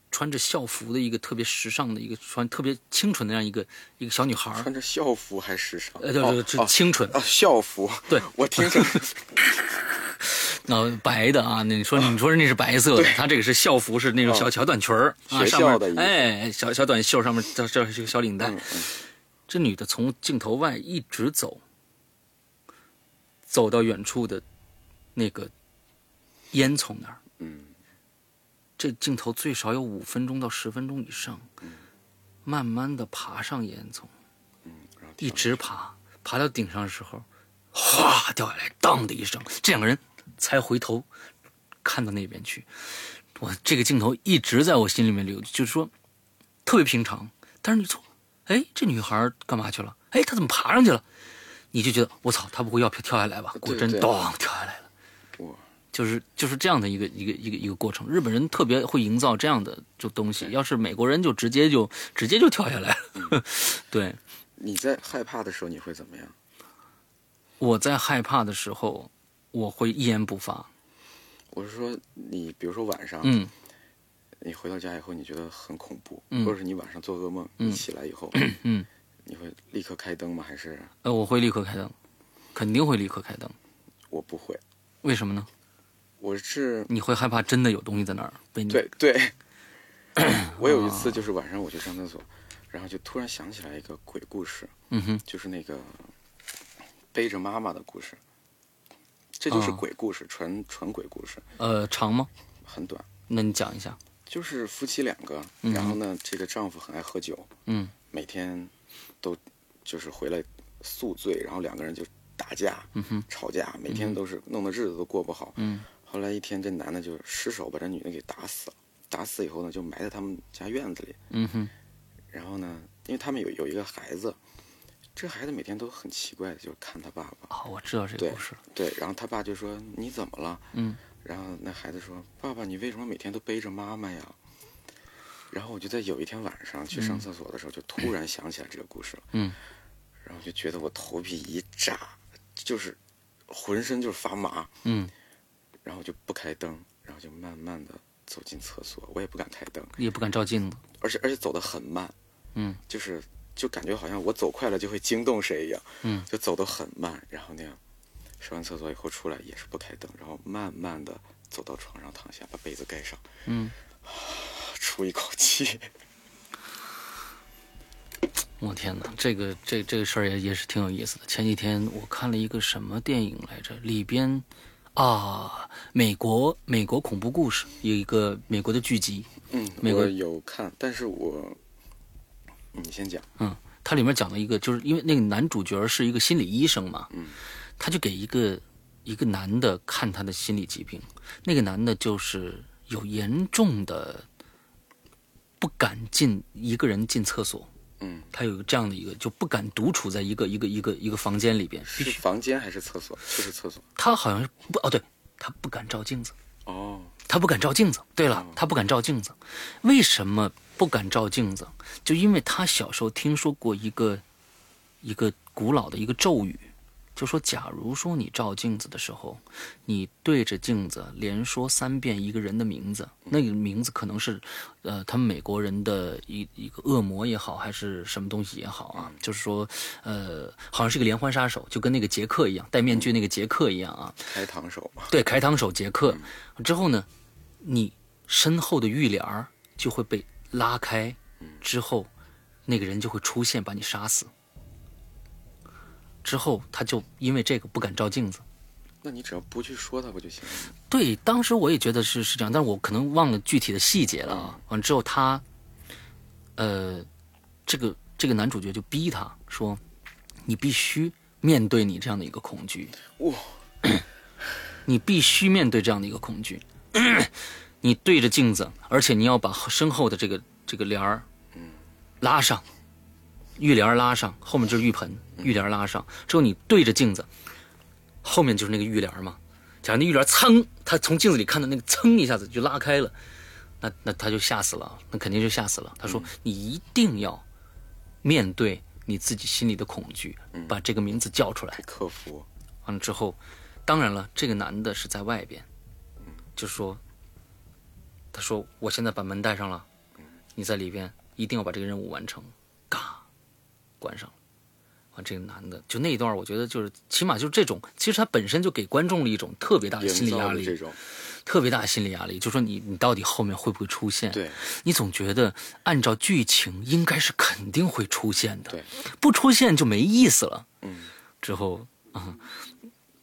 [SPEAKER 1] 穿着校服的一个特别时尚的一个穿特别清纯的那样一个一个小女孩儿，
[SPEAKER 2] 穿着校服还时尚。
[SPEAKER 1] 呃，对对，
[SPEAKER 2] 哦
[SPEAKER 1] 是
[SPEAKER 2] 哦
[SPEAKER 1] 清纯，
[SPEAKER 2] 哦，校服。
[SPEAKER 1] 对，
[SPEAKER 2] 我听 着
[SPEAKER 1] 呃，白的啊，那你说你说那是白 色的，她这个是校服，是那种小小短裙儿啊，
[SPEAKER 2] 哦学
[SPEAKER 1] 上
[SPEAKER 2] 校的
[SPEAKER 1] 面
[SPEAKER 2] 衣服
[SPEAKER 1] 哎，小小短袖上面这这是个小领带，
[SPEAKER 2] 嗯嗯
[SPEAKER 1] 这女的从镜头外一直走，走到远处的那个烟囱那儿。
[SPEAKER 2] 嗯，
[SPEAKER 1] 这镜头最少有五分钟到十分钟以上，
[SPEAKER 2] 嗯
[SPEAKER 1] 慢慢的爬上烟囱，
[SPEAKER 2] 嗯，然后
[SPEAKER 1] 一
[SPEAKER 2] 听
[SPEAKER 1] 直爬，爬到顶上的时候，哗掉下来，当的一声，这两个人才回头看到那边去。我这个镜头一直在我心里面留，就是说特别平常，但是你从哎这女孩干嘛去了？哎，她怎么爬上去了？你就觉得我操，她不会要跳下来吧？果真
[SPEAKER 2] 对对
[SPEAKER 1] 咚跳下来了。
[SPEAKER 2] 我
[SPEAKER 1] 就是就是这样的一个一个一个一个过程。日本人特别会营造这样的就东西，要是美国人就直接就直接就跳下来了。 对，
[SPEAKER 2] 你在害怕的时候你会怎么样？
[SPEAKER 1] 我在害怕的时候，我会一言不发。
[SPEAKER 2] 我是说你，比如说晚上，
[SPEAKER 1] 嗯
[SPEAKER 2] 你回到家以后你觉得很恐怖，
[SPEAKER 1] 嗯
[SPEAKER 2] 或者是你晚上做噩梦，你起来以后，
[SPEAKER 1] 嗯，
[SPEAKER 2] 你会立刻开灯吗？还是
[SPEAKER 1] 呃，我会立刻开灯，肯定会立刻开灯。
[SPEAKER 2] 我不会？
[SPEAKER 1] 为什么呢？
[SPEAKER 2] 我是
[SPEAKER 1] 你会害怕真的有东西在那儿被你
[SPEAKER 2] 对对， 我有一次
[SPEAKER 1] 啊
[SPEAKER 2] 就是晚上我去上厕所，然后就突然想起来一个鬼故事，
[SPEAKER 1] 嗯哼，
[SPEAKER 2] 就是那个背着妈妈的故事，这就是
[SPEAKER 1] 啊
[SPEAKER 2] 鬼故事，纯纯鬼故事，
[SPEAKER 1] 呃，长吗？
[SPEAKER 2] 很短，
[SPEAKER 1] 那你讲一下。
[SPEAKER 2] 就是夫妻两个，然后呢，这个丈夫很爱喝酒，
[SPEAKER 1] 嗯
[SPEAKER 2] 每天都就是回来宿醉，然后两个人就打架、吵架，每天都是弄得日子都过不好。
[SPEAKER 1] 嗯
[SPEAKER 2] 后来一天，这男的就失手把这女的给打死了。打死以后呢，就埋在他们家院子里。
[SPEAKER 1] 嗯哼
[SPEAKER 2] 然后呢，因为他们有有一个孩子，这孩子每天都很奇怪，就是看他爸爸。
[SPEAKER 1] 啊，我知道这个
[SPEAKER 2] 对
[SPEAKER 1] 故事了。
[SPEAKER 2] 对，然后他爸就说：“你怎么了？”
[SPEAKER 1] 嗯
[SPEAKER 2] 然后那孩子说：“爸爸，你为什么每天都背着妈妈呀？”然后我就在有一天晚上去上厕所的时候，就突然想起来这个故事了。
[SPEAKER 1] 嗯，
[SPEAKER 2] 然后就觉得我头皮一炸，就是浑身就是发麻，
[SPEAKER 1] 嗯，
[SPEAKER 2] 然后就不开灯，然后就慢慢的走进厕所，我也不敢开灯，
[SPEAKER 1] 也不敢照镜子。
[SPEAKER 2] 而且而且走得很慢，
[SPEAKER 1] 嗯，
[SPEAKER 2] 就是就感觉好像我走快了就会惊动谁一样，
[SPEAKER 1] 嗯，
[SPEAKER 2] 就走得很慢，然后那样上完厕所以后出来也是不开灯，然后慢慢的走到床上躺下，把被子盖上，
[SPEAKER 1] 嗯，
[SPEAKER 2] 出一口 气，
[SPEAKER 1] 我天哪，这个这这个事儿也也是挺有意思的。前几天我看了一个什么电影来着，里边啊，美国美国恐怖故事有一个美国的剧集，
[SPEAKER 2] 嗯，
[SPEAKER 1] 美国
[SPEAKER 2] 我有看，但是我你先讲，
[SPEAKER 1] 嗯，它里面讲了一个，就是因为那个男主角是一个心理医生嘛，
[SPEAKER 2] 嗯，
[SPEAKER 1] 他就给一个一个男的看他的心理疾病，那个男的就是有严重的不敢进一个人进厕所，
[SPEAKER 2] 嗯，
[SPEAKER 1] 他有这样的一个就不敢独处在一个一个一个一个房间里边，
[SPEAKER 2] 是房间还是厕所？就是厕所。
[SPEAKER 1] 他好像是不哦，对他不敢照镜子，
[SPEAKER 2] 哦，
[SPEAKER 1] 他不敢照镜子。对了，他不敢照镜子，为什么不敢照镜子？就因为他小时候听说过一个一个古老的一个咒语，就说假如说你照镜子的时候，你对着镜子连说三遍一个人的名字，那个名字可能是呃他们美国人的一一个恶魔也好，还是什么东西也好啊，就是说呃好像是一个连环杀手，就跟那个杰克一样，戴面具那个杰克一样啊。
[SPEAKER 2] 开膛手嘛。
[SPEAKER 1] 对，开膛手杰克之后呢，你身后的浴帘儿就会被拉开，之后那个人就会出现把你杀死。之后他就因为这个不敢照镜子。
[SPEAKER 2] 那你只要不去说他不就行了？
[SPEAKER 1] 对，当时我也觉得是是这样，但是我可能忘了具体的细节了啊。完之后他，呃，这个这个男主角就逼他说，你必须面对你这样的一个恐惧。
[SPEAKER 2] 哇，
[SPEAKER 1] 你必须面对这样的一个恐惧。 你对着镜子，而且你要把身后的这个这个帘儿，拉上，浴帘儿拉上，后面就是浴盆，浴帘儿拉上之后，你对着镜子，后面就是那个浴帘儿嘛。假如那浴帘儿噌，他从镜子里看到那个噌一下子就拉开了，那那他就吓死了，那肯定就吓死了。他说、你一定要面对你自己心里的恐惧，把这个名字叫出来。
[SPEAKER 2] 得克服。
[SPEAKER 1] 完了之后，当然了，这个男的是在外边，就说，他说我现在把门带上了，你在里边一定要把这个任务完成，嘎，关上了。完，这个男的就那一段，我觉得就是起码就是这种，其实他本身就给观众了一种特别大的心
[SPEAKER 2] 营
[SPEAKER 1] 理
[SPEAKER 2] 造
[SPEAKER 1] 压
[SPEAKER 2] 的这
[SPEAKER 1] 力，
[SPEAKER 2] 种，
[SPEAKER 1] 特别大的心理压力，就说你你到底后面会不会出现？
[SPEAKER 2] 对
[SPEAKER 1] 你总觉得按照剧情应该是肯定会出现的，
[SPEAKER 2] 对，
[SPEAKER 1] 不出现就没意思了。
[SPEAKER 2] 嗯，
[SPEAKER 1] 之后啊、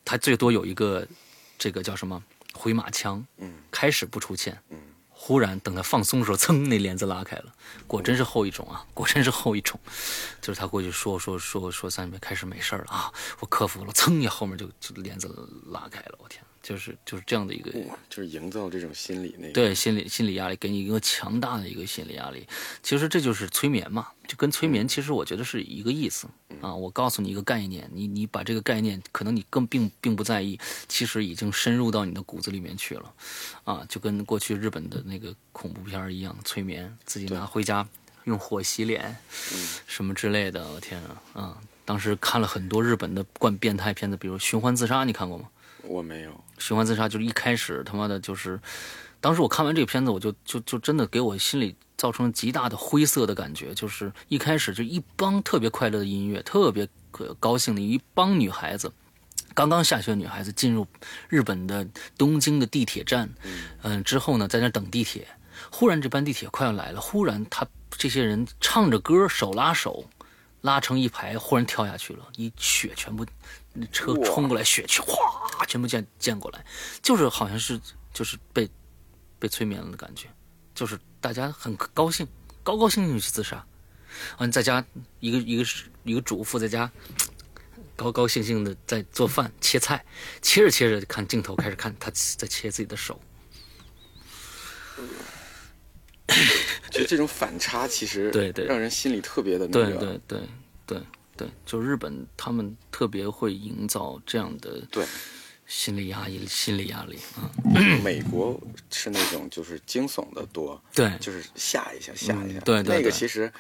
[SPEAKER 1] 他最多有一个这个叫什么回马枪，
[SPEAKER 2] 嗯
[SPEAKER 1] 开始不出现，
[SPEAKER 2] 嗯
[SPEAKER 1] 忽然等他放松的时候，噌，那帘子拉开了，果真是后一种啊，果真是后一种，就是他过去说说说说三遍，开始没事儿了啊，我克服了，噌一下后面就就帘子拉开了，我天，就是就是这样的一个
[SPEAKER 2] 哇，就是营造这种心理那个。
[SPEAKER 1] 对心理心理压力，给你一个强大的一个心理压力。其实这就是催眠嘛，就跟催眠其实我觉得是一个意思啊。我告诉你一个概念，你你把这个概念，可能你更并并不在意，其实已经深入到你的骨子里面去了，啊，就跟过去日本的那个恐怖片儿一样，催眠自己拿回家用火洗脸，什么之类的。我天啊，啊！当时看了很多日本的惯变态片子，比如《寻欢自杀》，你看过吗？
[SPEAKER 2] 我没有，
[SPEAKER 1] 循环自杀就是一开始他妈的就是，当时我看完这个片子，我就就就真的给我心里造成了极大的灰色的感觉，就是一开始就一帮特别快乐的音乐，特别呃高兴的一帮女孩子。刚刚下学的女孩子进入日本的东京的地铁站，嗯，之后呢，在那等地铁，忽然这班地铁快要来了，忽然他这些人唱着歌，手拉手，拉成一排，忽然跳下去了，一血全部，那车
[SPEAKER 2] 哇
[SPEAKER 1] 冲过来，血全哗全部溅溅过来，就是好像是就是被被催眠了的感觉，就是大家很高兴，高高兴兴去自杀，啊，你在家一个一个是一个主妇在家。高高兴兴的在做饭切菜，切着切着看镜头，开始看他在切自己的手，
[SPEAKER 2] 就这种反差，其实
[SPEAKER 1] 对对
[SPEAKER 2] 让人心里特别的那
[SPEAKER 1] 对
[SPEAKER 2] 个。
[SPEAKER 1] 对对对对，就日本他们特别会营造这样的
[SPEAKER 2] 对
[SPEAKER 1] 心理压抑、心理压力啊、
[SPEAKER 2] 美国是那种就是惊悚的多，
[SPEAKER 1] 对
[SPEAKER 2] 就是吓一下吓一下。
[SPEAKER 1] 嗯对对对
[SPEAKER 2] 那个其实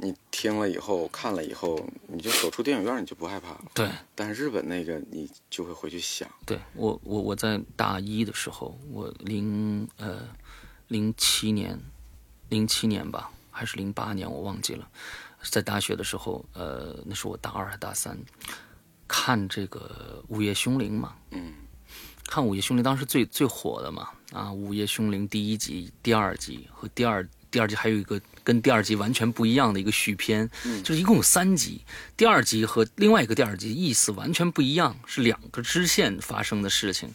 [SPEAKER 2] 你听了以后，看了以后，你就走出电影院，你就不害怕了。
[SPEAKER 1] 对
[SPEAKER 2] 但是日本那个，你就会回去想，
[SPEAKER 1] 对，我我我在大一的时候，我零呃零七年，零七年吧，还是零八年，我忘记了。在大学的时候，呃，那是我大二还是大三，看这个《午夜凶铃》嘛，
[SPEAKER 2] 嗯，
[SPEAKER 1] 看《午夜凶铃》当时最最火的嘛，啊，《午夜凶铃》第一集、第二集和第二第二集还有一个跟第二集完全不一样的一个续篇，就是一共有三集，第二集和另外一个第二集意思完全不一样，是两个支线发生的事情。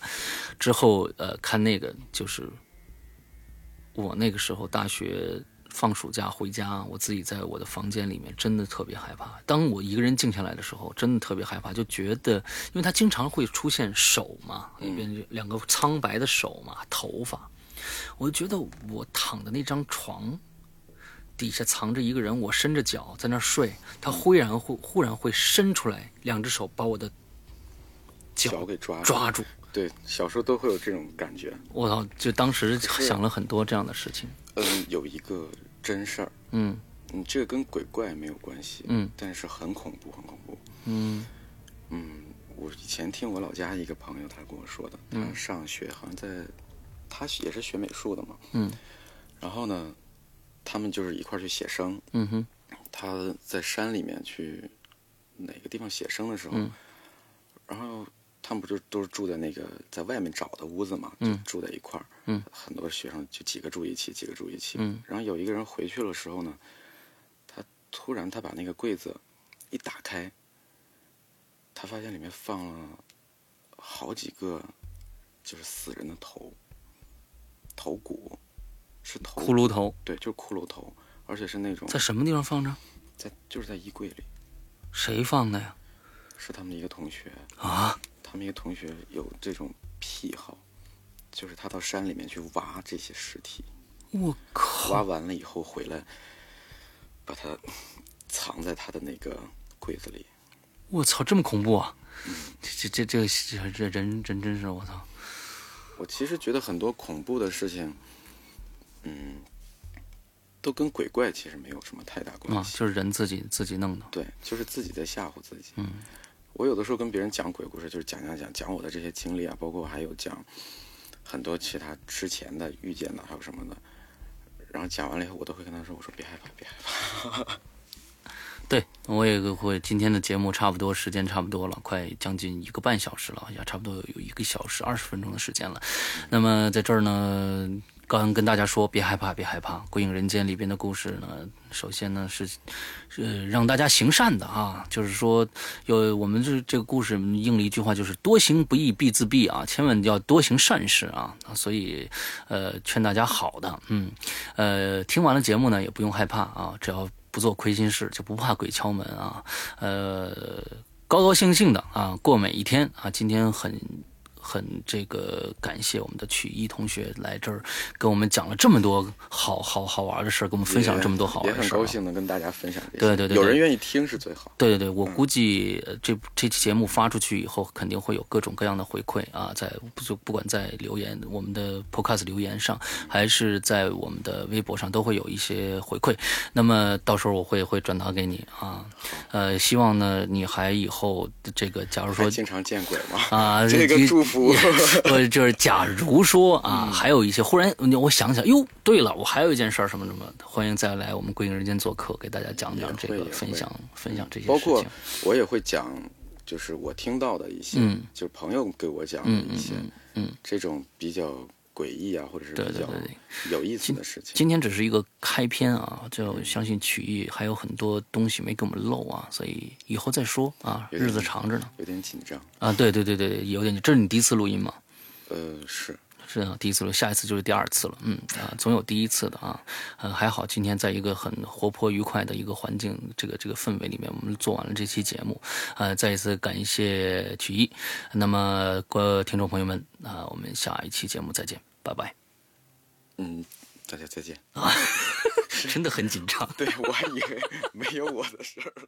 [SPEAKER 1] 之后呃，看那个就是我那个时候大学放暑假回家，我自己在我的房间里面真的特别害怕。当我一个人静下来的时候，真的特别害怕，就觉得，因为它经常会出现手嘛，一边两个苍白的手嘛，头发，我就觉得我躺的那张床。底下藏着一个人，我伸着脚在那儿睡，他忽然会忽然会伸出来，两只手把我的
[SPEAKER 2] 脚给抓住。
[SPEAKER 1] 抓住，
[SPEAKER 2] 对，小时候都会有这种感觉。
[SPEAKER 1] 我操！就当时想了很多这样的事情。
[SPEAKER 2] 嗯，有一个真事儿，
[SPEAKER 1] 嗯
[SPEAKER 2] 嗯，这个跟鬼怪没有关系，
[SPEAKER 1] 嗯，
[SPEAKER 2] 但是很恐怖，很恐怖。
[SPEAKER 1] 嗯
[SPEAKER 2] 嗯，我以前听我老家一个朋友他跟我说的，
[SPEAKER 1] 嗯
[SPEAKER 2] 他上学好像在，他也是学美术的嘛，
[SPEAKER 1] 嗯，
[SPEAKER 2] 然后呢，他们就是一块儿去写生，
[SPEAKER 1] 嗯哼
[SPEAKER 2] 他在山里面去哪个地方写生的时
[SPEAKER 1] 嗯
[SPEAKER 2] 候，然后他们不就都是住在那个在外面找的屋子嘛，就住在一块儿，
[SPEAKER 1] 嗯
[SPEAKER 2] 很多学生就几个住一起，几个住一起，
[SPEAKER 1] 嗯
[SPEAKER 2] 然后有一个人回去的时候呢，他突然他把那个柜子一打开，他发现里面放了好几个就是死人的头，头骨是头
[SPEAKER 1] 骷髅头
[SPEAKER 2] 对，就是骷髅头，而且是那种
[SPEAKER 1] 在什么地方放着？
[SPEAKER 2] 在就是在衣柜里，
[SPEAKER 1] 谁放的呀？
[SPEAKER 2] 是他们的一个同学，
[SPEAKER 1] 啊，
[SPEAKER 2] 他们一个同学有这种癖好，就是他到山里面去挖这些尸体，
[SPEAKER 1] 我靠！
[SPEAKER 2] 挖完了以后回来，把它藏在他的那个柜子里。
[SPEAKER 1] 我操！这么恐怖啊！这这这这这人人真是我操！
[SPEAKER 2] 我其实觉得很多恐怖的事情，嗯，都跟鬼怪其实没有什么太大
[SPEAKER 1] 啊
[SPEAKER 2] 关，系。
[SPEAKER 1] 就是人自己自己弄的。
[SPEAKER 2] 对，就是自己在吓唬自己。
[SPEAKER 1] 嗯
[SPEAKER 2] 我有的时候跟别人讲鬼故事，就是讲讲讲讲我的这些经历啊，包括还有讲很多其他之前的遇见的，还有什么的。然后讲完了以后，我都会跟他说：“我说别害怕，别害怕。
[SPEAKER 1] 对，我也会。今天的节目差不多时间差不多了，快将近一个半小时了，也差不多有一个小时二十分钟的时间了。那么在这儿呢，刚跟大家说，别害怕，别害怕，《鬼影人间》里边的故事呢，首先呢是，呃，让大家行善的啊，就是说，有我们这这个故事应了一句话，就是多行不义必自毙啊，千万要多行善事啊，所以，呃，劝大家好的，嗯，呃，听完了节目呢，也不用害怕啊，只要不做亏心事，就不怕鬼敲门啊，呃，高高兴兴的啊，过每一天啊，今天很。很这个感谢我们的曲艺同学来这儿跟我们讲了这么多好好好玩的事儿，跟我们分享了这么多好
[SPEAKER 2] 也
[SPEAKER 1] 玩的
[SPEAKER 2] 很
[SPEAKER 1] 事儿、
[SPEAKER 2] 高
[SPEAKER 1] 啊。
[SPEAKER 2] 兴能跟大家分享这些。
[SPEAKER 1] 对对对对
[SPEAKER 2] 有人愿意听是最好。
[SPEAKER 1] 对对对，我
[SPEAKER 2] 嗯
[SPEAKER 1] 估计呃这这期节目发出去以后，肯定会有各种各样的回馈啊，在不就不管在留言我们的 Podcast 留言上，还是在我们的微博上，都会有一些回馈。那么到时候我会会转达给你啊，呃，希望呢你还以后这个，假如说
[SPEAKER 2] 还经常见鬼吗？
[SPEAKER 1] 啊，
[SPEAKER 2] 这个祝嗯福
[SPEAKER 1] 不就是假如说啊，还有一些忽然我想想，哟，对了，我还有一件事儿，什么什么，欢迎再来我们《归影人间》做客，给大家讲讲这
[SPEAKER 2] 也
[SPEAKER 1] 个
[SPEAKER 2] 会也
[SPEAKER 1] 分
[SPEAKER 2] 会嗯
[SPEAKER 1] 享分享这些
[SPEAKER 2] 包
[SPEAKER 1] 事
[SPEAKER 2] 括
[SPEAKER 1] 情。
[SPEAKER 2] 我也会讲，就是我听到的一些，
[SPEAKER 1] 嗯
[SPEAKER 2] 就是朋友给我讲的
[SPEAKER 1] 嗯
[SPEAKER 2] 一
[SPEAKER 1] 嗯
[SPEAKER 2] 些，
[SPEAKER 1] 嗯嗯，
[SPEAKER 2] 这种比较诡异啊，或者是
[SPEAKER 1] 对
[SPEAKER 2] 比
[SPEAKER 1] 对
[SPEAKER 2] 较
[SPEAKER 1] 对对
[SPEAKER 2] 有意思的事情。
[SPEAKER 1] 今天只是一个开篇啊，就相信曲艺还有很多东西没给我们漏啊，所以以后再说啊，
[SPEAKER 2] 有
[SPEAKER 1] 日
[SPEAKER 2] 点
[SPEAKER 1] 子长着呢
[SPEAKER 2] 有点紧张，
[SPEAKER 1] 啊，对对对对，有点，这是你第一次录音吗？
[SPEAKER 2] 呃，是
[SPEAKER 1] 是啊，第一次了，下一次就是第二次了。嗯啊，总有第一次的啊。呃，还好今天在一个很活泼愉快的一个环境，这个这个氛围里面，我们做完了这期节目。呃，再一次感谢曲艺。那么，各听众朋友们啊、我们下一期节目再见，拜拜。
[SPEAKER 2] 嗯，大家再见。
[SPEAKER 1] 真的很紧张。
[SPEAKER 2] 对我还以为没有我的事儿了。